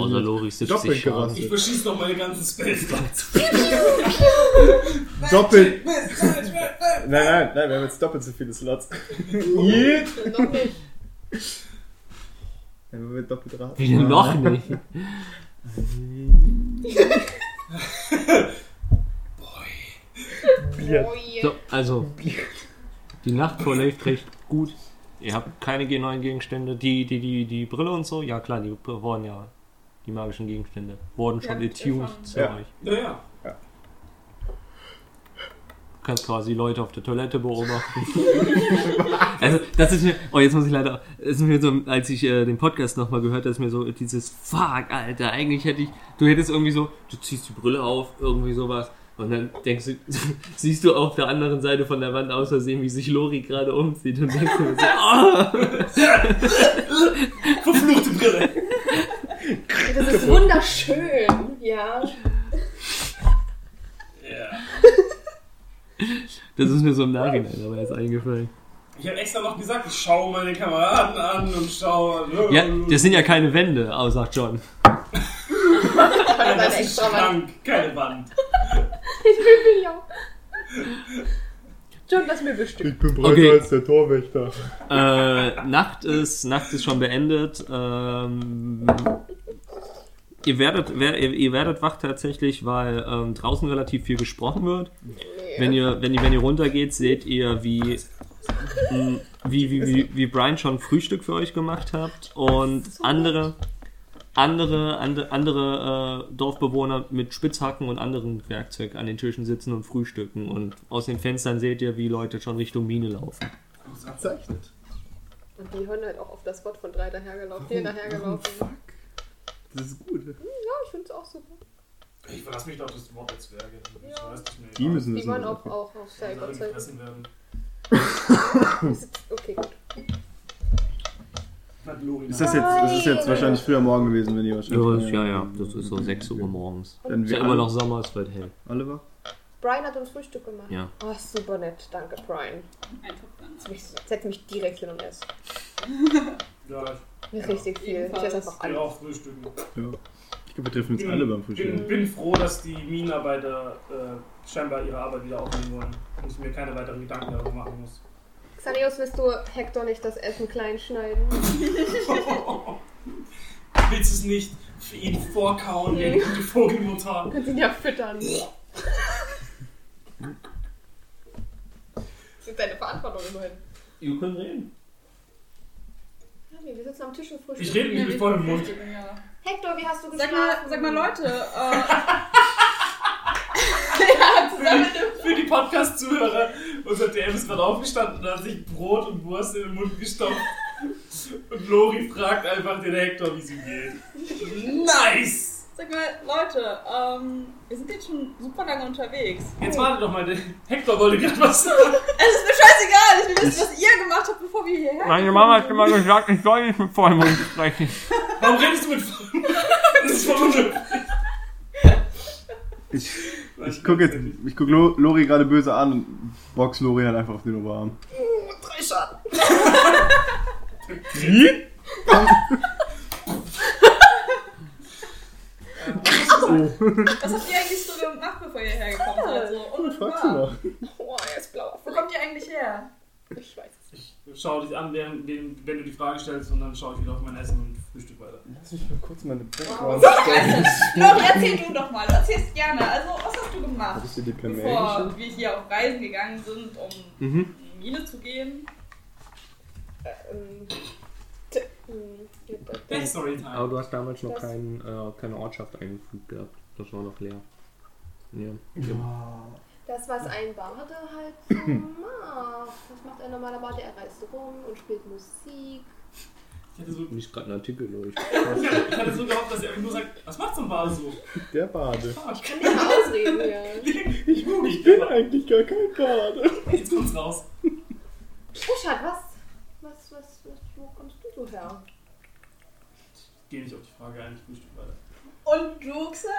Außer Lori sitzt
Doppelt
sich Schaden.
gerastet.
Ich beschieß noch meine ganzen Spellslots.
Doppelt. nein, nein, nein, wir haben jetzt doppelt so viele Slots. Yeah.
Noch nicht.
Dann wird doppelt raten.
Wie denn noch nicht?
Oh je.
So, also, die Nacht verläuft recht gut. Ihr habt keine G- neuen Gegenstände. Die, die, die, die Brille und so, ja klar, die wurden ja. Die magischen Gegenstände wurden schon
Ja,
attuned
schon.
zu
Ja.
euch.
Naja.
Du kannst quasi Leute auf der Toilette beobachten. also, das ist mir. Oh, jetzt muss ich leider. Es ist mir so, als ich äh, den Podcast nochmal gehört habe, ist mir so dieses Fuck, Alter. Eigentlich hätte ich. Du hättest irgendwie so. Du ziehst die Brille auf, irgendwie sowas. Und dann denkst du, siehst du auf der anderen Seite von der Wand aus Versehen, wie sich Lori gerade umzieht und denkst du so, oh,
Verfluchte Brille.
Das ist wunderschön. Ja.
Ja.
Das ist mir so im Nachhinein aber erst eingefallen.
Ich hab extra noch gesagt, ich schaue meine Kameraden an und schaue. äh,
Ja, das sind ja keine Wände, aber sagt John.
Nein,
Seine
das ist
extra Wand.
Schrank, keine Wand.
Ich will mich auch.
John, das mir bestimmt.
Ich bin breiter
Okay.
als der Torwächter.
Äh, Nacht ist, Nacht ist schon beendet. Ähm, ihr werdet, wer, ihr, ihr werdet wach tatsächlich, weil ähm, draußen relativ viel gesprochen wird. Wenn ihr, wenn ihr, wenn ihr runtergeht, seht ihr, wie, m, wie, wie, wie, wie Brian schon Frühstück für euch gemacht habt und andere, andere, andere, andere äh, Dorfbewohner mit Spitzhacken und anderen Werkzeug an den Tischen sitzen und frühstücken. Und aus den Fenstern seht ihr, wie Leute schon Richtung Mine laufen.
Zeichnet.
Und die hören halt auch auf das Wort von drei dahergelaufen, vier dahergelaufen. Ja,
Fuck. Das ist gut.
ich finde es auch super.
Ich verlasse mich doch auf das Wort der Zwerge. Ich weiß nicht mehr.
Die müssen
Die
wissen.
wollen
was
auch,
abgeht.
auch auf
Wenn
sei
alle
Gott sei Dank.
gefressen werden.
Okay, gut.
Hat Lori
Ist das jetzt, das ist jetzt wahrscheinlich früher Morgen gewesen, wenn ihr wahrscheinlich.
morgens.
Dann
Ist
wir
ja immer noch Sommer, es wird hell.
Oliver?
Brian hat uns Frühstück gemacht.
Ja.
Oh, super nett. Danke, Brian.
Einfach ganz.
Setz mich direkt hin und ess.
Ja,
Mir richtig viel. Ich esse
Ebenfalls.
einfach
ich will
alles.
auch frühstücken.
Ja. Ich glaube, wir treffen uns alle beim
Bin,
Frühstück.
bin froh, dass die Minenarbeiter äh, scheinbar ihre Arbeit wieder aufnehmen wollen. Und ich mir keine weiteren Gedanken darüber machen muss.
Xanios, willst du Hector nicht das Essen klein schneiden?
Willst es nicht für ihn vorkauen, der gute Vogelmutter?
Kannst ihn ja füttern.
Das ist deine Verantwortung immerhin.
Ihr könnt reden.
Daniel, wir sitzen am Tisch und
Ich
frühstücken.
rede mich mit vollem Mund.
Also, Ja.
Hector, wie hast du
Sag
geschlafen?
mal, sag mal Leute, äh,
Für die Podcast-Zuhörer. Unser DM ist gerade aufgestanden und hat sich Brot und Wurst in den Mund gestopft. Und Lori fragt einfach den Hector, wie es ihm geht. Nice!
sag mal Leute, ähm, wir sind jetzt schon super lange unterwegs.
Jetzt warte doch mal, der Hector wollte gerade was sagen.
Es ist mir scheißegal, ich will wissen, was ihr gemacht habt, bevor wir hierher
Meine Mama hat immer gesagt, ich soll nicht mit Vollmond sprechen.
Warum redest du mit vollem Mund? Das ist voll unhöflich.
Ich, ich gucke jetzt, ich gucke Lo- Lori gerade böse an und box Lori halt einfach auf den Oberarm.
Drei Schaden.
Wie?
Was habt ihr eigentlich so gemacht, bevor ihr hergekommen seid? So, und
Fragst du noch?
Oh, er ist blau.
Wo kommt ihr eigentlich her?
Ich weiß es
Ich schaue dich an, während, während- wenn du die Frage stellst, und dann schaue ich wieder auf mein Essen und Frühstück weiter.
Lass mich mal kurz meine Background.
Lori, erzähl du doch mal. Du erzählst gerne. Also, was hast du gemacht,
Hattest du die per Mail geschickt?
bevor wir hier auf Reisen gegangen sind, um
Mhm.
in die Mine zu gehen?
nicht. Ähm, t- ähm, ja, da-
Storytime.
Aber du hast damals noch
Das-
kein, äh, keine Ortschaft eingefügt gehabt. Das war noch leer. Ja.
Das, was ein Bade halt so
Hm.
macht. Was macht ein normaler Bade? Er reist rum und spielt Musik.
Ich hätte, so,
Nicht gerade ein Artikel durch.
ich hätte so gehofft, dass er nur sagt, was macht so ein Bar so?
Der Bade.
Ich kann nicht mal ausreden, ja.
Ich gucke nicht
Ich bin
drüber.
eigentlich gar kein Bade.
Jetzt kommt's raus.
Uschat, Oh, was? Was, was, was, wo kommst du so her?
Ich gehe nicht auf die Frage ein, ich Frühstück weiter.
Und du, Xarius?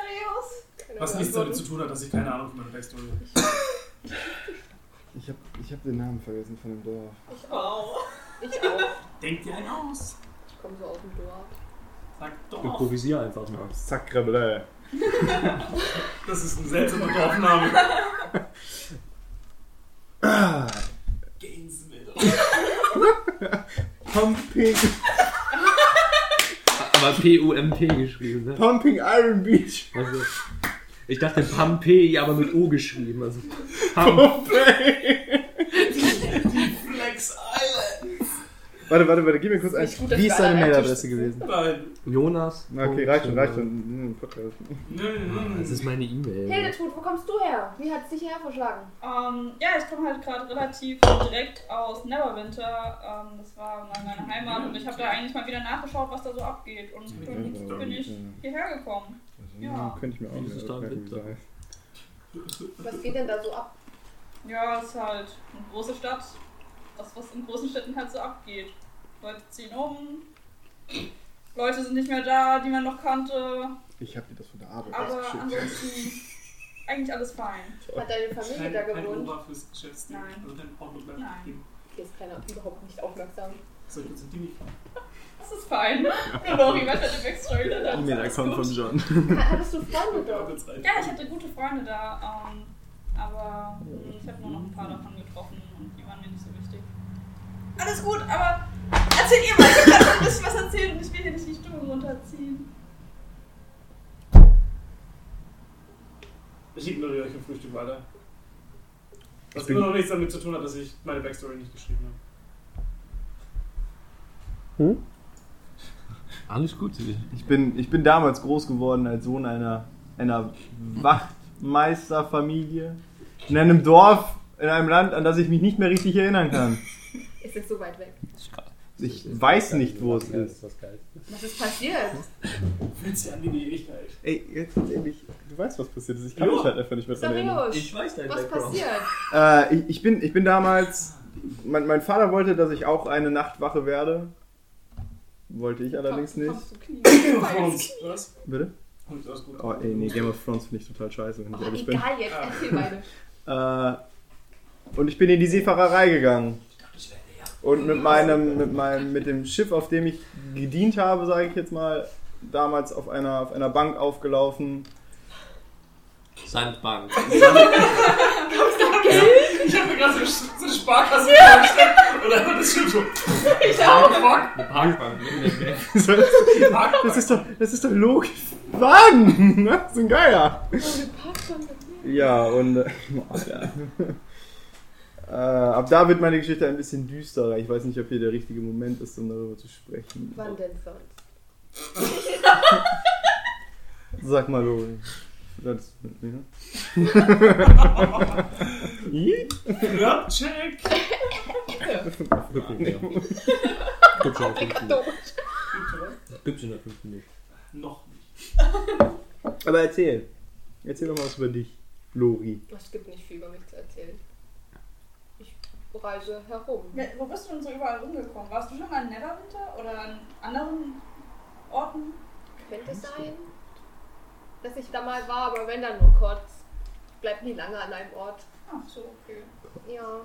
Keine
Was nichts
Ahnung.
damit zu tun hat, dass ich keine Ahnung von meiner Backstory habe.
Ich hab, ich hab den Namen vergessen von dem Dorf.
Wow.
Ich auch.
Denk dir einen aus.
Ich komme so aus dem Dorf.
Sag doch.
Improvisier einfach mal.
Sacrebleu.
Das ist ein seltsamer Dorfname. Gainesville.
Pumping,
Aber P-U-M-P geschrieben, ne?
Pumping Iron Beach.
Also, ich dachte Pompeii, aber mit O geschrieben. Also, Pam
Pumping.
Flex Island.
Warte, warte, warte, gib mir kurz ein.
Nicht gut, dass
Wie ist
wir
deine
alle
Mailadresse gewesen?
Nein.
Jonas.
Na, okay, reicht schon, reicht schon. Hm, Podcast.
Nö, nö, nö.
Das ist meine E-Mail.
Hildetrud, wo kommst du her? Wie hat es dich hierher verschlagen?
Ähm, ja, ich komme halt gerade relativ direkt aus Neverwinter. Ähm, das war mal meine Heimat und ich habe da eigentlich mal wieder nachgeschaut, was da so abgeht. Und bin, bin ich
Hm,
hierher gekommen. Ja.
Könnte ich mir auch
Wie ist es
nicht
da im
merken, wie
Winter?
es heißt.
Was geht denn da so ab?
Ja, ist halt eine große Stadt. Das, was in großen Städten halt so abgeht. Leute ziehen um. Leute sind nicht mehr da, die man noch kannte.
Ich hab dir das von der Arbeit
Aber
ausgeschickt.
ansonsten eigentlich alles fein.
Hat deine Familie
Kein,
da
kein
gewohnt?
Ober fürs Geschäftsteam.
Nein.
Also kein Porno
Nein.
Hier ist keiner überhaupt nicht aufmerksam.
So, ich bin zu Dimi.
Das ist fein. Nur Lori, was hat die Backstory da? dann?
E-Mail-Account von John.
Ha- Hattest du Freunde
Da
dort?
wird's rein.
Ja, ich hatte gute Freunde da, ähm, aber mh, ich habe hm, nur noch ein paar davon getroffen. getroffen und die waren mir nicht so wichtig. Alles gut, aber erzähl ihr mal. Ich kann schon ein bisschen was erzählen und ich will hier nicht die Stimmung runterziehen.
Ich ignoriere euch im Frühstück weiter. Was immer noch nichts damit zu tun hat, dass ich meine Backstory nicht geschrieben habe.
Alles gut.
Ich bin, ich bin damals groß geworden als Sohn einer, einer Wachtmeisterfamilie in einem Dorf, in einem Land, an das ich mich nicht mehr richtig erinnern kann.
Ist jetzt so weit weg.
Ich weiß nicht, wo es ist.
Das Geilste.
Was ist passiert?
Fühlt sich an wie die Ewigkeit.
Ey, jetzt ehrlich, du weißt, was passiert ist. Ich kann mich halt einfach nicht mehr dran erinnern.
Sarius,
weiß dein
was passiert?
Äh, ich, ich, bin, ich bin damals. Mein, mein Vater wollte, dass ich auch eine Nachtwache werde. Wollte ich allerdings nicht.
Kommst du knien?
Was?
Bitte?
Und alles gut.
Oh, ey, nee, Game of Thrones finde ich total scheiße, wenn ich
Oh,
ehrlich bin. Ah.
egal jetzt, erzähl beide.
Äh, und ich bin in die Seefahrerei gegangen. Und mit meinem, mit meinem, mit dem Schiff, auf dem ich gedient habe, sage ich jetzt mal, damals auf einer, auf einer Bank aufgelaufen.
Sandbank.
Ich habe mir gerade so eine- so eine Sparkasse vorgestellt. Oder das stimmt schon.
Eine Parkbank. ne?
Das ist doch, das ist doch logisch. Wagen! ne? Das ist ein Geier. Ja, und. Äh, oh, ja. Äh, ab da wird meine Geschichte ein bisschen düsterer. Ich weiß nicht, ob hier der richtige Moment ist, um darüber zu sprechen.
Wann denn sonst?
Sag mal, Lori. Das, ja.
Ja, check.
Gibt's ja noch fünf nicht. Gibt's ja noch fünf nicht.
Noch nicht.
Aber erzähl. Erzähl doch mal was über dich, Lori.
Es gibt nicht viel über mich zu erzählen. Ich reise herum.
Ja, wo bist du denn so überall rumgekommen? Warst du schon mal in Neverwinter oder an anderen Orten?
Könnte sein, dass ich da mal war, aber wenn dann nur kurz. Bleibt nie lange an einem Ort.
Ach so, okay.
Ja.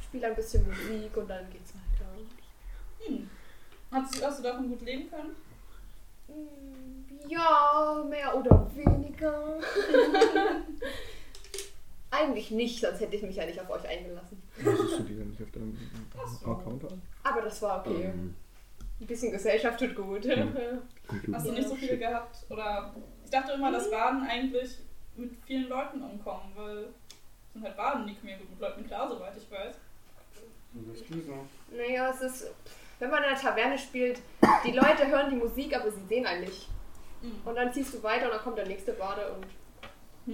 Spiele ein bisschen Musik und dann geht's weiter.
Hm. Hast du, hast du davon gut leben können?
Hm, Ja, mehr oder weniger. Eigentlich nicht, sonst hätte ich mich ja nicht auf euch eingelassen.
Möchtest du die denn nicht auf deinem Account an?
Aber das war okay. Ein bisschen Gesellschaft tut gut.
Hast du nicht so viele gehabt? Oder ich dachte immer, dass Waden eigentlich mit vielen Leuten umkommen, weil es sind halt Waden, die kommen ja gut mit Leuten klar, soweit ich weiß.
Naja, es ist, wenn man in einer Taverne spielt, die Leute hören die Musik, aber sie sehen einen nicht.
Mhm.
Und dann ziehst du weiter und dann kommt der nächste Bade und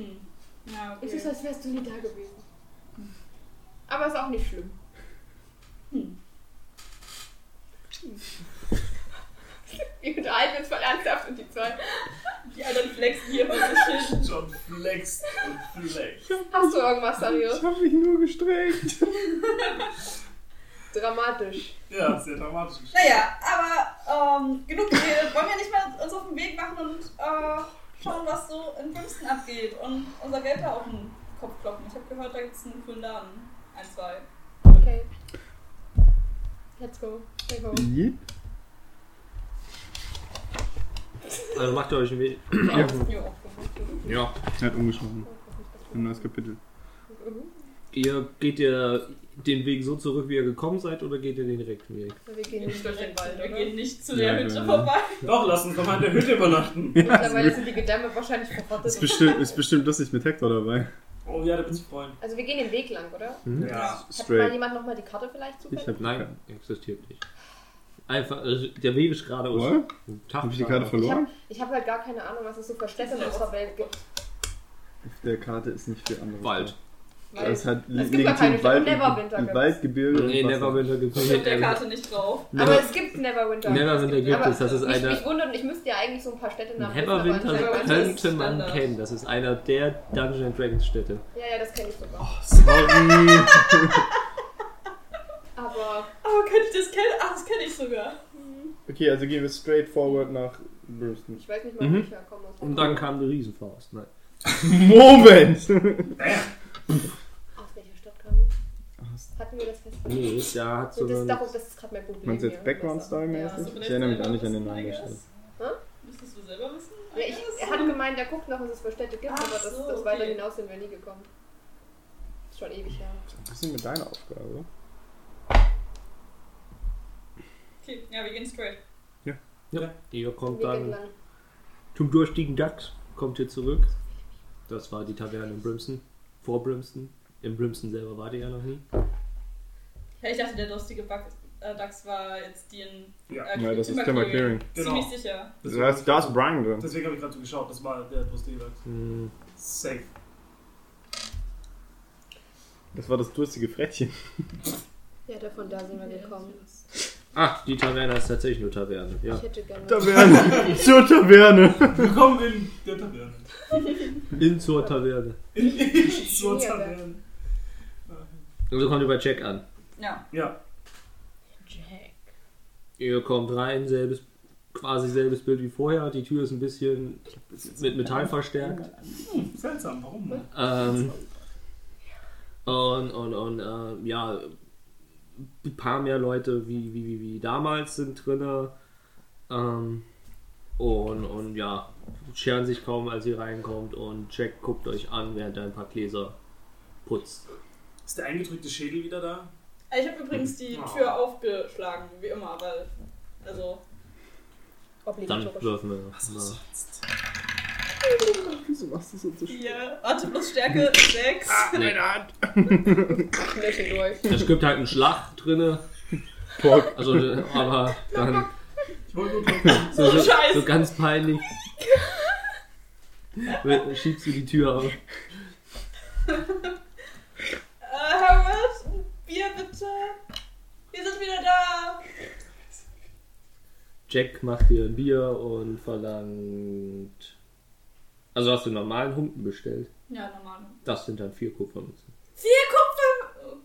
Hm. halt Ja, okay.
es ist, als wärst du nie da gewesen. Aber ist auch nicht schlimm. Hm. Wir unterhalten uns voll ernsthaft und die zwei.
die anderen flexen hier mal sich hin.
John flext und flext.
Hast du irgendwas, Sarius?
Ich hab mich nur gestreckt.
Dramatisch.
Ja, sehr dramatisch.
Naja, aber ähm, genug geredet. Wollen wir nicht mal uns auf den Weg machen und äh, schauen, was so in Princeton abgeht und unser Geld da auf den Kopf kloppen. Ich habe gehört, da gibt es einen coolen Laden. Ein, zwei.
Okay. Let's go. Let's go.
Also macht ihr euch einen Weg.
Ja, das ist mir auch bewusst.
Ja.
Er hat umgeschlagen. Ein neues Kapitel.
Ihr geht ihr den Weg so zurück, wie ihr gekommen seid, oder geht ihr den direkten Weg?
Wir gehen nicht durch den Wald,
Wir
oder?
gehen nicht zu der
Ja,
Hütte
ja.
vorbei.
Doch, lass uns nochmal in der Hütte übernachten.
Mittlerweile sind die Gedämme wahrscheinlich verrottet.
Ist bestimmt, ist bestimmt lustig mit Hector dabei.
Oh ja, da bin ich freuen.
Also wir gehen den Weg lang, oder?
Hm?
Ja.
Hat mal
Straight.
jemand nochmal die Karte vielleicht
Ich
zufällig?
hab
Nein, existiert nicht. Einfach, also der Weg ist geradeaus.
What?
Tag
Hab ich die Karte
geradeaus.
Ich
verloren?
habe ich hab halt gar keine Ahnung, was es so für Städte in unserer Welt gibt.
Auf der Karte ist nicht viel anderes.
Wald.
Weil
Es hat
Es gibt gar
legitim
keine
Wald,
Neverwinter gibt's.
Waldgebirge.
Nee,
und Wasser.
Neverwinter gibt es
Steht
nicht. Ähm,
der Karte nicht drauf.
Never-
aber es gibt Neverwinter.
Neverwinter gibt
Aber
es, das ist
mich,
einer.
mich wundert, ich müsste ja eigentlich so ein paar Städte nach
Neverwinter
Neverwinter ist
könnte man
ne?
Standard.
kennen. Das ist einer der Dungeons and Dragons Städte.
Ja, ja, das kenne ich sogar.
Sorry.
Aber
Aber könnte ich das kennen? Ach, das kenne ich sogar.
Okay, also gehen wir straight forward nach Brüsten.
ich weiß nicht mal, wo
Mhm.
ich herkomme. aus
Und dann kam die Riesenfaust. ne? Nein.
Moment!
Aus welcher Stadt kam ich? Hatten wir das festgelegt?
Nee, da hat so
So, das,
ein.
darum, das ist gerade mein Problem.
Meinst du jetzt
hier.
Background-Style-mäßig?
Ja.
Ich erinnere mich auch nicht an den Namen der Stadt.
Müsstest du selber wissen?
Ja, ich, er genau, hat gemeint, er guckt noch, was es für Städte gibt,
Ach
aber das,
so,
das weiter
okay.
hinaus sind wir nie gekommen.
schon ewig her.
Ein bisschen mit deiner Aufgabe, oder?
Okay, ja, wir gehen straight.
Ja. Ihr kommt
Weg
dann
entlang.
zum durstigen Dachs, kommt ihr zurück. Das war die Taverne in Brimston. Vor Brimston. In Brimston selber wart ihr ja noch nie.
Ja, ich dachte, der durstige Bug, äh, Dax war jetzt die in.
Ja.
äh,
Nein, das ist
Timber
Timber
Clearing.
Clearing.
Ziemlich sicher.
Das heißt, da ist Brian drin.
Deswegen habe ich gerade so geschaut, das war der Brustdeberg.
Hm,
Safe.
Das war das durstige Frettchen.
Ja, davon da sind wir gekommen.
Ah, die Taverne ist tatsächlich nur Taverne. Ja.
Ich hätte gerne.
Taverne! Zur Taverne!
Willkommen in der Taverne.
In zur Taverne.
In, in zur
Ja,
Taverne.
Also kommt ihr bei Jack an.
Ja.
Ja,
Jack.
Ihr kommt rein, selbes, quasi selbes Bild wie vorher. Die Tür ist ein bisschen mit Metall verstärkt.
seltsam, warum? ne?
Ähm, und und, und äh, ja, ein paar mehr Leute wie, wie, wie, wie damals sind drin. Ähm, und, und ja, scheren sich kaum, als ihr reinkommt. Und Jack guckt euch an, während er ein paar Gläser putzt.
Ist der eingedrückte Schädel wieder da?
Äh, Ich habe übrigens die
Oh.
Tür aufgeschlagen, wie immer, weil. Also.
Dann
Obligatorisch.
würfen wir. Ja.
Wieso machst du so zu
Hier. Warte, plus Stärke 6.
Löchel durch.
Es gibt halt einen Schlag drinne.
Pork.
Also, äh, aber dann
Ich wollte nur gucken.
so, so,
Scheiße.
so ganz peinlich. Dann Schiebst du die Tür auf.
Äh, Harold, ein Bier bitte. Wir sind wieder da.
Jack macht dir ein Bier und verlangt. Also hast du einen normalen Humpen bestellt.
Ja, normal.
Das sind dann vier Kupfermünzen.
Vier Kupfer.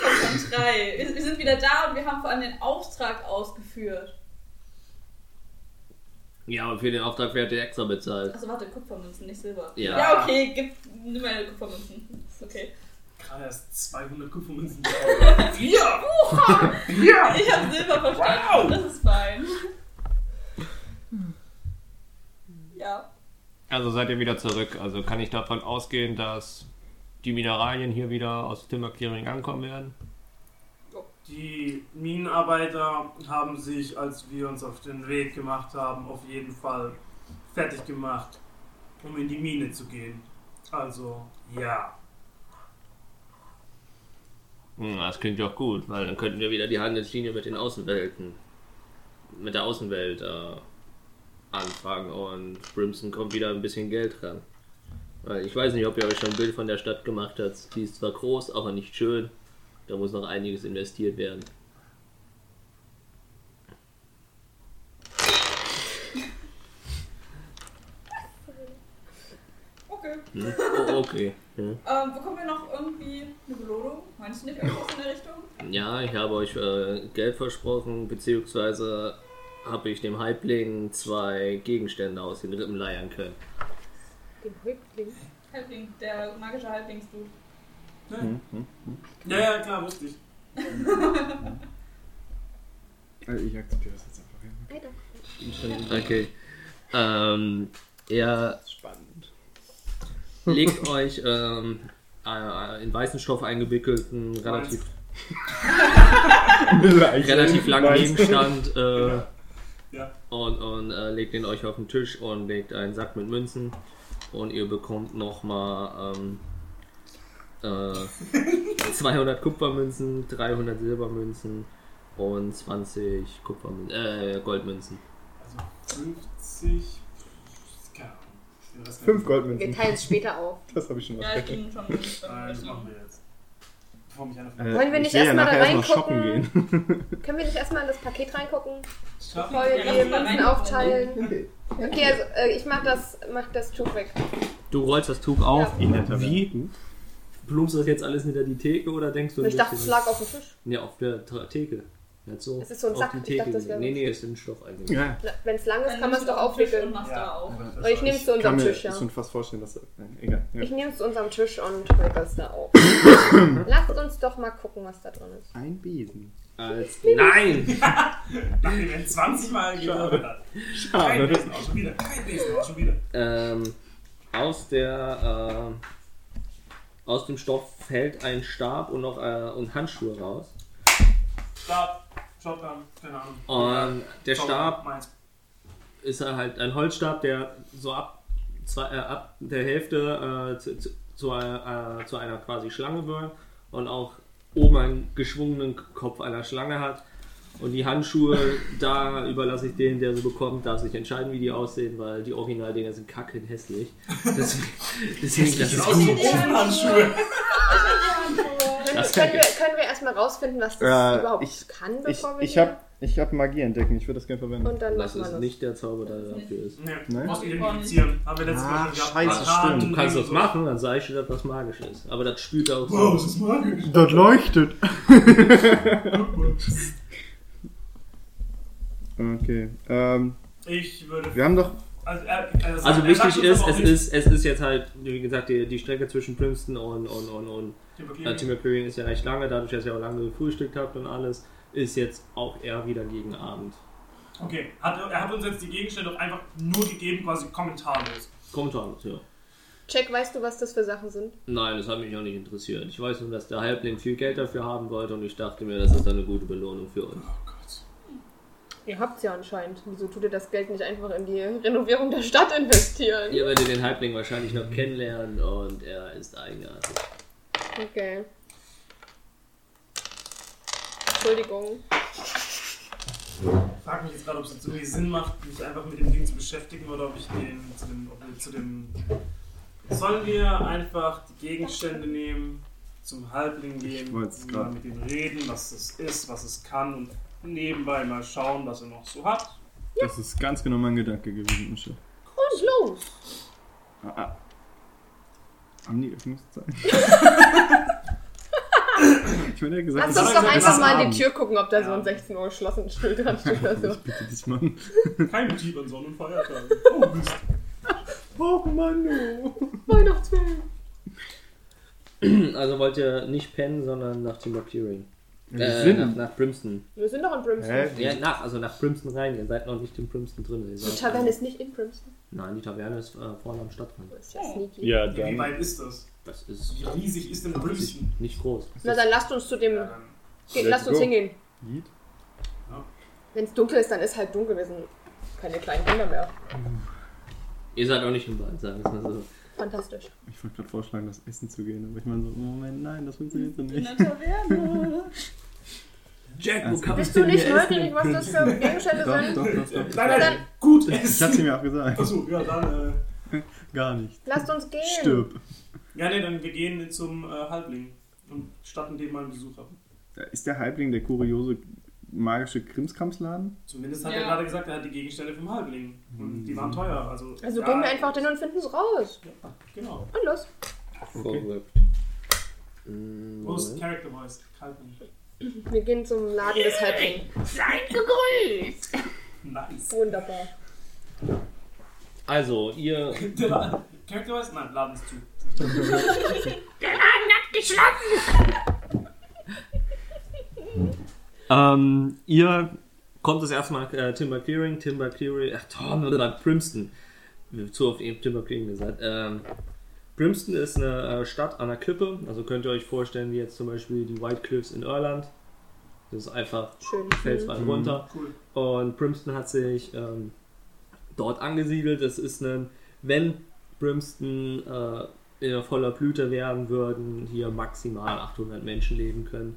Komm schon, drei. Wir, wir sind wieder da und wir haben vor allem den Auftrag ausgeführt.
Ja, aber für den Auftrag werdet ihr extra bezahlt.
Achso, warte, Kupfermünzen, nicht Silber.
Ja.
ja okay, gib, nimm meine Kupfermünzen. Ist Okay.
Gerade erst 200 Kupfermünzen. drauf. Vier! Vier!
Ich habe Silber verstanden.
Wow.
Das ist fein. Ja.
Also seid ihr wieder zurück. Also kann ich davon ausgehen, dass die Mineralien hier wieder aus Timber Clearing ankommen werden?
Die Minenarbeiter haben sich, als wir uns auf den Weg gemacht haben, auf jeden Fall fertig gemacht, um in die Mine zu gehen. Also, ja.
Hm, das klingt doch gut, weil dann könnten wir wieder die Handelslinie mit den Außenwelten, mit der Außenwelt äh, anfangen und Brimson kommt wieder ein bisschen Geld ran. Weil ich weiß nicht, ob ihr euch schon ein Bild von der Stadt gemacht habt. Die ist zwar groß, aber nicht schön. Da muss noch einiges investiert werden.
Okay.
Hm? Oh, okay. Ja.
Ähm, bekommen wir noch irgendwie eine Belohnung? Meinst du nicht irgendwas in der Richtung?
Ja, ich habe euch äh, Geld versprochen, beziehungsweise habe ich dem Halbling zwei Gegenstände aus den Rippen leiern können.
Dem Häuptling.
Halbling, der magische Halblingsdude.
Ja, ja, klar, wusste ich.
Also ich akzeptiere das jetzt einfach. ja.
Weiter.
Okay. Ähm, er
Das ist spannend.
legt euch ähm, äh, in weißen Stoff eingewickelten, relativ, relativ langen Gegenstand äh,
Ja.
und, und äh, legt den euch auf den Tisch und legt einen Sack mit Münzen und ihr bekommt nochmal ähm, äh, 200 Kupfermünzen, 300 Silbermünzen und 20 Kupfermünzen, äh, Goldmünzen.
Also 50. Keine Ahnung. Den Rest
Fünf
Wir
Goldmünzen.
teilen es später auf.
Das habe ich schon
Ja, ich
was.
bin schon.
Nein, das machen wir jetzt. Bevor mich einer fragt.
Wollen wir nicht
Äh, ich will ja
erst mal da
nachher erst noch shoppen
reingucken?
gehen.
Können wir nicht erstmal in das Paket reingucken?
Schafft
Bevor wir
Ja,
die
lass mal
Münzen
rein.
aufteilen. Okay, also äh, ich mach das, mach das Tuch weg.
Du rollst das Tuch auf.
In der Taverne.
Wie? Plumpst du das jetzt alles hinter die Theke oder denkst du
Ich dachte, es
bisschen-
lag auf dem Tisch.
Nee, auf der Tra- Theke. Nicht so
Es ist so ein
auf
Sack.
die
Ich
Theke.
dachte, das wäre-
nee, nee, ist in Stoff eigentlich.
Ja,
Wenn es Ne, lang ist,
Dann
kann man es
nimmst du
doch
auf den Tisch Und
aufwickeln.
machst da auf.
Und ich nehme es zu
kann
unserem
mir
Tisch, ja.
schon fast vorstellen, dass... Nein, egal. Ja.
Ich nehme es zu unserem Tisch und wickel es da auf. Lasst uns doch mal gucken, was da drin ist.
Ein Besen.
Als, nein!
Nein, wenn 20 Mal gedauert hat. Kein
Schade.
Besen, auch schon wieder. Kein Besen, auch schon wieder.
ähm, aus der, ähm, Aus dem Stoff fällt ein Stab und noch äh, und Handschuhe raus.
Stab, Shotgun, keine Ahnung.
Und der
Shotgun,
Stab
Meins.
ist er halt ein Holzstab, der so ab, zwei, äh, ab der Hälfte äh, zu, zu, zu, äh, zu einer quasi Schlange wird und auch oben einen geschwungenen Kopf einer Schlange hat. Und die Handschuhe, da überlasse ich den, der sie bekommt, darf sich entscheiden, wie die aussehen, weil die Originaldinger sind kacke und hässlich. Deswegen, deswegen das ist gut.
Handschuhe.
Ah,
Das
können, wir, können wir erstmal rausfinden, was das
Äh,
überhaupt
ich-
kann,
Ich,
bevor wir
ich
hier-
habe ich hab Magie entdecken, ich würde das gerne verwenden.
Und dann
Das
machen wir
ist
los.
nicht der Zauber, der dafür ist.
Nee,
Ne?
musst identifizieren. Haben wir letztes
Ah,
Mal schon gehabt.
scheiße,
Bananen,
stimmt.
Du kannst das
so.
machen, dann sage ich dir, dass das magisch ist. Aber das spült auch
Wow,
so.
das Oh, ist magisch.
Dort leuchtet. okay. Ähm,
Ich würde.
wir haben doch.
Also, er- er-
Also
er sagt
wichtig
uns
ist
aber auch
es,
nicht-
ist, es ist jetzt halt, wie gesagt, die, die Strecke zwischen Princeton und, und, und, und äh,
Timothy,
Timber ist ja recht lange, dadurch, dass ihr auch lange gefrühstückt habt und alles, ist jetzt auch eher wieder gegen Abend.
Okay, hat, er hat uns jetzt die Gegenstände doch einfach nur gegeben, quasi kommentarlos.
Kommt schon, ja.
Jack, weißt du, was das für Sachen sind?
Nein, das hat mich auch nicht interessiert. Ich weiß nur, dass der Halbling viel Geld dafür haben wollte und ich dachte mir, das ist eine gute Belohnung für uns.
Ihr habt's ja anscheinend. Wieso tut ihr das Geld nicht einfach in die Renovierung der Stadt investieren?
Ihr werdet den Halbling wahrscheinlich noch kennenlernen und er ist eigenartig.
Okay. Entschuldigung.
Ich frage mich jetzt gerade, ob es jetzt irgendwie Sinn macht, mich einfach mit dem Ding zu beschäftigen oder ob ich den zu dem. Ob wir zu dem Sollen wir einfach die Gegenstände nehmen, zum Halbling gehen,
Ich wollte's
mal
grad-
mit ihm reden, was es ist, was es kann und nebenbei mal schauen, was er noch so hat.
Das ist ganz genau mein Gedanke gewesen, Mischa.
Und los!
Ah, ah. Haben die Öffnungszeiten? ich würde ja gesagt,
Lass
das
uns
ist
doch
ja
einfach
bis
mal in
abends.
die Tür gucken, ob da so
Ja.
ein 16 Uhr geschlossenes Schild dran steht oder so.
Ich bitte dich, Mann.
Kein Betrieb an Sonn- und Feiertagen. Oh Mist.
Oh Mann, oh.
Weihnachtsfilm!
Also wollt ihr nicht pennen, sondern nach Timber
Wir
Äh, nach,
sind.
nach Brimston.
Wir sind doch in Brimston.
Hä?
Ja, nach, also nach Brimston rein. Ihr seid noch nicht in Brimston drin. Ihr
Die
seid
Taverne ist nicht in Brimston.
Nein, die Taverne ist äh, vorne am Stadtrand.
Das ist ja sneaky.
Ja,
Wie
dann.
weit ist das?
Das ist
Wie riesig ist denn Brimston?
nicht groß.
Na dann lasst uns zu dem.
Ja, dann
Geht,
Let's
lasst uns
go.
hingehen.
Yeet.
Wenn es dunkel ist, dann ist halt dunkel. Wir sind keine kleinen Kinder mehr.
Ihr seid auch nicht im Wald, sagen wir es mal so.
Fantastisch.
Ich wollte gerade vorschlagen, das Essen zu gehen, aber ich meine so, Moment, nein, das funktioniert so nicht.
Jack,
Also-
kannst
Bist du nicht neugierig, was das für Gegenstände
Doch,
sind?
doch, doch, doch.
Nein, nein,
Dann-
gut
Ich hab's
essen.
ihm ja auch gesagt.
Achso, ja, dann. Äh,
Gar nicht.
Lasst uns gehen.
Stirb.
ja, nee, dann wir gehen zum äh, Halbling und statten dem mal einen Besuch ab.
Ist der Halbling der kuriose magische Krimskramsladen?
Zumindest hat
Ja.
er gerade gesagt, er hat die Gegenstände vom Halbling. Und die
Mhm.
waren teuer. Also,
Also
ja,
gehen wir einfach hin und finden es raus.
Ja, genau.
Und los.
Vorgerückt. Mm,
Wo ist
Moment.
Character Voice? Halbling.
Wir gehen zum Laden des Halbling.
Nice.
Wunderbar.
Also, ihr.
Der Laden- Character Voice? Nein, Laden ist zu.
Ähm, ihr kommt das erste Mal nach äh, Timber Clearing, Timber Clearing, ach Tom, oder Primston. Zu oft eben Timber Clearing gesagt. Ähm, Primston ist eine äh, Stadt an der Klippe, also könnt ihr euch vorstellen, wie jetzt zum Beispiel die White Cliffs in Irland. Das ist einfach
Schön.
felsweit runter.
Cool.
Und Brimston hat sich ähm, dort angesiedelt. Das ist ein, wenn Brimston äh, in voller Blüte werden würden, hier maximal 800 Menschen leben können.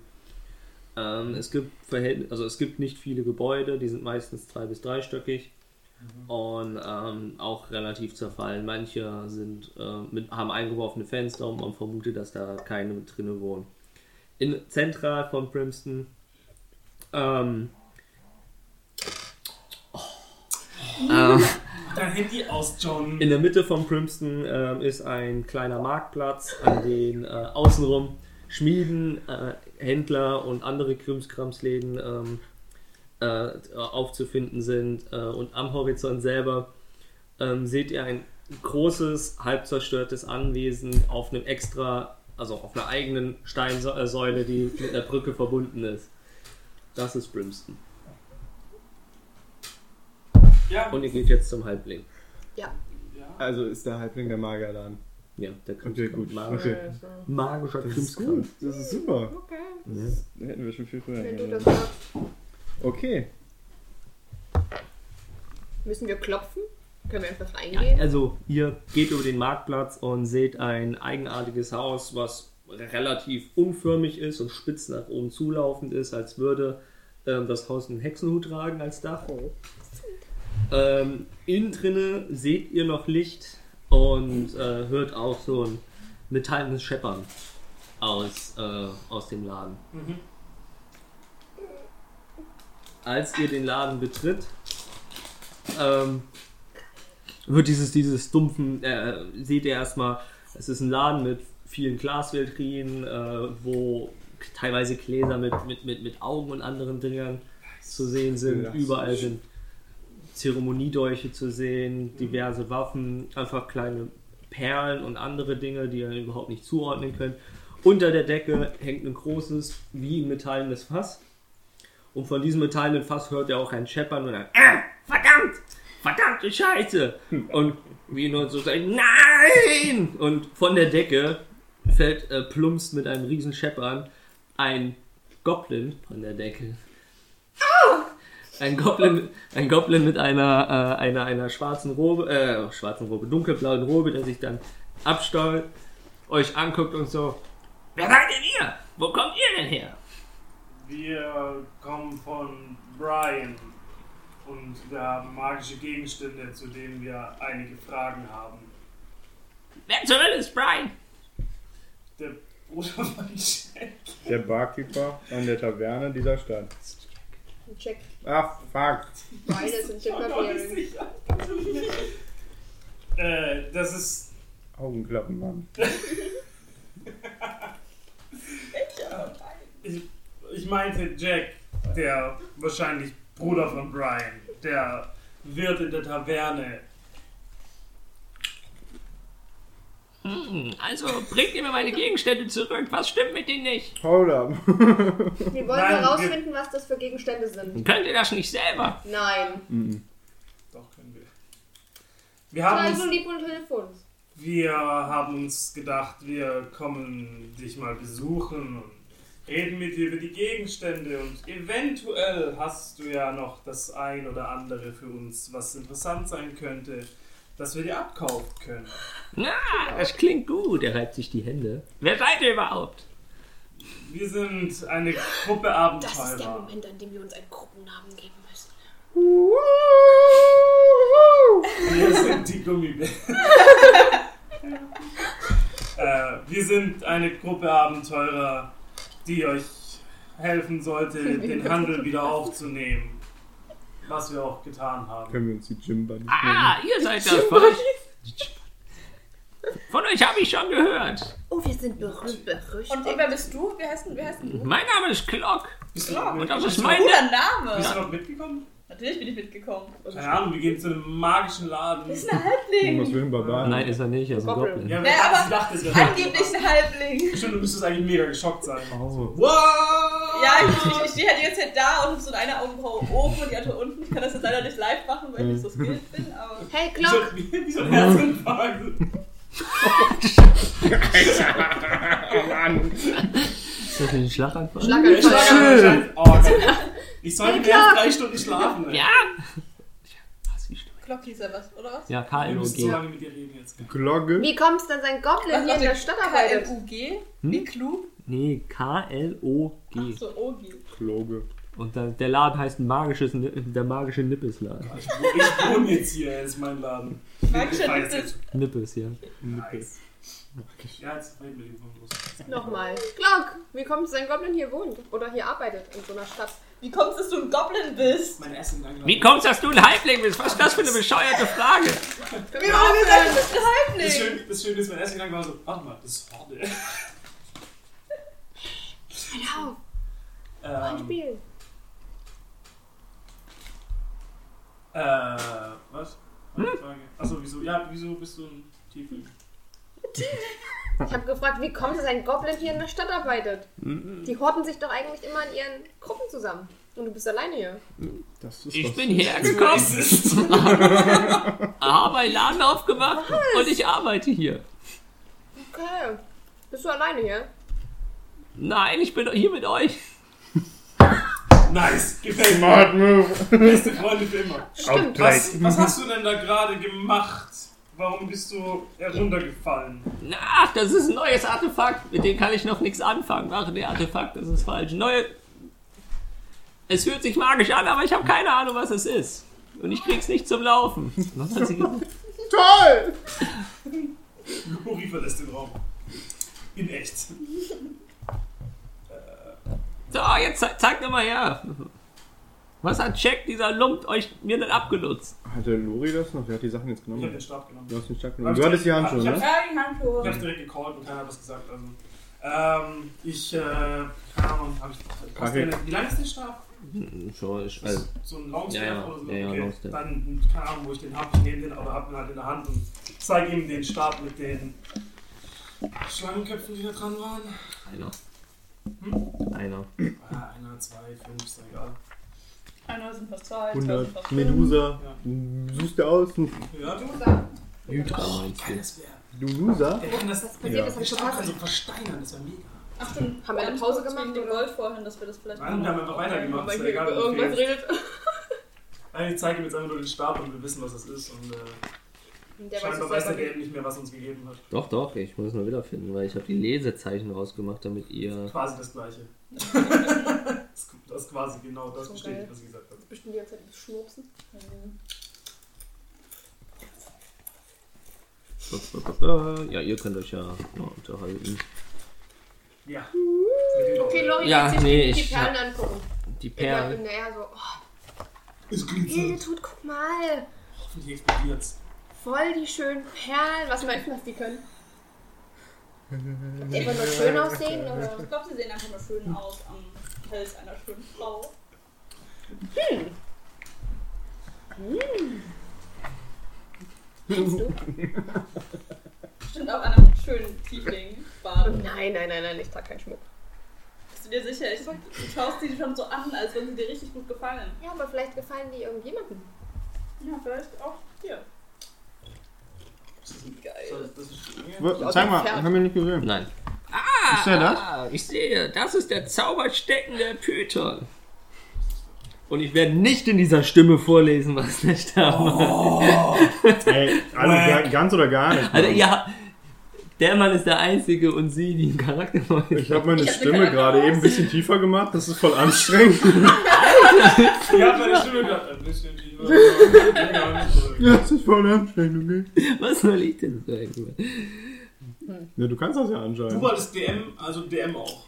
Ähm, es, gibt Verhält- also es gibt nicht viele Gebäude, die sind meistens drei- bis dreistöckig und ähm, auch relativ zerfallen. Manche sind, äh, mit, haben eingeworfene Fenster und man vermutet, dass da keine drinne wohnen. In Zentral von Brimston ähm, ähm,
Dein Handy aus, John.
in der Mitte von Primston ähm, ist ein kleiner Marktplatz, an den äh, außenrum Schmieden, äh, Händler und andere Krimskramsläden ähm, äh, aufzufinden sind. Äh, und am Horizont selber ähm, seht ihr ein großes, halb zerstörtes Anwesen auf einem extra, also auf einer eigenen Steinsäule, die mit einer Brücke verbunden ist. Das ist Brimston.
ja.
Und ihr geht jetzt zum Halbling.
Also ist der Halbling der Magierladen.
Ja, der Krebs.
Okay, gut. Okay.
Magischer
Das ist gut. Das ist super. Das hätten wir schon viel früher.
Wenn du das
gemacht.
sagst,
Okay.
müssen wir klopfen? Können wir einfach
Ja,
reingehen?
also, ihr
geht über den Marktplatz und seht ein eigenartiges Haus, was relativ unförmig ist und spitz nach oben zulaufend ist, als würde ähm, das Haus einen Hexenhut tragen als Dach. Ähm, innen drinne seht ihr noch Licht und äh, hört auch so ein metallenes Scheppern aus, äh, aus dem Laden. Als ihr den Laden betritt, ähm,
wird dieses, dieses dumpfen, äh, seht ihr erstmal, es ist ein Laden mit vielen Glasvitrinen, äh, wo teilweise Gläser mit, mit, mit, mit Augen und anderen Dingern zu sehen sind.
Glas.
Überall sind Zeremoniedolche zu sehen, diverse Waffen, einfach kleine Perlen und andere Dinge, die ihr überhaupt nicht zuordnen könnt. Unter der Decke hängt ein großes, wie ein metallenes Fass. Und von diesem metallenen Fass hört ihr auch ein Scheppern und ein äh, Verdammt! verdammte Scheiße! Und wie nur so sagt, nein! Und von der Decke fällt äh, plumpst mit einem riesen Scheppern ein Goblin von der Decke. Ein Goblin, ein Goblin mit einer, äh, einer, einer schwarzen Robe, äh, schwarzen Robe, dunkelblauen Robe, der sich dann abstaut, euch anguckt und so, wer seid denn ihr? Wo kommt ihr denn her?
Wir kommen von Brian und wir haben magische Gegenstände, zu denen wir einige Fragen haben.
Wer zur Hölle ist Brian?
Der Bruder von Jack.
Der Barkeeper an der Taverne dieser Stadt.
Ein Check.
Ach, fuck.
Beide sind
Oh
Check Barbarian.
Äh, das ist.
Augenklappen, Mann.
Ich, ich meinte Jack, der wahrscheinlich Bruder von Brian, der Wirt in der Taverne.
Hm, also bringt ihr mir meine Gegenstände zurück, was stimmt mit denen nicht?
Hold up.
Wir wollen
Nein,
herausfinden, was das für Gegenstände sind.
Könnt ihr das nicht selber?
Nein.
Doch können wir. Wir haben
Sei
uns
so lieb und hilf uns.
Wir haben uns gedacht, wir kommen dich mal besuchen und reden mit dir über die Gegenstände und eventuell hast du ja noch das ein oder andere für uns, was interessant sein könnte, dass wir dir abkaufen können.
Na, das klingt gut. Er reibt sich die Hände. Wer seid ihr überhaupt?
Wir sind eine Gruppe
Das ist der
Abenteurer.
Moment, an dem wir uns einen Gruppennamen geben müssen.
Wir sind die Gummibären. äh, wir sind eine Gruppe Abenteurer, die euch helfen sollte, den Handel wieder aufzunehmen. Was wir auch getan haben.
Können wir uns die Gym-Buddies
Ah, ihr seid das. Von euch, von euch habe ich schon gehört.
Oh, wir sind berühmt, berüchtigt.
Und, und wer bist du? Wer heißt denn, wer heißt denn du?
Mein Name ist Glock.
Bist du noch
Und das ist meine.
mitgekommen?
Guter Name!
Bist du noch mitgekommen?
Natürlich bin ich mitgekommen.
Keine Ahnung, wir gehen zu einem magischen Laden.
Das ist ein Halbling!
nehmen? Was will ein Barbar?
Nein, ist er nicht. Er ist ein
Goblin.
Goblin.
Ja,
Ja, aber
dachte, es wäre
Angeblich ein Halbling.
Stimmt, du müsstest eigentlich mega geschockt sein.
Oh.
Wow!
Ja, ich, ich, ich stehe halt jetzt halt da und hab so eine Augenbraue oben und die andere unten. Ich kann das jetzt leider nicht live machen, weil ich nicht so
Mhm.
skilled bin, aber.
Hey,
Wie so,
Glock!
wie, wie so ein Herzinfarkt.
Mann.
Ist das ein Schlaganfall?
Ich schlage
Schlaganfall.
einfach wahrscheinlich- Oh, Gott. Ich sollte mehr als drei Stunden schlafen. ey.
Ja. Was, die Stimme?
Glock hieß er was, oder was?
Ja,
Wir müssen so
KLOG.
lange mit dir reden jetzt.
Glocke.
Wie kommt es denn, sein Goblin hier in der Stadt arbeitet?
Hm?
KLUG? Wie klug?
Nee, K-L-O-G.
So, Ogi.
Kloge.
Und dann, der Laden heißt ein magisches, Ni- der magische Nippesladen.
Ich wohne jetzt hier, ey, ist mein Laden.
Mag schon
weiß
dieses-
Nippes, ja.
Nice. Ja, jetzt reden wir irgendwann los.
Nochmal. Glock, wie kommt es, sein Goblin hier wohnt? Oder hier arbeitet in so einer Stadt?
Wie kommst du, dass du ein Goblin bist?
Mein Essen lang.
Wie kommt's, dass du ein Halbling bist? Was ist das für eine bescheuerte Frage?
Wir haben gesagt, du bist ein
Das
Halbling!
Schöne, das Schöne ist, mein erster Gedanke war so, warte mal, das ist Horde.
Genau.
Ähm,
Spiel.
äh, was? Meine Frage. Achso, wieso? Ja, wieso bist du ein Tiefling?
Ich habe gefragt, wie kommt es, ein Goblin hier in der Stadt arbeitet? Die horten sich doch eigentlich immer in ihren Gruppen zusammen. Und du bist alleine hier.
Das ist
Ich
was.
bin hergekommen, habe einen Laden aufgemacht und ich arbeite hier.
Okay. Bist du alleine hier?
Nein, ich bin hier mit euch.
Nice, gefällt mir.
Smart move.
Beste Freunde für immer.
Outplayed.
Was, was hast du denn da gerade gemacht? Warum bist du heruntergefallen?
Ach, das ist ein neues Artefakt. Mit dem kann ich noch nichts anfangen. Ach, nee, Artefakt, das ist falsch. Neue. Es fühlt sich magisch an, aber ich habe keine Ahnung, was es ist. Und ich krieg's nicht zum Laufen. Was hat sie gesagt?
Toll!
Guri verlässt den Raum. In echt.
So, jetzt ze- zeigt doch mal her. Was hat Jack, dieser Lump, euch mir denn abgenutzt?
Hatte Lori das noch? Wer hat die Sachen jetzt
Ich habe
genommen?
den Stab genommen.
Du hast den Stab genommen. Du hattest die Handschuhe, ne?
Ja, die Handschuhe.
Ich habe direkt gecallt und keiner hat was gesagt. Also, ähm, ich, äh, keine Ahnung, habe ich. hast du eine- Wie lang ist der Stab?
Schon, ich, also,
So ein Longstab
Ja, ja,
oder so?
ja, ja,
okay.
Longstab.
Dann, keine Ahnung, wo ich den habe. Ich nehme den, aber habe ihn halt in der Hand und zeige ihm den Stab mit den Schlangenköpfen, die da dran waren.
einer. Einer.
Ah, einer, zwei, fünf, ist doch egal.
Einer sind fast zwei, zwei sind
100.
fast
Medusa.
Ja.
Du Suchst du aus?
Ja, du?
Hydra meinst du?
Das wäre.
Du Loser?
Der kann das, das
Ja.
der Stab kann so versteinern, das wäre mega.
Ach stimmt,
Haben wir eine Pause gemacht,
Wegen dem
oder?
Gold vorhin, dass wir das vielleicht.
Nein, wir haben einfach weitergemacht,
Weil
ist ja
hier
egal.
über
ob du
irgendwas
fehlst.
redet.
Nein, Ich zeige ihm jetzt einfach nur den Stab und wir wissen, was das ist. Und äh,
Der
scheinbar weiß der DM nicht mehr, was er uns gegeben hat.
Doch, doch, ich muss es nur wiederfinden, weil ich habe die Lesezeichen rausgemacht, damit ihr.
Quasi das Gleiche. das, das ist quasi genau das
So
bestätigt,
geil.
was ich gesagt habe.
bestimmt die ganze Zeit schnurpsen.
Ja, ihr könnt euch ja noch unterhalten.
Ja.
Okay, Lori,
Ja,
jetzt
nee,
die
ich-
Perlen angucken.
Die
Ja.
Perlen.
Naja, so, oh,
Es glitzert.
Hilde tut, guck mal.
Hoffentlich explodiert's.
Voll die schönen Perlen. Was meinst du, was die können? Die einfach nur schön aussehen, aber.
Ich glaube, sie sehen einfach mal schön aus am Hals einer schönen Frau. Hm.
Siehst du?
Bestimmt Hm. auch an einem schönen Tiefling. Bade.
Nein, nein, nein, nein, ich trage keinen Schmuck.
Bist du dir sicher? Ich, du schaust die schon so an, als würden sie dir richtig gut gefallen.
Ja, aber vielleicht gefallen die irgendjemandem.
Ja, vielleicht auch hier.
So, Das ist
Zeig mal, haben wir nicht gesehen.
Nein.
Ist der das?
Ah, ich sehe, das ist der Zauberstecken der Python. Und ich werde nicht in dieser Stimme vorlesen, was der Stab
Oh,
macht.
Ey,
Äh.
alle ga- ganz oder gar nicht.
Alter, Also, ja, der Mann ist der Einzige und sie, die im Charakter
Ich habe meine Stimme gerade eben ein bisschen tiefer gemacht. Das ist voll anstrengend.
Ich hab meine Stimme gehabt. Ein bisschen tiefer. Ja, nicht so.
Ja, das ist voll anstrengend, okay?
Was soll ich denn sagen?
Ja, du kannst das ja
Du
anscheinend.
wolltest DM, also DM auch.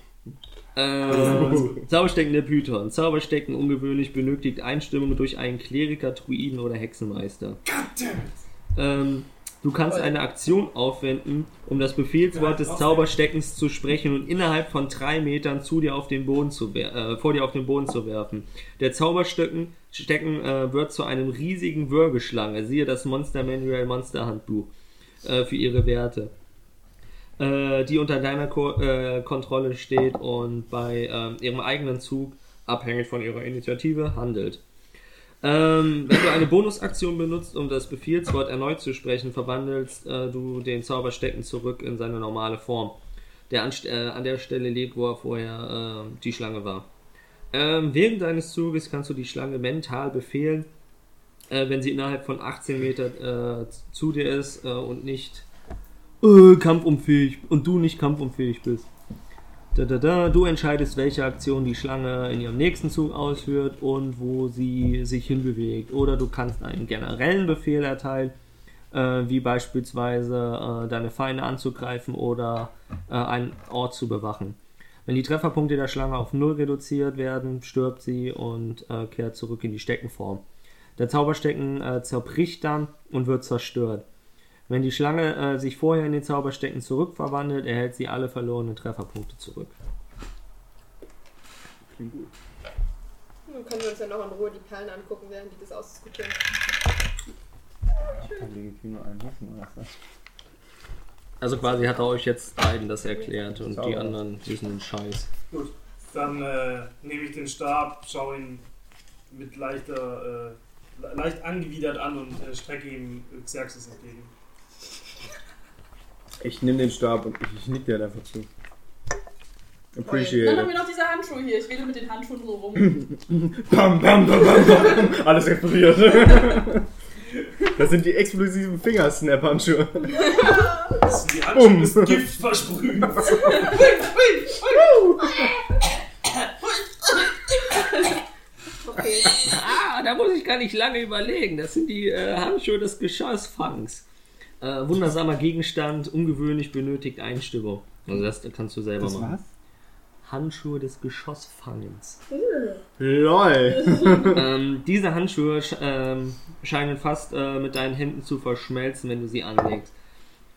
Also,
Ähm, Zauberstecken der Python. Zauberstecken ungewöhnlich benötigt Einstimmung durch einen Kleriker, Druiden oder Hexenmeister. Ähm, du kannst eine Aktion aufwenden, um das Befehlswort des Zaubersteckens zu sprechen und innerhalb von drei Metern zu dir auf den Boden zu wer- äh, vor dir auf den Boden zu werfen. Der Zauberstecken Stecken, äh, wird zu einem riesigen Würgeschlange. Siehe das Monster Manual Monster Handbuch äh, für ihre Werte äh, die unter deiner Ko äh, Kontrolle steht und bei ähm, ihrem eigenen Zug, abhängig von ihrer Initiative, handelt. Ähm, wenn du eine Bonusaktion benutzt, um das Befehlswort erneut zu sprechen, verwandelst äh, du den Zauberstecken zurück in seine normale Form, der an, äh, an der Stelle lebt, wo er vorher äh, die Schlange war. Ähm, während deines Zuges kannst du die Schlange mental befehlen, äh, wenn sie innerhalb von 18 Meter äh, zu dir ist äh, und nicht äh, kampfunfähig und du nicht kampfunfähig bist. Da, da, da. Du entscheidest, welche Aktion die Schlange in ihrem nächsten Zug ausführt und wo sie sich hinbewegt. Oder du kannst einen generellen Befehl erteilen, äh, wie beispielsweise äh, deine Feinde anzugreifen oder äh, einen Ort zu bewachen. Wenn die Trefferpunkte der Schlange auf null reduziert werden, stirbt sie und äh, kehrt zurück in die Steckenform. Der Zauberstecken äh, zerbricht dann und wird zerstört. Wenn die Schlange äh, sich vorher in den Zauberstecken zurückverwandelt, erhält sie alle verlorenen Trefferpunkte zurück.
Dann können wir uns ja noch in Ruhe die Perlen angucken, während die das ausdiskutieren.
Also quasi hat er euch jetzt beiden das erklärt und die
Sauber.
anderen wissen den Scheiß.
Gut. Dann äh, nehme ich den Stab, schaue ihn mit leichter, äh, le- leicht angewidert an und äh, strecke ihm Xerxes entgegen.
Ich nehme den Stab und ich, ich nick dir halt einfach zu.
Dann haben
Appreciate. it.
wir noch diese Handschuhe hier. Ich wähle mit den Handschuhen so rum.
Bam, bam, bam, bam, bam. Alles explodiert. Das sind die explosiven Fingersnap-Handschuhe.
Das sind die Handschuhe
Um.
des Gift versprühen.
Okay.
Ah, da muss ich gar nicht lange überlegen. Das sind die äh, Handschuhe des Geschossfangs. Äh, wundersamer Gegenstand, ungewöhnlich benötigt Einstimmung. Also das kannst du selber machen. Handschuhe des Geschossfangens.
Lol.
ähm, diese Handschuhe sch ähm, scheinen fast äh, mit deinen Händen zu verschmelzen, wenn du sie anlegst.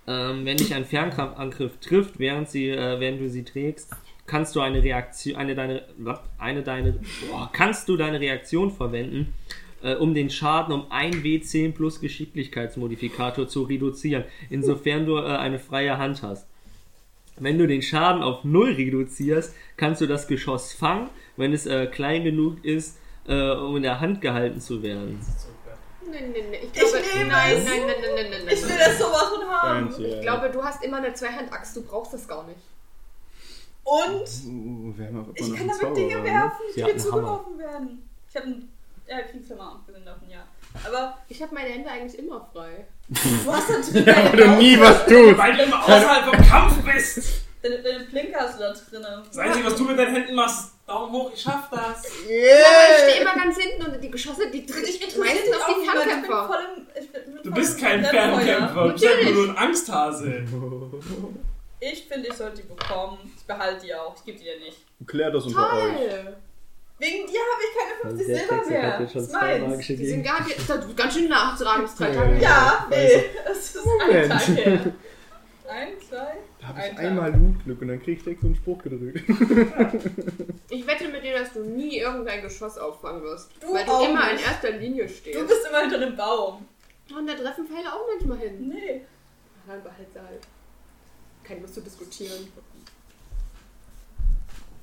Ähm, wenn dich ein Fernkampfangriff trifft, während, sie, äh, während du sie trägst, kannst du eine Reaktion, eine deine, eine deine, boah, kannst du deine Reaktion verwenden, äh, um den Schaden um 1 W10 plus Geschicklichkeitsmodifikator zu reduzieren, insofern du äh, eine freie Hand hast. Wenn du den Schaden auf 0 reduzierst, kannst du das Geschoss fangen, wenn es äh, klein genug ist, äh, um in der Hand gehalten zu werden.
Nein, nein, nein. Ich
Ich
glaube,
nehme
nein,
es.
nein, nein, nein, nein, nein, nein.
Ich will das sowas von haben.
Ich glaube, du hast immer eine Zweihandaxt, du brauchst das gar nicht.
Und
Wir haben auch immer
ich
noch
kann
einen
damit
Zauberer,
Dinge
oder?
werfen, die
Sie hat
mir
einen
zugeworfen werden. Ich habe einen. Ja, ich krieg's ja mal abgesehen davon, ja. Aber
Ich habe meine Hände eigentlich immer frei.
du hast dann drin
Ja, weil
deine,
du nie was tust.
Weil du immer außerhalb vom Kampf bist.
deine, deine Blinker hast du da drin.
Das Einzige, was du mit deinen Händen machst, Daumen hoch, ich schaff das.
Aber ich stehe immer ganz hinten und die Geschosse, die drücken
Ich
meistens
interessiere
auf die Fernkämpfer.
Du bist kein Fernkämpfer, du bist einfach nur ein Angsthase.
Ich finde, ich sollte die bekommen. Ich behalte die auch. Ich gebe die dir nicht.
Klär das unter euch.
Toll!
Wegen dir habe ich keine
Also
50
Der
Silber
Texel
mehr.
hat dir schon
Das ist
zwei
meins.
magische
Die sind
Gegen-
gar nicht, das ist ganz schön nachzutragen bis drei
Ja,
Tage.
ja.
Ja, nee.
Also,
Das ist ein
Moment.
Tag her. Ein, zwei.
Da habe
Alter.
ich einmal Loot-Glück und dann krieg ich direkt so einen Spruch gedrückt.
Ich wette mit dir, dass du nie irgendein Geschoss auffangen wirst.
Du
weil du
auch
immer
nicht.
in erster Linie stehst.
Du bist immer hinter dem Baum.
Und da treffen Pfeile auch manchmal hin.
Nee.
Na, Dann behalt sie halt. Keine Lust zu diskutieren.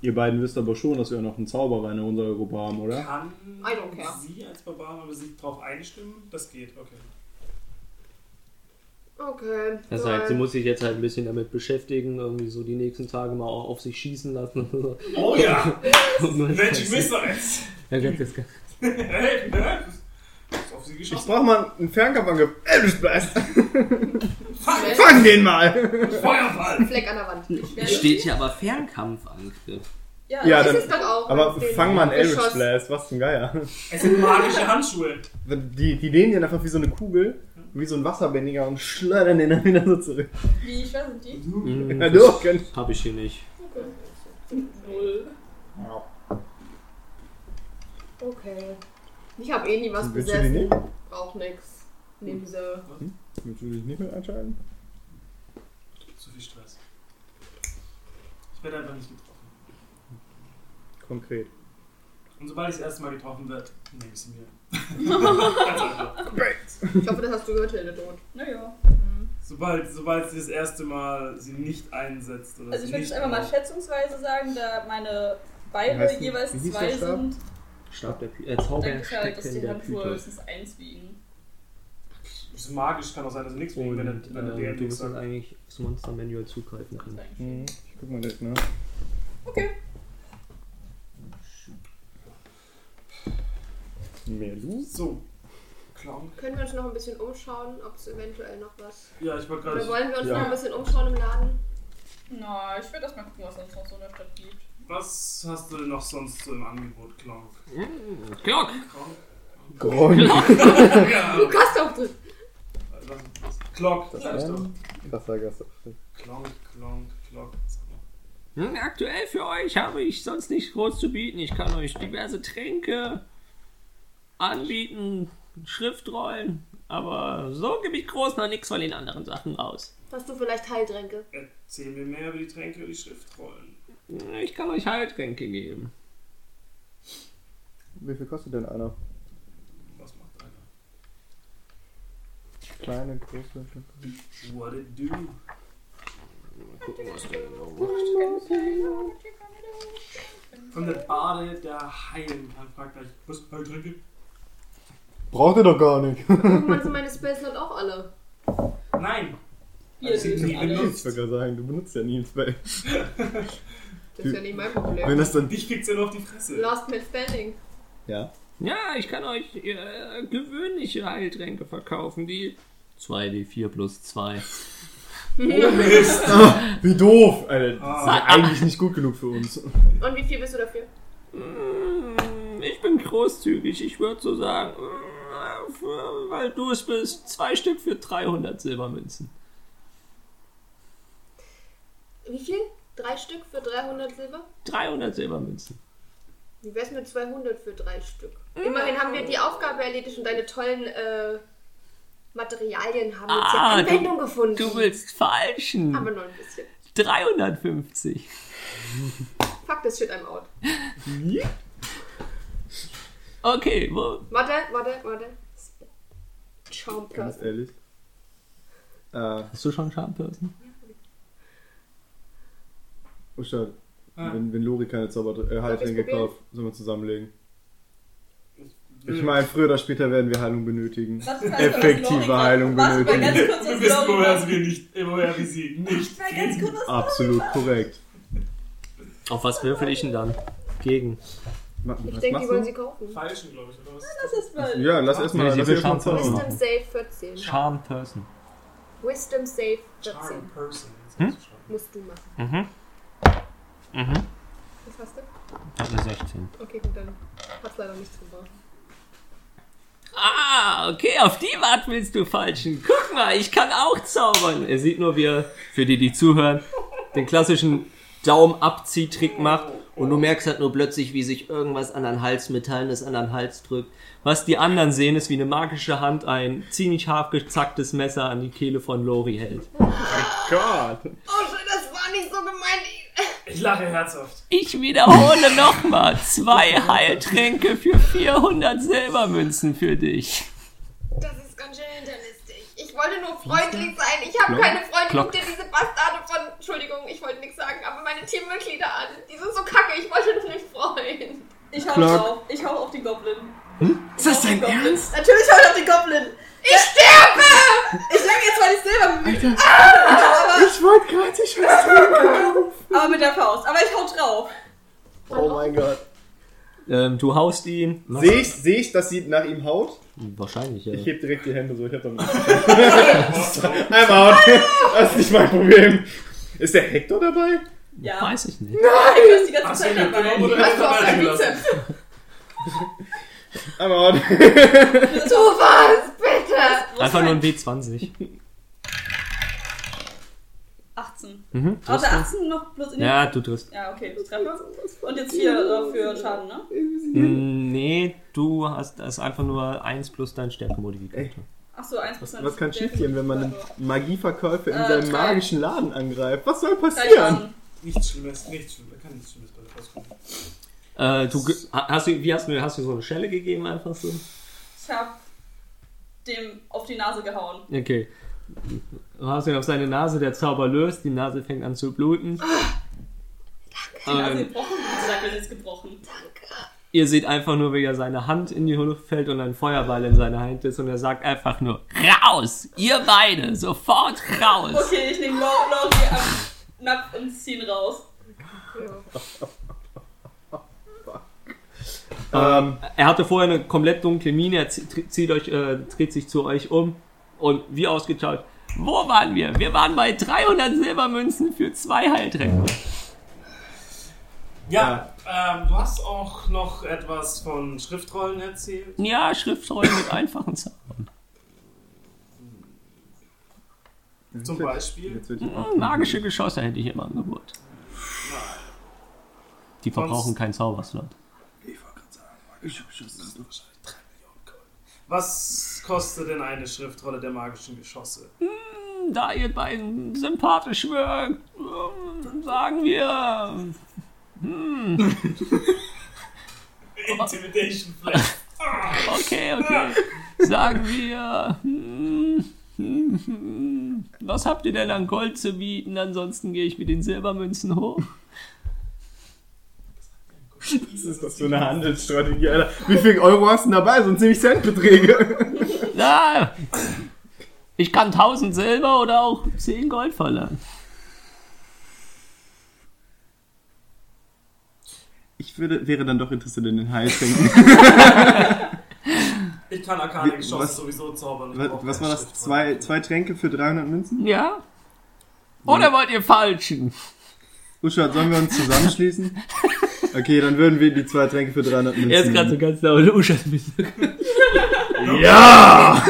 Ihr beiden wisst aber schon, dass wir noch einen Zauberer in unserer Gruppe haben, oder?
Kann
I don't care.
sie als Barbarer besiegt darauf einstimmen? Das geht, okay.
Okay.
Das heißt, sie muss sich jetzt halt ein bisschen damit beschäftigen, irgendwie so die nächsten Tage mal auch auf sich schießen lassen.
Oh ja,
Und nur-
Magic Missiles.
Ja, ganz, ganz, ganz.
Hey, ne? Ist auf sie
Ich
geschossen.
brauch mal einen Fernkampfangriff. Eldritch Blast!
Fleck,
Fang den mal!
Feuerball!
Fleck an der Wand.
Steht hier aber Fernkampfangriff.
Ja,
Ja,
das
dann,
ist doch auch.
aber
wenn's den
fang mal einen Eldritch
Geschoss-
Blast, was zum Geier.
Es sind magische Handschuhe.
Die, die lehnen den einfach wie so eine Kugel, wie so ein Wasserbändiger und schleudern den dann wieder so zurück.
wie schwer sind die?
Mhm.
Ja, doch, könnt-
Hab ich hier nicht.
Null.
Okay. Ich habe eh nie was
Willst du die
besessen.
nehmen?
Brauch nix. Nehmen sie.
Willst du dich nicht mit einschalten?
Zu viel Stress. Ich werde einfach nicht getroffen.
Konkret.
Und sobald ich das erste Mal getroffen werde, nehme ich sie mir.
Ich hoffe, das hast du gehört, Hildedot.
Naja.
Sobald, sobald sie das erste Mal sie nicht einsetzt. Oder
Also ich
sie
würde
nicht
jetzt einfach mal
braucht.
schätzungsweise sagen, da meine
Wie
Beine
heißt die-
jeweils
wie hieß
zwei
der Stab?
sind,
Stab der Pü äh,
denke ich halt, dass
Zauberstecken
die
der
Handschuhe
Pythos.
höchstens eins wiegen.
Das ist magisch, kann auch sein, dass sie nichts bringt,
Und
wenn
äh,
der- wenn der DM
du
nichts
musst dann
sagt.
eigentlich aufs Monster-Manual zugreifen können.
Hm, Ich guck mal das, ne?
Okay.
Mehr Loot?
So. Clown.
Können wir uns noch ein bisschen umschauen, ob es eventuell noch was.
Ja, ich wollte
Oder
gerade.
wollen wir uns
Ja.
noch ein bisschen umschauen im Laden?
Na, ich würde erstmal gucken, was sonst noch so in der Stadt gibt.
Was hast du denn noch sonst so im Angebot, Clown?
Glock!
Clown?
Groll.
ja,
Gastauftritt!
Also, was, was? Clock,
Das
sag ich doch.
ein krasser Gast.
Klonk, klonk, klonk.
Hm, Aktuell für euch habe ich sonst nicht groß zu bieten. Ich kann euch diverse Tränke anbieten, Schriftrollen, aber so gebe ich groß noch nichts von den anderen Sachen aus.
Hast du vielleicht Heiltränke?
Erzähl mir mehr über die Tränke und die Schriftrollen.
Hm, Ich kann euch Heiltränke geben.
Wie viel kostet denn einer?
Was macht einer?
Kleine, große.
What it do?
Mal gucken, was der genau macht.
Von der Bade der Heilen. Dann fragt gleich, was? Heiltränke?
Braucht ihr doch gar nicht.
Irgendwann sind meine Spells halt auch alle.
Nein! Also,
Bier
sie nie
süßen alle.
benutzt.
Ich wollte gerade sagen, du benutzt ja nie ins Bett.
Das ist ja nicht mein
Wenn
Problem.
das dann.
Dich kriegt's ja noch auf die Fresse.
Last Man Standing.
Ja.
Ja, ich kann euch äh, gewöhnliche Heiltränke verkaufen, die 2D4 plus 2.
Wie doof, Alter. Das ist ja
Ah.
eigentlich nicht gut genug für uns.
Und wie viel bist du dafür?
Mm, Ich bin großzügig, ich würde so sagen, mm, für- weil du es bist, zwei Stück für 300 Silbermünzen.
Wie viel? Drei Stück für 300 Silber?
300 Silbermünzen.
Wie wär's mit 200 für drei Stück?
Mm.
Immerhin haben wir die Aufgabe erledigt und deine tollen äh, Materialien haben jetzt ja
Ah, du-
Anwendung gefunden.
Du willst
Aber
falschen.
nur ein bisschen.
350.
Fuck this shit, I'm out.
Okay, wo?
Warte, warte, warte. Charm
Ganz
Person.
ehrlich. Äh,
Hast du schon Charmpörsen?
oh, schade.
Ah.
Wenn, wenn Lori keine Zauber äh, Heiltränke
probieren?
kauft, sollen wir zusammenlegen. Ich meine, früher oder später werden wir Heilung benötigen.
Das heißt,
Effektive
dass Lori kommt.
Heilung
Warte mal
benötigt.
ganz kurz,
Wir
was
wissen,
Lori
woher
macht.
wir nicht, äh, woher wir sie nicht
Mal ganz
kriegen.
kurz, was
Absolut korrekt.
Auf was würfel ich denn dann? Gegen.
Ma-
Ich denke,
was
die
machst
wollen
du?
sie kaufen.
Falschen, glaube ich, oder was?
das ist, weil
Ja, lass erstmal
Nee, sie
lass
will
erst mal
Shampoo.
zaubern.
Wisdom Save 14.
Charmpörsen.
Wisdom Save 14.
Charm Person. jetzt
Hm?
hast du schon.
Musst du machen.
Mhm. Mhm.
Was hast du?
Ich hab eine 16.
Okay, gut, dann hat's leider nichts gebracht.
Ah, okay, auf die Art willst du falschen. Guck mal, ich kann auch zaubern. Er sieht nur, wie er, für die, die zuhören, den klassischen Daumen-Abzieh-Trick macht. Und du merkst halt nur plötzlich, wie sich irgendwas an den Hals, Metallenes an den Hals drückt. Was die anderen sehen, ist, wie eine magische Hand ein ziemlich scharf gezacktes Messer an die Kehle von Lori hält.
Gott!
Oh, shit, das war nicht so gemeint.
Ich lache herzhaft.
Ich wiederhole nochmal, zwei Heiltränke für 400 Silbermünzen für dich.
Das ist ganz schön hinterlistig. Ich wollte nur freundlich sein. Ich habe keine Freunde.
Glock.
Guck dir diese Bastarde von. Entschuldigung, ich wollte nichts sagen, aber meine Teammitglieder an. Die sind so kacke. Ich wollte nur nicht freuen.
ich hau
Clark.
drauf. Ich hau auf den Goblin.
Ist das dein
Goblin.
Ernst?
Natürlich hau ich auf den Goblin.
Ich sterbe!
Ich lag jetzt mal nicht selber mit mir,
Ich wollte gerade die Scheiße
aber mit der Faust. Aber ich hau drauf.
Oh mein Gott.
Ähm, du haust ihn.
Sehe ich, seh ich, dass sie nach ihm haut?
Wahrscheinlich, ja.
Ich heb direkt die Hände so, ich hab damit. I'm out. Das ist nicht mein Problem. Ist der Hector dabei?
Ja.
Weiß ich nicht.
Ich bin die ganze
Hast du
Zeit
ihn mitgenommen
dabei.
oder hast du dabei gelassen?
I'm out.
Du warst, bitte!
Einfach nur ein W20.
18.
Mhm.
Hat der 18 noch bloß in den-
Ja, du triffst.
Ja, okay, das Treffer. Und jetzt hier äh, für Schaden, ne?
Mm, Nee, du hast das ist einfach nur 1 plus dein Stärkemodifikator.
Achso, 1%.
Was kann schiefgehen, wenn man
Also,
einen Magieverkäufer in
Äh,
seinem
drei.
magischen Laden angreift? Was soll passieren?
Schaden.
Nichts Schlimmes, nichts Schlimmes. Da kann nichts Schlimmes bei rauskommen.
Äh, du, ge- ha- hast du, wie hast du, hast du so eine Schelle gegeben einfach so?
Ich hab dem auf die Nase gehauen.
Okay. Du hast ihn auf seine Nase, der Zauber löst, die Nase fängt an zu bluten.
Die Nase
Ähm,
gebrochen? Ich sag, die ist gebrochen.
ihr seht einfach nur, wie er seine Hand in die Luft fällt und ein Feuerball in seiner Hand ist und er sagt einfach nur, raus! Ihr beide! Sofort raus!
Okay, ich nehme Lori am Napf und zieh ihn raus.
Ähm,
Er hatte vorher eine komplett dunkle Miene, er zie- tri- zieht euch, äh, dreht sich zu euch um und wie ausgetauscht. Wo waren wir? Wir waren bei 300 Silbermünzen für zwei Heiltränke.
Ja, ähm, du hast auch noch etwas von Schriftrollen erzählt.
Ja, Schriftrollen mit einfachen Zaubern.
Zum Beispiel.
Jetzt wird die
Hm, Magische Geschosse hätte ich im Angebot. Die verbrauchen
Sonst-
keinen Zauberslot.
Was kostet denn eine Schriftrolle der magischen Geschosse?
Hm, Da ihr beiden sympathisch wirkt, hm, sagen wir
Intimidation Flash.
Okay, okay. Sagen wir. hm, hm, hm, Was habt ihr denn an Gold zu bieten? Ansonsten gehe ich mit den Silbermünzen hoch.
Das ist doch so eine Handelsstrategie, Alter. Wie viel Euro hast du denn dabei? So ein ziemlich Centbeträge.
Na,
Ich kann 1000 Silber oder auch 10 Gold verlangen.
Ich würde, wäre dann doch interessiert in den Heiltrinken.
Ich kann Arcane
Was-
geschossen sowieso zaubern. ich
was,
brauch
was
keinen
war das?
Schritt.
Zwei, zwei Tränke für 300 Münzen?
Ja? Oder wollt ihr falschen?
Usha, sollen wir uns zusammenschließen? Okay, dann würden wir die zwei Tränke für 300 Münzen.
Er ist gerade so ganz laut.
Oh,
Usha ist ein bisschen.
Ja!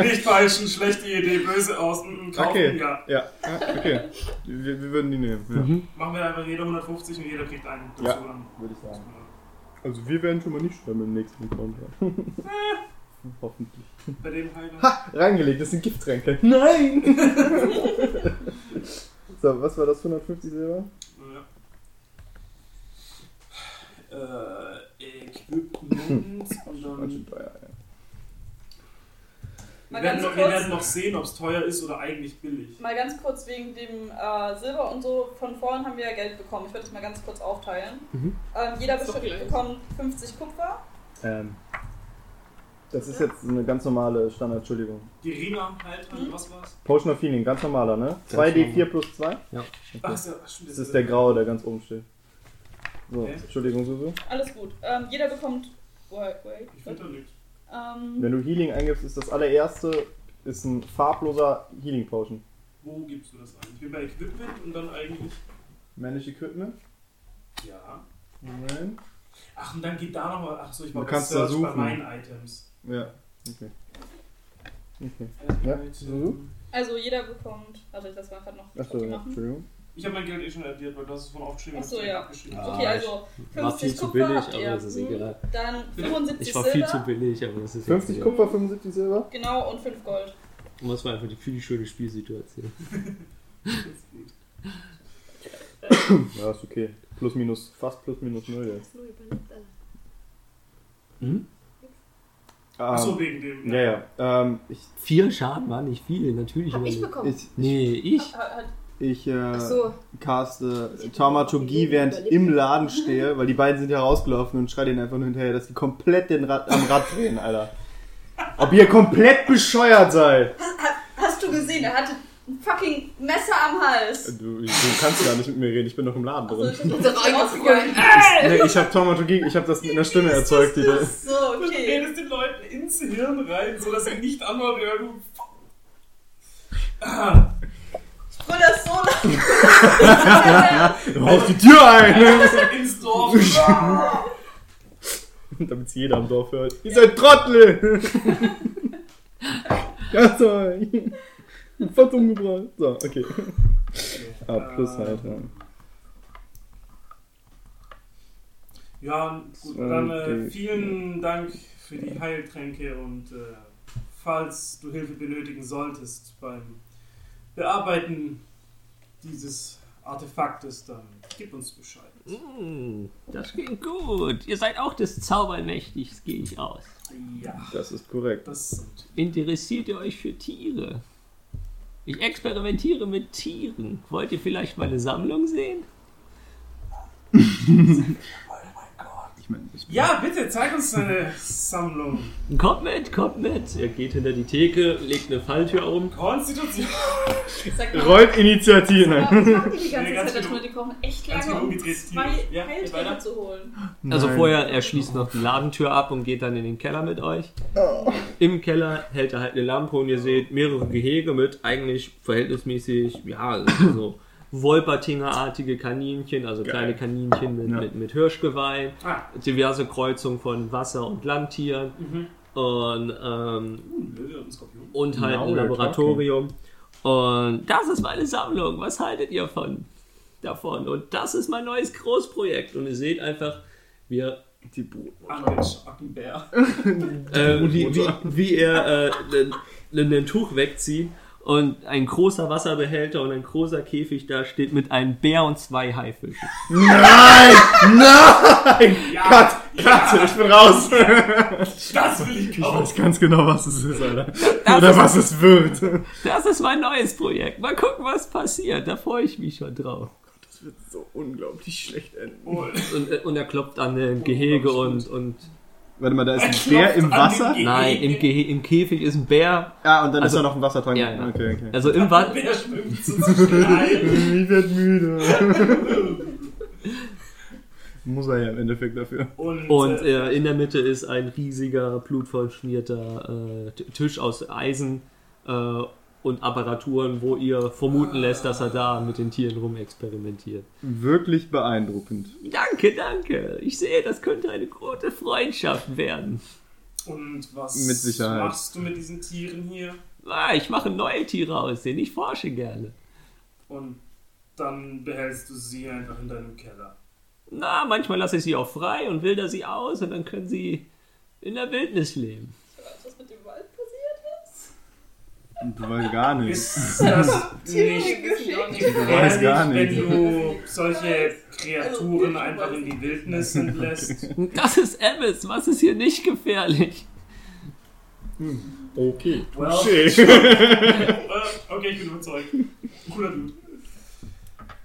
Nicht falschen, schlechte Idee, böse aus. Mm, kaufen,
Okay.
ja.
Ja, ja, okay. Wir, wir würden die nehmen. Ja,
Machen wir einfach jeder 150 und jeder kriegt einen dazu.
Ja.
Dann.
würde ich sagen. Also wir werden schon mal nicht schwimmen im nächsten Encounter. Hoffentlich.
Bei dem Heiler.
Reingelegt, das sind Gifttränke. Nein! so, was war das? 150 Silber?
Ja. Äh, Equipment
Ganz
und dann.
schön teuer, ja.
Wir
Mal
werden,
ganz
noch, wir
kurz.
werden noch sehen, ob es teuer ist oder eigentlich billig.
Mal ganz kurz wegen dem äh, Silber und so, von vorn haben wir ja Geld bekommen. Ich würde das mal ganz kurz aufteilen. Ähm, jeder
Ist doch
bestimmt
gleich.
bekommt 50 Kupfer.
Ähm, das ist jetzt eine ganz normale Standard, Entschuldigung.
Die Rina halt,
Hm?
mhm. was war's?
Potion of Healing, ganz normaler, ne? 2d4 plus 2.
Ach, ist ja, ach, stimmt,
Das ist der graue, der ganz oben steht. So,
Okay.
Entschuldigung, Susu.
Alles gut. Ähm, jeder bekommt. Wait, wait.
Ich finde da nichts.
Ähm,
Wenn du Healing eingibst, ist das allererste ist ein farbloser Healing Potion.
Wo gibst du das ein? Ich bin bei Equipment und dann eigentlich.
Manage Equipment.
Ja.
Nein.
Ach, und dann geht da nochmal. Ach so, ich
Du
war bei
kannst da
Search bei
suchen.
meinen Items.
Ja, okay. Okay. Ja,
Äh,
Mhm.
Item.
Susu?
also jeder bekommt. Warte, ich lass mal gerade noch
Achso,
die
ja,
machen.
Entschuldigung.
Ich habe mein Geld eh schon addiert, weil das ist von aufgeschrieben.
Ach so,
hab's direkt
ja.
abgeschrieben.
Ah.
Okay, also
War viel
50
zu
Kupfer
billig,
habt
aber
ihr. Hm?
das ist egal.
Dann 75
Ich war
Silber.
viel zu billig, aber das ist
50
egal.
Kupfer, 75 Silber.
Genau, und 5 Gold.
Und das war einfach die viel schöne Spielsituation.
Ja, ist okay. Plus minus, fast plus minus null jetzt.
Nur überlebt alles.
Ach so,
Ähm,
wegen dem.
ja, ja. Ähm, ich,
Vier Schaden war nicht viel, natürlich.
Hab
aber
ich
nicht.
bekommen.
ich,
Nee, ich.
Hat, hat,
ich äh,
Achso,
caste Taumaturgie, während ich im Laden stehe, weil die beiden sind ja rausgelaufen und schreit ihnen einfach nur hinterher, dass die komplett den Rad, am Rad drehen, Alter. Ob ihr komplett bescheuert seid.
hast du gesehen, er hatte ein fucking Messer am Hals.
Du, du kannst gar nicht mit mir reden, ich bin doch im Laden drin.
Also, ich hab
So
das
reingegangen.
rausgegangen.
Nee, ich habe Taumaturgie, ich habe das mit einer Stimme erzeugt. Die da,
So,
Du
okay.
redest den Leuten ins Hirn rein, sodass sie nicht anhören hören. Ah,
Ich wollte das so lange.
auf die Tür ein!
ins Dorf. Ah.
Damit es jeder am Dorf hört. Ihr seid Trottel! ja, so. Fast umgebracht. So, okay. Ah, plus halt, ja.
Ja, gut,
Zwei,
dann äh,
die-
vielen Dank für die Heiltränke und äh, falls du Hilfe benötigen solltest beim Bearbeiten dieses Artefaktes, dann gib uns Bescheid.
Hm, das ging gut. Ihr seid auch des Zaubermächtigs, gehe ich aus.
Ja,
Das ist korrekt.
das sind
Interessiert ihr euch für Tiere? Ich experimentiere mit Tieren. Wollt ihr vielleicht meine Sammlung sehen?
Ja, bitte, zeig uns deine Sammlung.
Kommt mit, kommt mit.
Er geht hinter die Theke, legt eine Falltür um.
Konstitution.
Sag mal,
Rollt Initiative.
warum sagen die die ganze
Nee, ganz
Zeit da
viel-
drüber? Die brauchen echt
ganz genau,
lange,
viel
um
umgedreht,
zwei
Tiere. Ja, geht
Heiltränke
weiter.
zu holen.
Also
Nein.
vorher, er schließt noch die Ladentür ab und geht dann in den Keller mit euch.
Oh.
Im Keller hält er halt eine Lampe und ihr seht mehrere Gehege mit eigentlich verhältnismäßig, ja, so Wolpertinger-artige Kaninchen, also kleine Kaninchen mit, mit, mit Hirschgeweih,
Ah.
diverse Kreuzungen von Wasser- und Landtieren
Mhm.
und
uh,
ähm,
Löwe und ein Skorpion.
und halt
Now
ein
we're
Laboratorium. Und das ist meine Sammlung. Was haltet ihr von, davon? Und das ist mein neues Großprojekt. Und ihr seht einfach, wir,
Die Bro-
Arnold Schackenbär.
Ähm,
äh, wie, wie, wie er äh, ein Tuch wegzieht und ein großer Wasserbehälter und ein großer Käfig da steht mit einem Bär und zwei Haifischen.
Nein! Nein! Cut! Cut! Ich bin raus!
Das will ich
Ich
kaufen.
weiß ganz genau, was es ist, Alter. Oder was es wird.
Das ist mein neues Projekt. Mal gucken, was passiert. Da freue ich mich schon drauf.
Das wird so unglaublich schlecht enden.
Wohl.
Oh,
Und, äh, und er klopft an den Gehege und, und
Warte mal, da ist
Er
ein Bär
klopft
im
an
Wasser?
den Ge-
Nein, im, Ge im Käfig ist ein Bär.
Ah, und dann
Also-
ist da noch ein Wasser dran.
Ja, ja.
Okay, okay.
Also im Wasser.
Wer schwimmt zu Stein?
Ich werd müde. Muss er ja im Endeffekt dafür.
Und,
Und
äh,
äh, in der Mitte ist ein riesiger, blutverschmierter äh, T- Tisch aus Eisen äh, und Apparaturen, wo ihr vermuten lässt, dass er da mit den Tieren rumexperimentiert.
Wirklich beeindruckend.
Danke, danke. Ich sehe, das könnte eine große Freundschaft werden.
und was
Mit Sicherheit.
machst du mit diesen Tieren hier?
Ah, ich mache neue Tiere aus, denen ich forsche gerne.
Und dann behältst du sie einfach in deinem Keller.
Na, manchmal lasse ich sie auch frei und wilder sie aus und dann können sie in der Wildnis leben.
Weißt du, was mit dem Wald passiert ist?
Und Du weißt gar nichts.
Ist das nicht
weiß gar
gefährlich,
nicht.
wenn du solche Kreaturen einfach in die Wildnis entlässt?
Das ist Emmis, was ist hier nicht gefährlich?
Okay.
Well,
Shit.
äh, okay, ich bin überzeugt. Cooler Dude.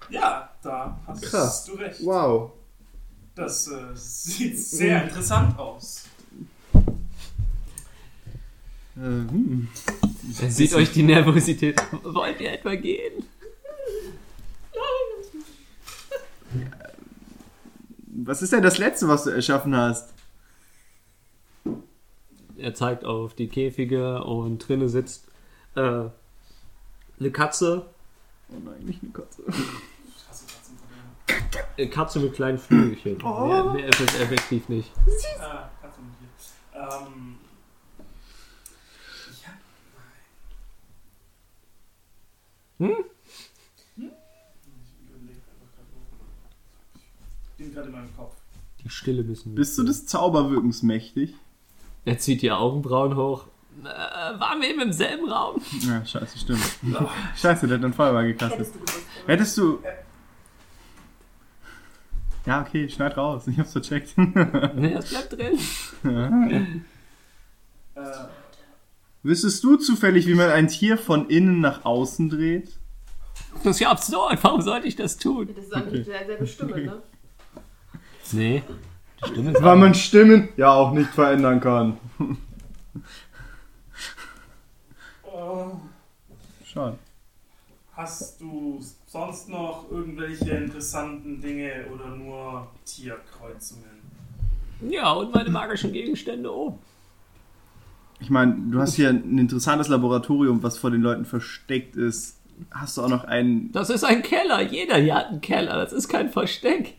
Ja, da hast
Krass.
du recht.
Wow.
Das äh, sieht sehr interessant aus.
Ähm,
Seht euch die Nervosität. Wollt ihr etwa gehen?
Was ist denn das Letzte, was du erschaffen hast?
er zeigt auf die Käfige und drinnen sitzt äh, eine Katze,
Oh nein, nicht eine Katze.
Krasse Katzen.
eine Katze mit kleinen Flügelchen.
Oh.
Mehr, mehr ist es effektiv nicht.
Ah, Katzen hier. Ähm, ich hab
Hm?
Ich überleg einfach grad so. Ich bin gerade in meinem Kopf.
Die Stille müssen. wir-
Bist du des Zauberwirkens mächtig?
Er zieht die Augenbrauen hoch. Äh, waren wir eben im selben Raum?
Ja, scheiße, stimmt. scheiße, der hat einen Feuerball gekastet.
Hättest du gewusst. oder?
Hättest du. Ja, okay, schneid raus. Ich hab's vercheckt.
Nee, das bleibt drin.
Äh,
Wüsstest du zufällig, wie man ein Tier von innen nach außen dreht?
Das ist ja absurd. Warum sollte ich das tun?
Das ist eine selbe Stimme, ne?
Nee. Die Stimme ist
Weil man Stimmen ja auch nicht verändern kann.
oh,
Schade.
hast du sonst noch irgendwelche interessanten Dinge oder nur Tierkreuzungen?
Ja, und meine magischen Gegenstände oben.
Ich meine, du hast hier ein interessantes Laboratorium, was vor den Leuten versteckt ist. Hast du auch noch einen
Das ist ein Keller. Jeder hier hat einen Keller. Das ist kein Versteck.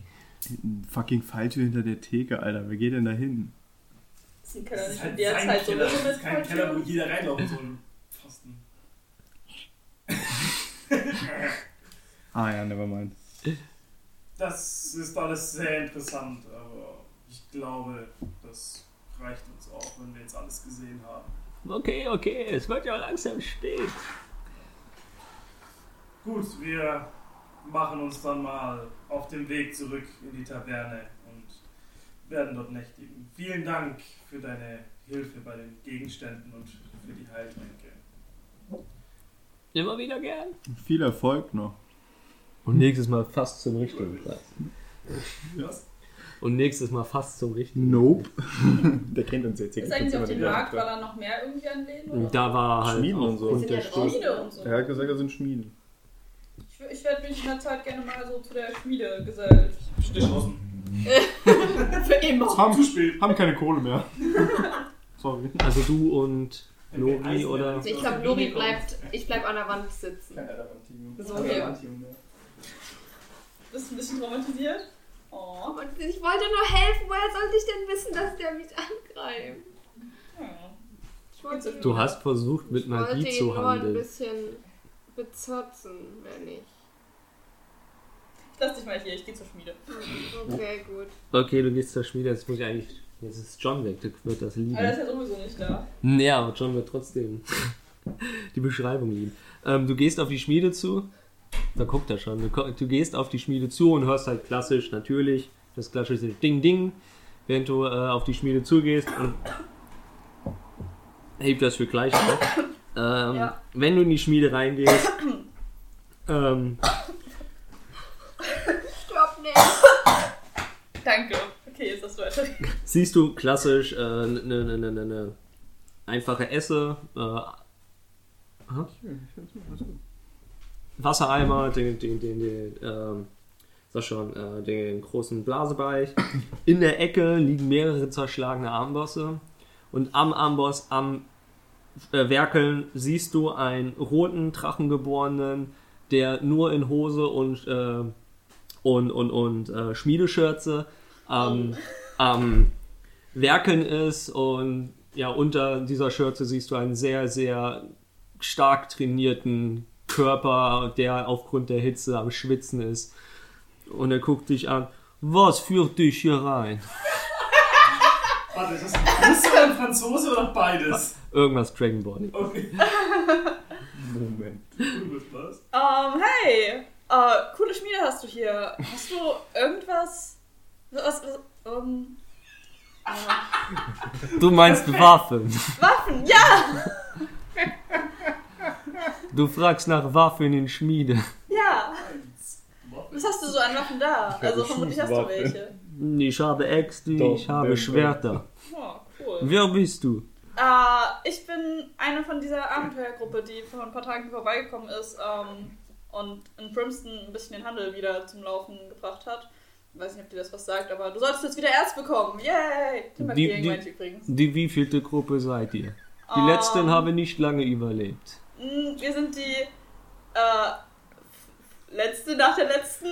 fucking Falltür hinter der Theke, Alter? Wer geht denn da hin?
Das ist ein Keller
Das
nicht
ist halt
in der
sein
Zeit so
Keller, das ist kein
mit
Keller, wo jeder reinlaufen soll. Pfosten.
Ah ja, nevermind.
Das ist alles sehr interessant, aber ich glaube, das reicht uns auch, wenn wir jetzt alles gesehen haben.
Okay, okay. Es wird ja langsam spät.
Gut, wir machen uns dann mal auf den Weg zurück in die Taverne und werden dort nächtigen. Vielen Dank für deine Hilfe bei den Gegenständen und für die Heiltränke.
Immer wieder gern.
Viel Erfolg noch.
Und nächstes Mal fast zum richtigen Platz.
Was?
Und nächstes Mal fast zum richtigen
Nope. der kennt uns jetzt.
Ist eigentlich auf dem Markt, weil er noch mehr irgendwie an Läden oder?
Und da war halt
Schmieden und so.
Wir
aufgrund
sind ja
der Stu-
draußen.
Schmiede und so.
Er hat gesagt, das sind Schmieden.
Ich, ich werde mich in der Zeit gerne mal so zu der Schmiede gesellen.
Stich draußen.
Für immer.
Zu spät.
haben keine Kohle mehr. Sorry.
Also du und
Wenn wir
Lori
Eisen
oder...
hätten.
Ich glaube, Lori bleibt, ich bleib an der Wand sitzen.
So, okay. Bist du ein bisschen traumatisiert? Oh.
Und ich wollte nur helfen. Woher sollte ich denn wissen, dass der mich angreift?
Hm.
Ich wollte
Du hast versucht, mit
Ich wollte
Magie
ihn
zu
nur ein
handeln.
bisschen bezirzen, wenn ich.
Ich lass dich mal hier, ich gehe zur Schmiede. Oh.
Okay, gut.
Okay, du gehst zur Schmiede, jetzt muss ich eigentlich... Jetzt ist John weg, der wird das lieben.
Aber der ist ja sowieso nicht da.
Ja, aber John wird trotzdem die Beschreibung lieben. Ähm, du gehst auf die Schmiede zu. Da guckt er schon. Du, ko- du gehst auf die Schmiede zu und hörst halt klassisch, natürlich, das klassische Ding Ding, während du äh, auf die Schmiede zugehst und hebt das für gleich auf. Ähm,
Ja.
Wenn du in die Schmiede reingehst, ähm,
Stopp nicht. oh,
Danke. Okay, jetzt hast du weiter.
siehst du klassisch eine äh, ne, ne, ne, ne, ne einfache Esse, äh, aha. Wassereimer, den, den, den, den ähm, sag schon, äh, den großen Blasebeich. In der Ecke liegen mehrere zerschlagene Armbosse und am Armboss, am äh, Werkeln siehst du einen roten Drachengeborenen, der nur in Hose und äh, und, und, und äh, Schmiedeschürze am am Werkeln ist und ja, unter dieser Schürze siehst du einen sehr, sehr stark trainierten Körper, der aufgrund der Hitze am Schwitzen ist. Und er guckt dich an. Was führt dich hier rein?
Warte, ist das ein Russe oder ein Franzose oder beides?
Irgendwas Dragonborn.
Okay.
Moment.
Gut, was?
Ähm, hey, äh, coole Schmiede hast du hier. Hast du irgendwas? Was, was, ähm,
Du meinst Waffen.
Waffen? Ja,
Du fragst nach Waffen in Schmiede.
ja.
Waffen?
Was hast du so an Waffen da? Also vermutlich hast du
Schusswaffen.
welche.
Ich habe Äxte, ich
Doch,
habe
wenn-
Schwerter.
Oh, cool.
Wer bist du?
Äh, ich bin eine von dieser Abenteuergruppe, die vor ein paar Tagen vorbeigekommen ist ähm, und in Brimston ein bisschen den Handel wieder zum Laufen gebracht hat. Ich weiß nicht, ob dir das was sagt, aber du solltest jetzt wieder Erz bekommen. Yay!
Die-
Timbergering
die-
meinte ich übrigens.
Die wievielte Gruppe seid ihr? Die
Ähm,
letzten haben nicht lange überlebt.
Mm, Wir sind die äh, letzte nach der letzten,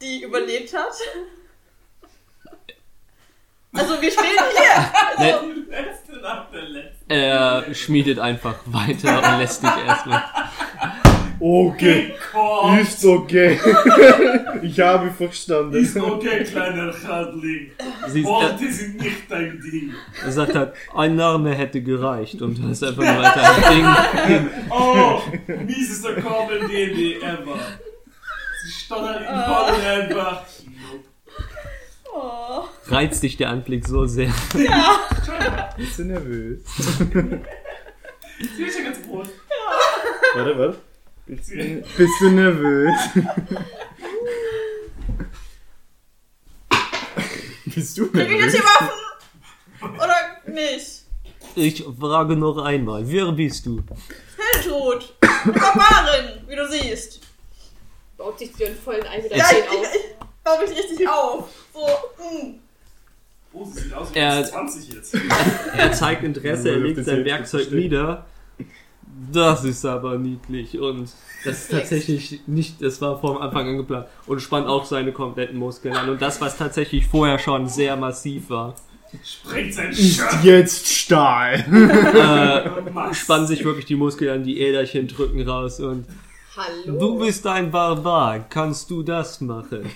die überlebt hat. Also wir stehen hier. Also,
Die Letzte nach der letzten.
Ne, Er schmiedet einfach weiter und lässt dich erstmal.
Okay.
Komm,
Ist okay. ich habe verstanden.
ist okay, kleiner Hadling.
Sie
Worte sind nicht dein Ding.
er sagt halt, ein Name hätte gereicht und du hast einfach nur weiter ein Ding.
Oh, miesester Comedy ever. Sie stottert in Paul einfach.
oh,
Reizt dich der Anblick so sehr.
Bist du nervös?
Sie ist ja ganz rot.
Warte, was?
Sie-
Bist du nervös? Bist du
kriegen wir
nervös?
jetzt hier Waffen oder nicht?
Ich frage noch einmal, wer bist du?
Hiltrud, eine Barbarin, wie du siehst.
Baut sich dir einen vollen 1,10
Ja, ich, ich,
auf.
ich baue mich richtig auf. So, mm, mh.
Oh, sie sieht aus
Er-
wie 20 jetzt.
Er zeigt Interesse, er legt sein Werkzeug nieder. Das ist aber niedlich und das ist tatsächlich nicht, das war vom Anfang an geplant und spannt auch seine kompletten Muskeln an und das, was tatsächlich vorher schon sehr massiv war,
Sprengt sein
Ist
Shirt.
jetzt Stahl.
spannen sich wirklich die Muskeln an, die Äderchen drücken raus und
Hallo.
Du bist ein Barbar, kannst du das machen?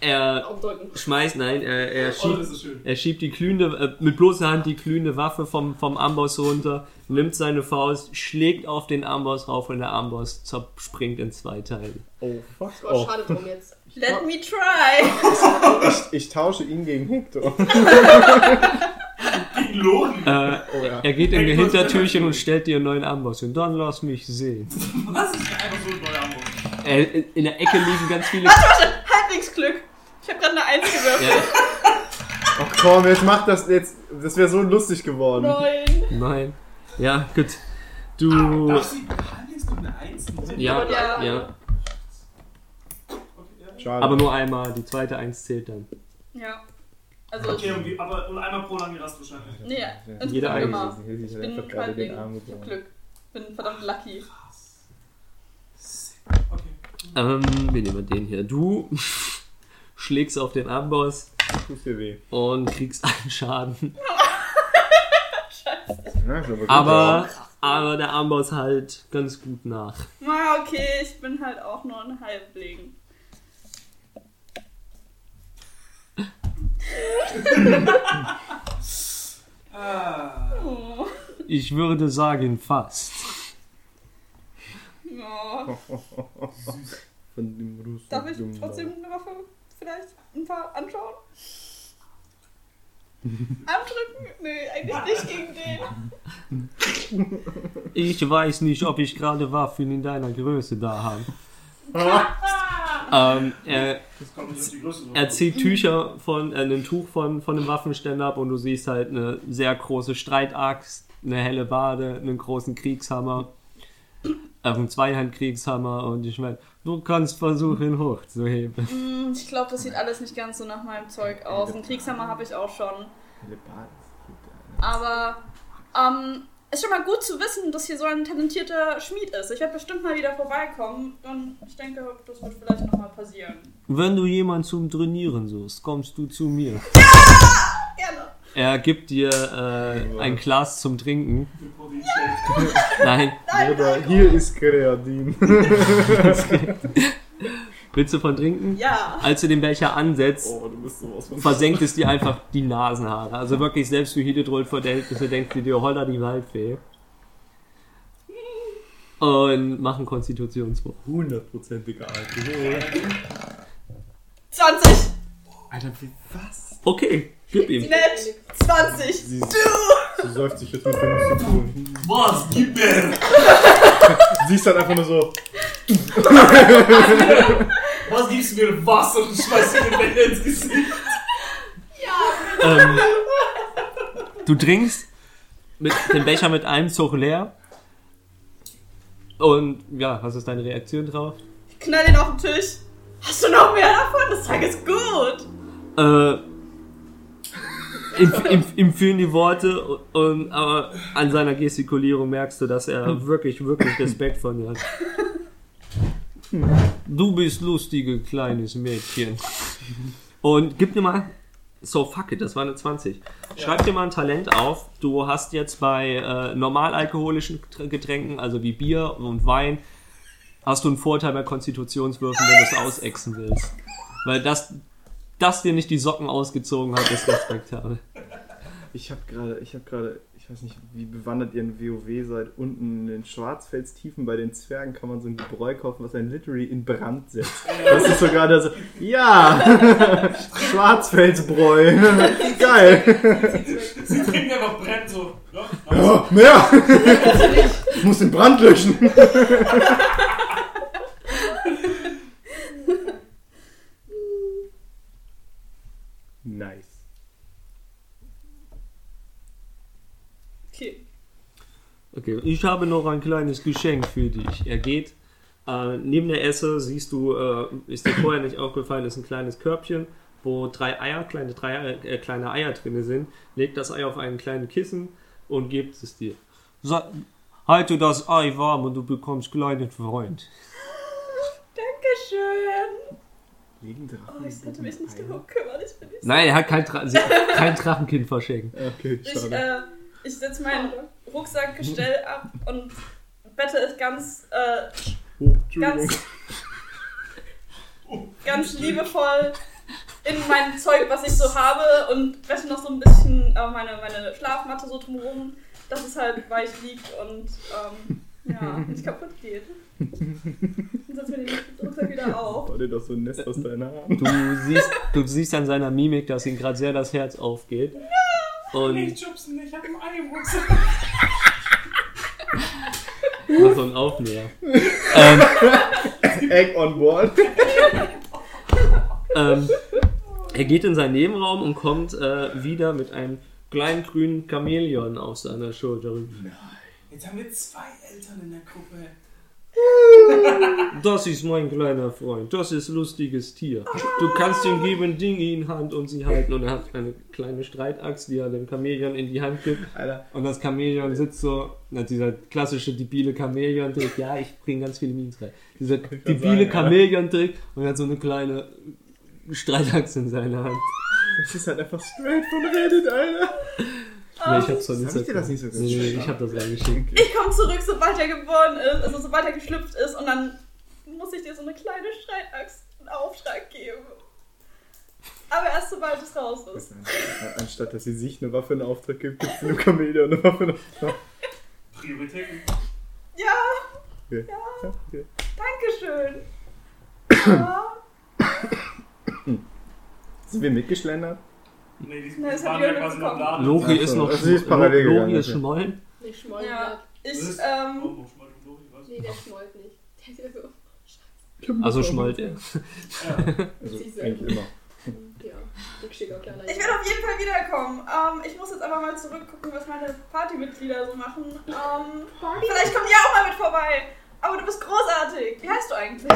Er
Aufdrücken.
schmeißt, nein, er, er,
Oh, das
schiebt,
ist schön.
er schiebt die glühende, äh, mit bloßer Hand die glühende Waffe vom, vom Amboss runter, nimmt seine Faust, schlägt auf den Amboss rauf und der Amboss zerspringt in zwei Teile.
Oh, fuck
Gott,
off.
schade drum jetzt.
let me try.
Ich, ich tausche ihn gegen Hector.
Gegen Loren.
Äh,
Oh ja.
er geht in die
Ey, was-
Hintertürchen und stellt dir einen neuen Amboss hin. Dann lass mich sehen.
Was ist denn einfach so ein neuer Amor?
Äh, in- in der Ecke liegen ganz viele.
Halbwegsglück. Ich habe gerade eine Eins gewürfelt.
Ja,
Ach komm, jetzt mach das jetzt. Das wäre so lustig geworden.
Neun.
nein. Ja, gut. Du.
Darf sie Halblings mit einer Einsen sind?
Ja,
Aber die
ja.
ja.
Okay, ja.
Schade.
Aber nur einmal. Die zweite Eins zählt dann.
Ja. Also,
Okay, und wie- aber und einmal pro lange Rast wahrscheinlich.
nee, insgesamt
Jeder eigene
immer.
Ich
Ich bin Halbling. Ich hab Glück. bin verdammt lucky.
Okay.
Ähm, wir nehmen den hier. Du schlägst auf den Amboss
Tut dir weh.
und kriegst einen Schaden.
Ja, ist aber gut,
Aber, aber der Amboss halt ganz gut nach.
Na, okay, ich bin halt auch nur ein Halbling.
Ah,
Oh.
Ich würde sagen, fast.
Ja.
Von dem Russen.
Darf ich trotzdem eine Waffe vielleicht ein paar anschauen? Andrücken? Nee, eigentlich nicht gegen den.
Ah!
Ich weiß nicht, ob ich gerade Waffen in deiner Größe da habe. Ähm, er,
Das kommt nicht auf die Größe drauf.
er zieht Tücher von, äh, ein Tuch von, von einem Waffenständer ab und du siehst halt eine sehr große Streitaxt, eine helle Bade, einen großen Kriegshammer, äh, einen Zweihandkriegshammer und ich meine, du kannst versuchen, hochzuheben.
Hm, Ich glaube, das sieht alles nicht ganz so nach meinem Zeug aus. Einen Kriegshammer habe ich auch schon. Aber ähm, ist schon mal gut zu wissen, dass hier so ein talentierter Schmied ist. Ich werde bestimmt mal wieder vorbeikommen und ich denke, das wird vielleicht nochmal passieren.
Wenn du jemanden zum Trainieren suchst, kommst du zu mir.
Gerne.
Er gibt dir äh, ein Glas zum Trinken.
Für Provinz-
Nein,
Oder hier ist Kreatin.
willst du von trinken?
Ja.
Als du den Becher ansetzt,
Oh, du bist sowas von.
versenkt es dir einfach die Nasenhaare. Also wirklich, selbst für Hydrodroid-Verhältnisse denkst du dir, holla die Waldfee. Und machen Konstitutionswurf.
Hundertprozentiger Alkohol.
20!
Alter, wie, was?
Okay, gib ihm.
Nett! 20!
Sie, sie säuft sich jetzt mit 5 zu tun.
Was? Gib mir!
Sie ist halt einfach nur so.
Was gibst du mir Wasser und schmeißt dir den Becher ins Gesicht?
Ähm, du trinkst mit den Becher mit einem Zug leer. Und ja, was ist deine Reaktion drauf?
Knall den auf den Tisch! Hast du noch mehr davon? Das Zeug ist gut!
äh, ihm, ihm, ihm fehlen die Worte, und, aber an seiner Gestikulierung merkst du, dass er wirklich, wirklich Respekt vor dir hat. Du bist lustige kleines Mädchen. Und gib mir mal. So, fuck it, das war eine 20. Schreib dir mal ein Talent auf. Du hast jetzt bei äh, normalalkoholischen Getränken, also wie Bier und Wein, hast du einen Vorteil bei Konstitutionswürfen, wenn du es ausexen willst. Weil das, dass dir nicht die Socken ausgezogen hat, ist respektabel.
Ich habe gerade, ich habe gerade, ich weiß nicht, wie bewandert ihr in WoW seid. Unten in den Schwarzfelstiefen bei den Zwergen kann man so ein Gebräu kaufen, was einen literally in Brand setzt. Das ist sogar der so, ja, Schwarzfelsbräu, geil.
Sie trinken einfach Brenn so. Ja,
Ja, mehr. Muss den Brand löschen. Nice.
Okay.
Okay, ich habe noch ein kleines Geschenk für dich. Er geht. Äh, neben der Esse siehst du, äh, ist dir vorher nicht aufgefallen, ist ein kleines Körbchen, wo drei Eier, kleine, drei Eier, äh, kleine Eier drin sind. Legt das Ei auf einen kleinen Kissen und gibt es dir. Sa halte das Ei warm und du bekommst kleinen Freund.
Dankeschön!
Liegen Drachen.
Oh, ich hätte mich nicht
Eier?
darum kümmern, ich bin nicht so.
Nein, er hat kein, Dra sie hat kein Drachenkind verschenkt.
Okay,
Ich,
schade.
äh, ich setze meinen Rucksackgestell ab und Bette ist ganz, äh,
oh, Entschuldigung.
ganz, ganz liebevoll in mein Zeug, was ich so habe und wäsche noch so ein bisschen äh, meine, meine Schlafmatte so drumherum, dass es halt weich liegt und ähm, ja, nicht kaputt geht. Und setze mir den Rucksack wieder auf.
War dir doch so ein Nest aus deiner Hand?
Du siehst, du siehst an seiner Mimik, dass ihm gerade sehr das Herz aufgeht. Und
Nicht schubsen, ich hab einen Ei im Rucksack.
Mach so einen Aufnäher.
Egg on board.
Ähm, er geht in seinen Nebenraum und kommt äh, wieder mit einem kleinen grünen Chamäleon auf seiner Schulter.
Jetzt haben wir zwei Eltern in der Gruppe.
Das ist mein kleiner Freund. Das ist lustiges Tier. Du kannst ihm geben Dinge in Hand und sie halten. Und er hat eine kleine Streitaxt, die er dem Chamäleon in die Hand gibt.
Alter.
Und das Chamäleon sitzt so, na, dieser klassische debile Chamäleon-Trick, ja, ich bringe ganz viele Memes rein. Dieser debile
sagen, ja.
Chamäleon-Trick und er hat so eine kleine Streitachs in seiner Hand.
Das ist halt einfach straight von Reddit, Alter.
Nee, ich hab's von
Hab ich dir das nicht so
Nee, nee, ich hab das reingeschickt.
Ich komme zurück, sobald er geboren ist, also sobald er geschlüpft ist und dann muss ich dir so eine kleine Streitaxt einen Auftrag geben. Aber erst sobald es raus ist.
Anstatt dass sie sich eine Waffe in Auftrag gibt, gibt sie einem Chamäleon eine Waffe in Auftrag.
Prioritäten.
Ja,
Okay. Ja, okay.
Dankeschön. Ja,
Sind wir mitgeschlendert?
Nee, die
Na, das
waren
hat
ja
Jörg
quasi noch da.
Lori
Ach so,
ist noch
das also, ist
schmo-
parallel
Lori
gegangen,
ist
okay.
schmollen.
Nee, schmoll
ja
wird.
ich,
Was ist-
ähm,
Oh, Schmalz und Lori, was?
Nee, der schmollt nicht. Der ist so,
Also schmollt er.
Also,
Sie sagen.
eigentlich immer.
Ja, rückschiger kleiner
Ich werde auf jeden Fall wiederkommen. Ähm, ich muss jetzt aber mal zurückgucken, was meine Partymitglieder so machen. Ähm, vielleicht kommen die auch mal mit vorbei. Aber du bist großartig. Wie heißt du eigentlich?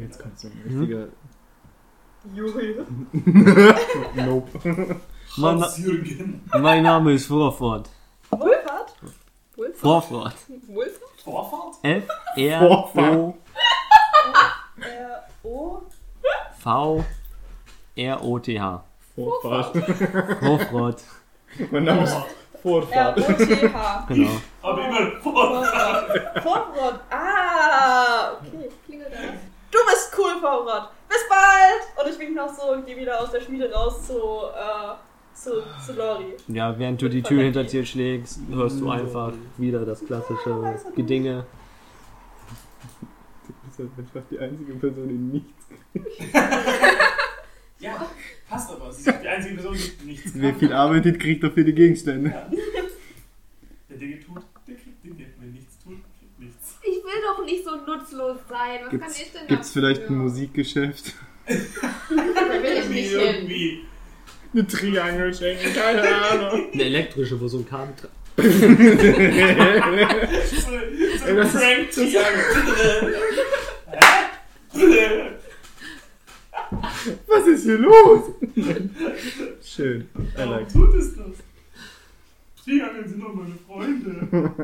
Jetzt kommt so ein richtiger.
Juri.
Nope.
Mein, Na-
Hans-Jürgen.
mein Name ist Vorfort.
Wohlfahrt?
Wolf?
Vorfort.
Wolf?
Torfahrt?
F R O
Äh, oh.
V R O T H.
Vorfahrt.
Vorfort.
Mein Name ist Vorfahrt.
R-O-T-H.
Genau.
Aber immer Vorfahrt.
Vorrot. Ah, okay.
Klingelt da.
Du bist cool, Vorrot. Bis bald! Und ich wink noch so und gehe wieder aus der Schmiede raus zu, äh, zu, zu Lori.
Ja, während du die Tür hinter dir schlägst, hörst du einfach wieder das klassische Gedinge.
Das ist einfach die einzige Person, die nichts.
Ja, passt aber. Sie ist die einzige Person, die nichts
Wer
kann.
viel arbeitet, kriegt dafür die Gegenstände.
Der Dinge tut, der kriegt Dinge. Wenn nichts tut, kriegt nichts.
Ich will doch nicht so nutzlos sein. Was kann ich
Gibt's,
denn
gibt's
dafür?
vielleicht ein Musikgeschäft?
Da will ich
Irgendwie,
nicht hin.
irgendwie.
Eine Triangel schenken, keine Ahnung.
Eine elektrische, wo so ein Kabel dran.
So, so
Ey,
ein
das ist-
prank
das ist-
Hä?
Was ist hier los? Schön. I
Warum
like.
tut es das? Triangeln sind doch meine Freunde.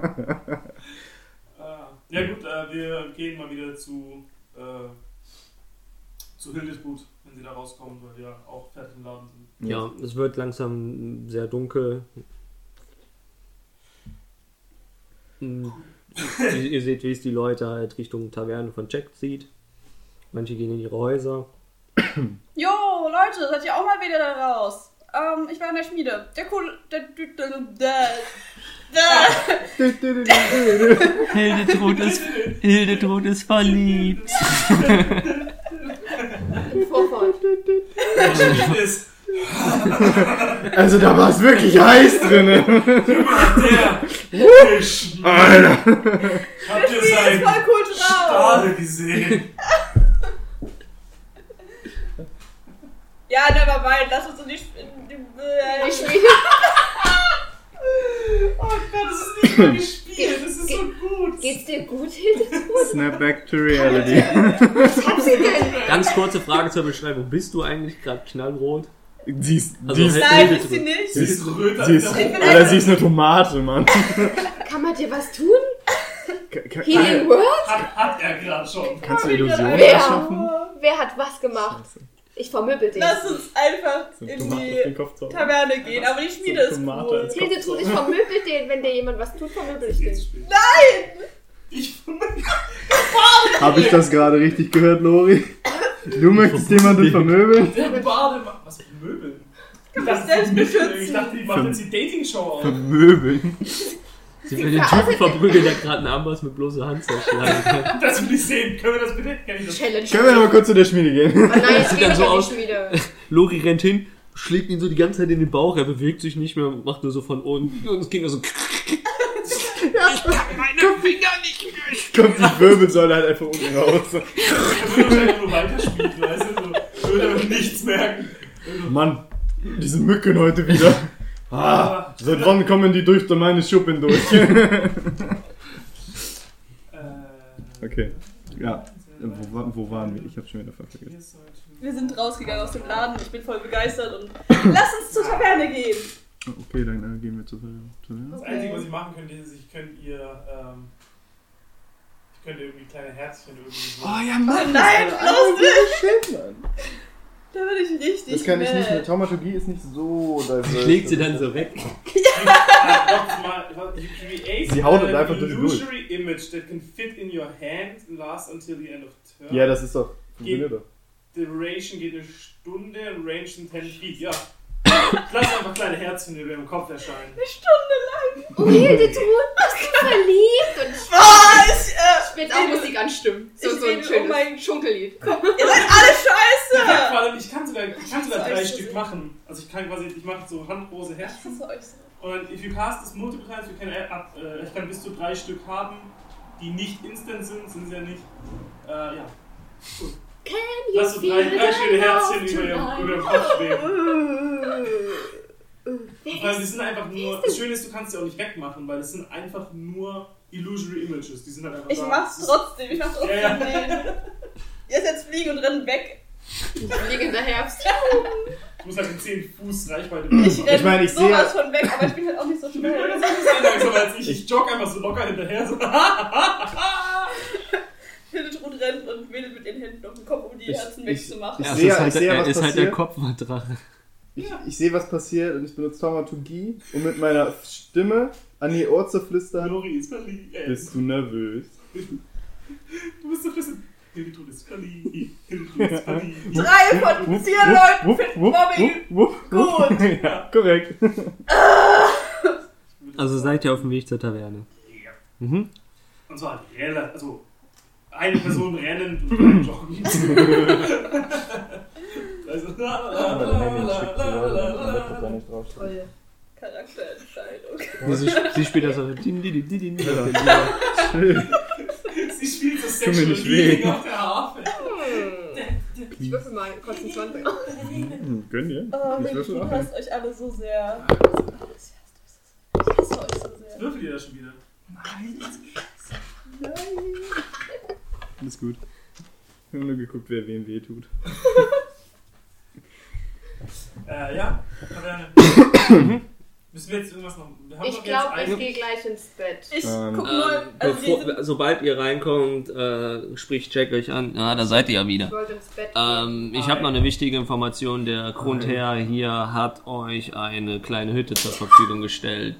ah, ja gut, äh, wir gehen mal wieder zu, äh, zu Hildesgut, wenn sie da rauskommen, weil wir auch fertig im Laden sind.
Ja, es wird langsam sehr dunkel. Hm, ihr, ihr seht, wie es die Leute halt Richtung Taverne von Jack zieht. Manche gehen in ihre Häuser.
Jo, Leute, seid ihr auch mal wieder da raus? Ähm, ich war in der Schmiede. Der cool. Der. Der. Der. der, der
Hildetrud ist, Hildetrud ist verliebt.
Vorfahrt.
Das ist
Also da war es wirklich heiß drin.
der Geschmack.
Alter.
Habt ihr
ist voll
seinen
kulturell.
Stahl gesehen?
Ja, nevermind, lass uns in die. Sch- In die
Ich
äh,
spiele
oh Gott, das ist
Nicht mal gespielt, das ist so gut.
Geht's dir gut, Hilde?
Snap back to reality.
Was hat sie denn?
Ganz kurze Frage zur Beschreibung. Bist du eigentlich gerade knallrot?
Sie ist,
Also
sie ist,
Nein, ist sie nicht.
Sie ist röter
sie ist,
als der
Alter, sie ist eine Tomate, Mann.
Kann man dir was tun?
Ka- ka-
Healing World?
Hat, hat er gerade schon.
Kannst du Illusionen
Wer?
erschaffen?
Wer hat was gemacht? Ich vermöbel dich.
Lass uns einfach
So
in
eine Tomate auf
die
den Kopf zaubern.
Taverne gehen, aber die Schmiede
So
ist
eine Tomate
cool.
als
Hilde tut, ich vermöbel den. Wenn dir jemand was tut, vermöbel ich den.
Ich
Habe ich das gerade richtig gehört, Lori? Du möchtest jemanden vermöbeln?
der Bade macht was für Möbeln. Ich dachte,
selbst
die Möbel-
beschützen.
ich dachte, die macht jetzt die Dating-Show auf.
Vermöbeln?
Sie will den Typen verprügeln, der gerade einen Amboss mit bloßer Hand zerschlagen hat.
Das will ich sehen. Können wir das bitte? Kann ich das?
Challenge.
Können wir noch mal kurz zu der Schmiede gehen?
Aber nein, ich
Sieht
gehe
dann so
nicht
aus.
wieder.
Lori rennt hin, schlägt ihn so die ganze Zeit in den Bauch, er bewegt sich nicht mehr, macht nur so von unten und es geht nur so.
Kommt die Wirbelsäule halt einfach unten raus.
Er würde wahrscheinlich nur weiterspielen, weißt du? So, würde aber nichts merken.
Mann, diese Mücken heute wieder. Ah, seit wann kommen die durch meine Schuppen durch?
Äh,
Okay, ja. Wo, wa- wo waren wir? Ich habe schon wieder voll vergessen.
Wir sollten-
Wir sind rausgegangen aus dem Laden, ich bin voll begeistert und lass uns zur Taverne gehen.
Okay, dann äh, gehen wir zu zu-
Das Einzige, was ich machen könnte, ist, ich könnte ihr, ähm, ich könnte irgendwie kleine Herzchen irgendwie so.
Oh, ja, Mann.
Nein, bloß nicht!
Shit, Mann.
Da bin ich richtig
Das kann ich nicht. Eine
mad.
Taumaturgie ist nicht so diverse.
Schlägt sie dann so weg.
Sie
Sie haut uns einfach durch die Blume.
uh, illusory image that can fit in your hand and lasts until the end of turn.
Ja, das ist doch.
Geht-
funktioniert doch.
Duration geht eine Stunde, Range sind 10 Feet, ja. Ich lasse einfach kleine Herzchen über ihrem Kopf erscheinen.
Oh, Hilde tut, bist du verliebt? Und ich
Ah, ich, äh,
will auch Musik anstimmen. So,
Ich
so ein
rede, oh
schönes
mein-
Schunkellied.
ihr seid alle
Ich kann, vor
scheiße!
allem, ich kann sogar, ich kann sogar
Das
drei
ist so
Stück
süß.
machen. Also ich kann quasi, ich mache so handgroße
Ich
Herzen.
hasse euch so.
Und if you cast this multiplier, you can add up, äh, ich kann bis zu drei Stück haben, die nicht instant sind, sind sie ja nicht. Äh, ja.
Can you
Lass uns drei,
feel
drei schöne Herzchen
the
über
love
ihrem über ihrem
tonight?
Kopf schweben. Weil die sind einfach nur. Das Schöne ist, du kannst sie auch nicht wegmachen, weil das sind einfach nur illusory images. Die sind halt einfach
Ich
da.
mach's
Das
trotzdem, ich mach trotzdem.
Ja, ja.
den. Ihr ist jetzt fliegen und rennen weg.
Fliegender Herbst.
Du musst halt in 10 Fuß Reichweite
Ich
machen.
renn
meine, ich sehe-
sowas von weg, aber ich bin halt auch nicht so schnell.
Langsamer als ich. Ich jogge einfach so locker hinterher. So.
Hildetrud rennt und wedelt mit den Händen auf den Kopf, um die
Ich-
Herzen
ich-
wegzumachen.
ich
Ja, es
sehe-
ist halt,
ich sehe,
er
was
ist halt der
passiert.
Kopfdrache.
Ich, ich sehe, was passiert und ich benutze Taumaturgie, um mit meiner Stimme an ihr Ohr zu flüstern.
Lori ist verliebt. Äh,
Bist du nervös?
Du bist doch wissen. Hildetrud ist verliebt. Hildetrud ist verliebt.
Drei
Hm?
von vier Leuten finden Bobby.
gut. Ja, korrekt.
Also seid ihr auf dem Weg zur Taverne.
Ja.
Mhm.
Und zwar relativ. Also, eine Person rennend und drei joggen. also, la, la, la, la, la, la, la, la.
Voll Charakterentscheidung.
Nee, sie, sie spielt das so. din, din, din, din, din.
Ähm,
Sie spielt so
mir
sexual
nicht weh.
Healing auf der Harfe.
Ich würfel mal kurz einen 20.
hm, Gönn dir.
Oh,
Ich würfel
du
auch.
hasst euch alle so sehr. Ich hasse euch so sehr.
Würfel ihr das schon wieder?
Alles gut. Ich habe nur geguckt, wer wem weh tut.
Äh, ja. Taverne.
Mhm.
Müssen wir jetzt irgendwas noch. Wir haben
Ich
doch
glaube,
jetzt
ich
einen.
gehe gleich ins Bett.
Ich
Ähm,
guck
Ähm,
mal, also die sind
bevor, sobald ihr reinkommt, äh, spricht Jack euch an. Ah, da seid ihr ja wieder.
Ich wollte ins Bett gehen.
Ähm, ich habe noch eine wichtige Information. Der Grundherr hier hat euch eine kleine Hütte zur Verfügung gestellt,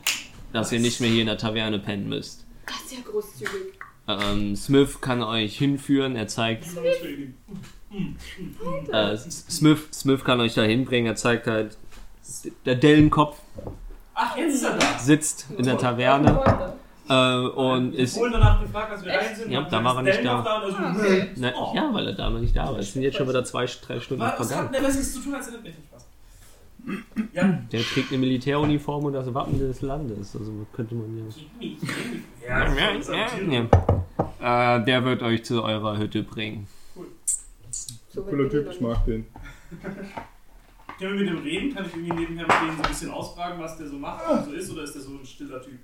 dass ihr nicht mehr hier in der Taverne pennen müsst.
Das ist ja großzügig.
Ähm, Smith kann euch hinführen. Er zeigt,
Entschuldigung.
äh, S- Smith, Smith kann euch da hinbringen. Er zeigt halt, der Dellenkopf
Ach, jetzt ist er da.
sitzt in der Taverne
Freunde.
äh, und
ich
ist
wurde danach gefragt, als wir rein sind.
Ja,
und
da
dann
war er
ist
nicht
Dan
da.
noch da und er so,
Hm.
okay.
Na,
Oh.
Ja, weil er damals nicht da war. Es sind jetzt schon wieder zwei, drei Stunden
Was hat
vergangen.
denn das nichts zu tun, als er nicht Spaß? Ja.
Der trägt eine Militäruniform und das Wappen des Landes. Also könnte man ja.
Ja,
Ja,
das ist ein
ja, ja. Äh, der wird euch zu eurer Hütte bringen.
So
Cooler
weit bin
Typ,
ich
ich
noch
mag den.
Können wir mit dem reden? Kann ich irgendwie nebenher mit dem so ein bisschen ausfragen, was der so macht und so ist? Oder ist der so ein stiller Typ?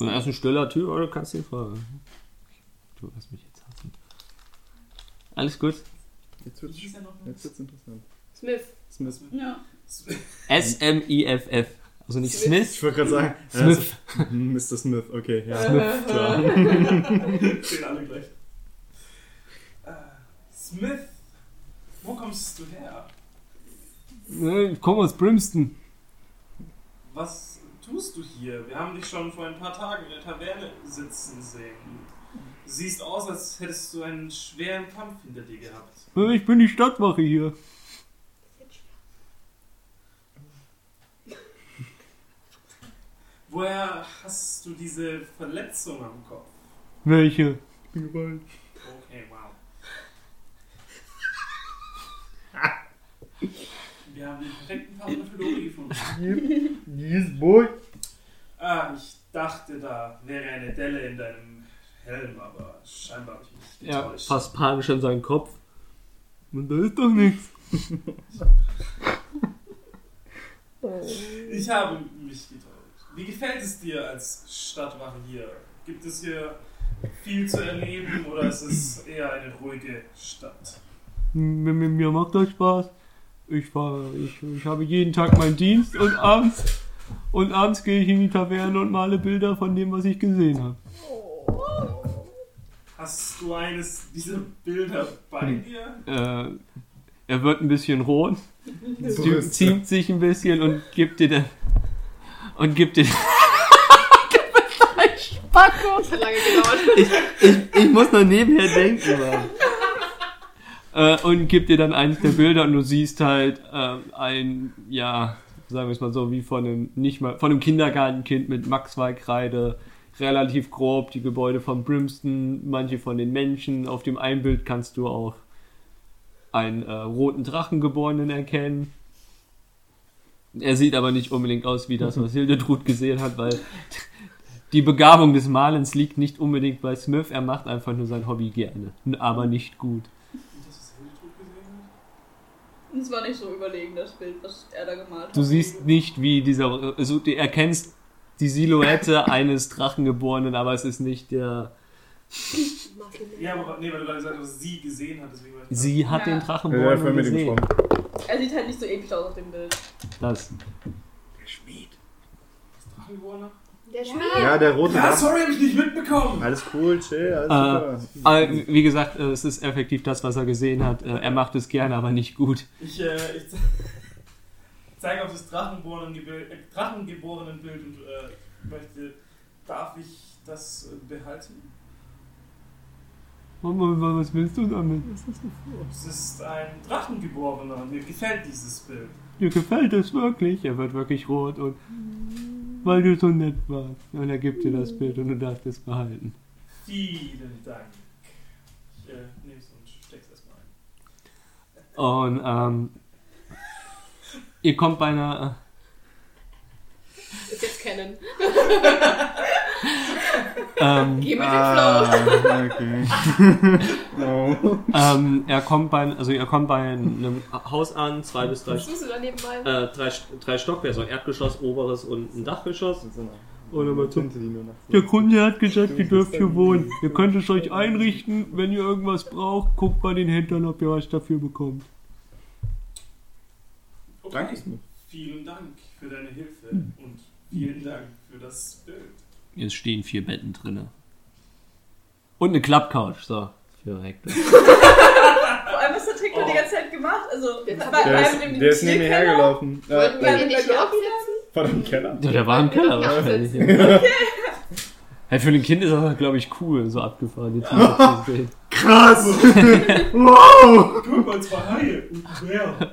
Und er ist ein stiller Typ, oder du kannst ihn fragen. Du hast mich jetzt hassen. Alles gut.
Jetzt wird's,
Wie hieß er noch?
jetzt wird's interessant.
nicht. Smith.
Smith.
Ja.
S-M-I-F-F. Also nicht
Ich
Smith.
wollte gerade sagen,
Smith.
also, hm, Mr. Smith, okay, ja. Smith, klar.
Stehen alle gleich. Äh, Smith, wo kommst du her?
Äh, Ich komme aus Brimston.
Was tust du hier? Wir haben dich schon vor ein paar Tagen in der Taverne sitzen sehen. Du siehst aus, als hättest du einen schweren Kampf hinter dir gehabt.
Äh, Ich bin die Stadtwache hier.
Woher hast du diese Verletzung am Kopf?
Welche?
Okay, wow. Wir haben den perfekten Partner für Lori gefunden.
Yes, boy.
Ah, ich dachte, da wäre eine Delle in deinem Helm, aber scheinbar habe ich mich
Er
getäuscht.
fasst panisch an seinen Kopf. Und da ist doch nichts.
Ich habe mich getäuscht. Wie gefällt es dir als Stadtwache hier? Gibt es hier viel zu erleben oder ist es eher eine ruhige Stadt?
Mir, mir, mir macht das Spaß. Ich, war, ich, ich habe jeden Tag meinen Dienst und abends, und abends gehe ich in die Taverne und male Bilder von dem, was ich gesehen habe.
Hast du eines dieser Bilder bei dir?
Äh, er wird ein bisschen rot,
So
zieht-
ist
zieht sich ein bisschen und gibt dir dann. Und gibt dir.
Das hat lange gedauert.
Ich muss noch nebenher denken, Mann. Äh, und gibt dir dann eines der Bilder und du siehst halt ähm, ein, ja, sagen wir es mal so, wie von einem, nicht mal, von einem Kindergartenkind mit Maxwell-Kreide, relativ grob, die Gebäude von Brimston, manche von den Menschen. Auf dem einen Bild kannst du auch einen äh, roten Drachengeborenen erkennen. Er sieht aber nicht unbedingt aus wie das, was Hildetrud gesehen hat, weil Die Begabung des Malens liegt nicht unbedingt bei Smith, er macht einfach nur sein Hobby gerne, n- aber nicht gut.
Das ist Hildrud gesehen hat?
Das war nicht so überlegen, das Bild, was er da gemalt hat.
Du siehst nicht, wie dieser, also du erkennst die Silhouette eines Drachengeborenen, aber es ist nicht der,
Ja, aber nee, weil du gerade gesagt hast, dass sie gesehen hat, deswegen war ich
sie hat
Ja.
den
Ja,
Drachengeborenen
voll mit ihm
gesehen.
gesprochen.
Er sieht halt nicht so episch aus auf dem Bild.
Das.
Drachen geworden hat.
Der Schmied.
Ja, der rote
Ja,
Dach.
sorry, hab ich nicht mitbekommen.
Alles cool, chill,
Äh,
alles super.
aber wie gesagt, äh, es ist effektiv das, was er gesehen hat. Äh, Er macht es gerne, aber nicht gut.
Ich, äh, ich ze- zeige auf das Drachengeborenen-Bild- äh, Drachengeborenen-Bild und äh, möchte, darf ich das äh, behalten?
Mama, was willst du damit?
Es ist ein Drachengeborener und mir gefällt dieses Bild.
Dir gefällt das wirklich? Er wird wirklich rot und weil du so nett warst. Und er gibt dir das Bild und du darfst es behalten.
Vielen Dank. Ich äh, nehme es und steck's erstmal ein.
Und ähm, ihr kommt bei einer. äh,
Ist jetzt Canon.
Ähm,
Geh mit dem Flow.
Ah, okay. oh.
ähm, er kommt bei, also ihr kommt bei einem
Haus an, zwei bis drei,
Was tust du da nebenbei?
äh, drei, drei Stockwerke, also Erdgeschoss, oberes und ein Dachgeschoss.
Und nochmal zum-
Tinte, die nur nachts-
Der Kunde hat gesagt, ihr dürft hier wohnen. Ihr könnt es euch einrichten. Wenn ihr irgendwas braucht, guckt bei den Händlern, ob ihr was dafür bekommt.
Okay.
Danke, Smith.
Vielen Dank für deine Hilfe und vielen Dank für das Bild.
Es stehen vier Betten drinne. Und eine Klappcouch, so. Für Hector.
Vor allem, was hat Hector die ganze Zeit gemacht? Also,
Der ist-
Oh. Der ist, der ist neben mir hergelaufen. Ja,
Wollten wir
der
den nicht hier aufsetzen?
war doch im Keller.
Ja, der war im
Wir
Keller
dürfen
wahrscheinlich.
nachsitzen.
Ja. Hey, für ein Kind ist das, glaube ich, cool, so abgefahren, die Tiere zu sehen.
Krass! wow!
Guck mal, zwei Haie. Und wer?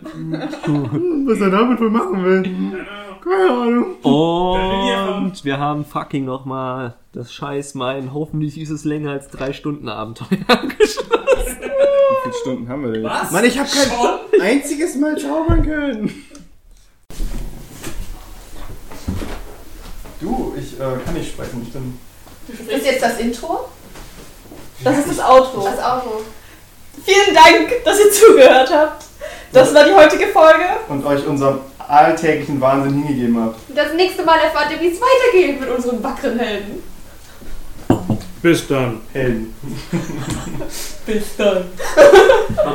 Was er damit wohl machen will?
Keine Ahnung.
Keine Ahnung.
Und wir haben fucking nochmal das scheiß mein, hoffentlich ist es länger als drei Stunden Abenteuer.
Wie viele Stunden haben wir denn?
Was?
Mann, ich hab kein
Schon?
einziges Mal zaubern können. Du, ich äh, kann nicht sprechen. Ich bin.
Ist jetzt das Intro?
Das ist das Auto.
Das Auto.
Vielen Dank, dass ihr zugehört habt. Das war die heutige Folge.
Und euch unserem alltäglichen Wahnsinn hingegeben habt.
Das nächste Mal erfahrt ihr, wie es weitergeht mit unseren wackeren Helden.
Bis dann.
Helden.
Bis dann.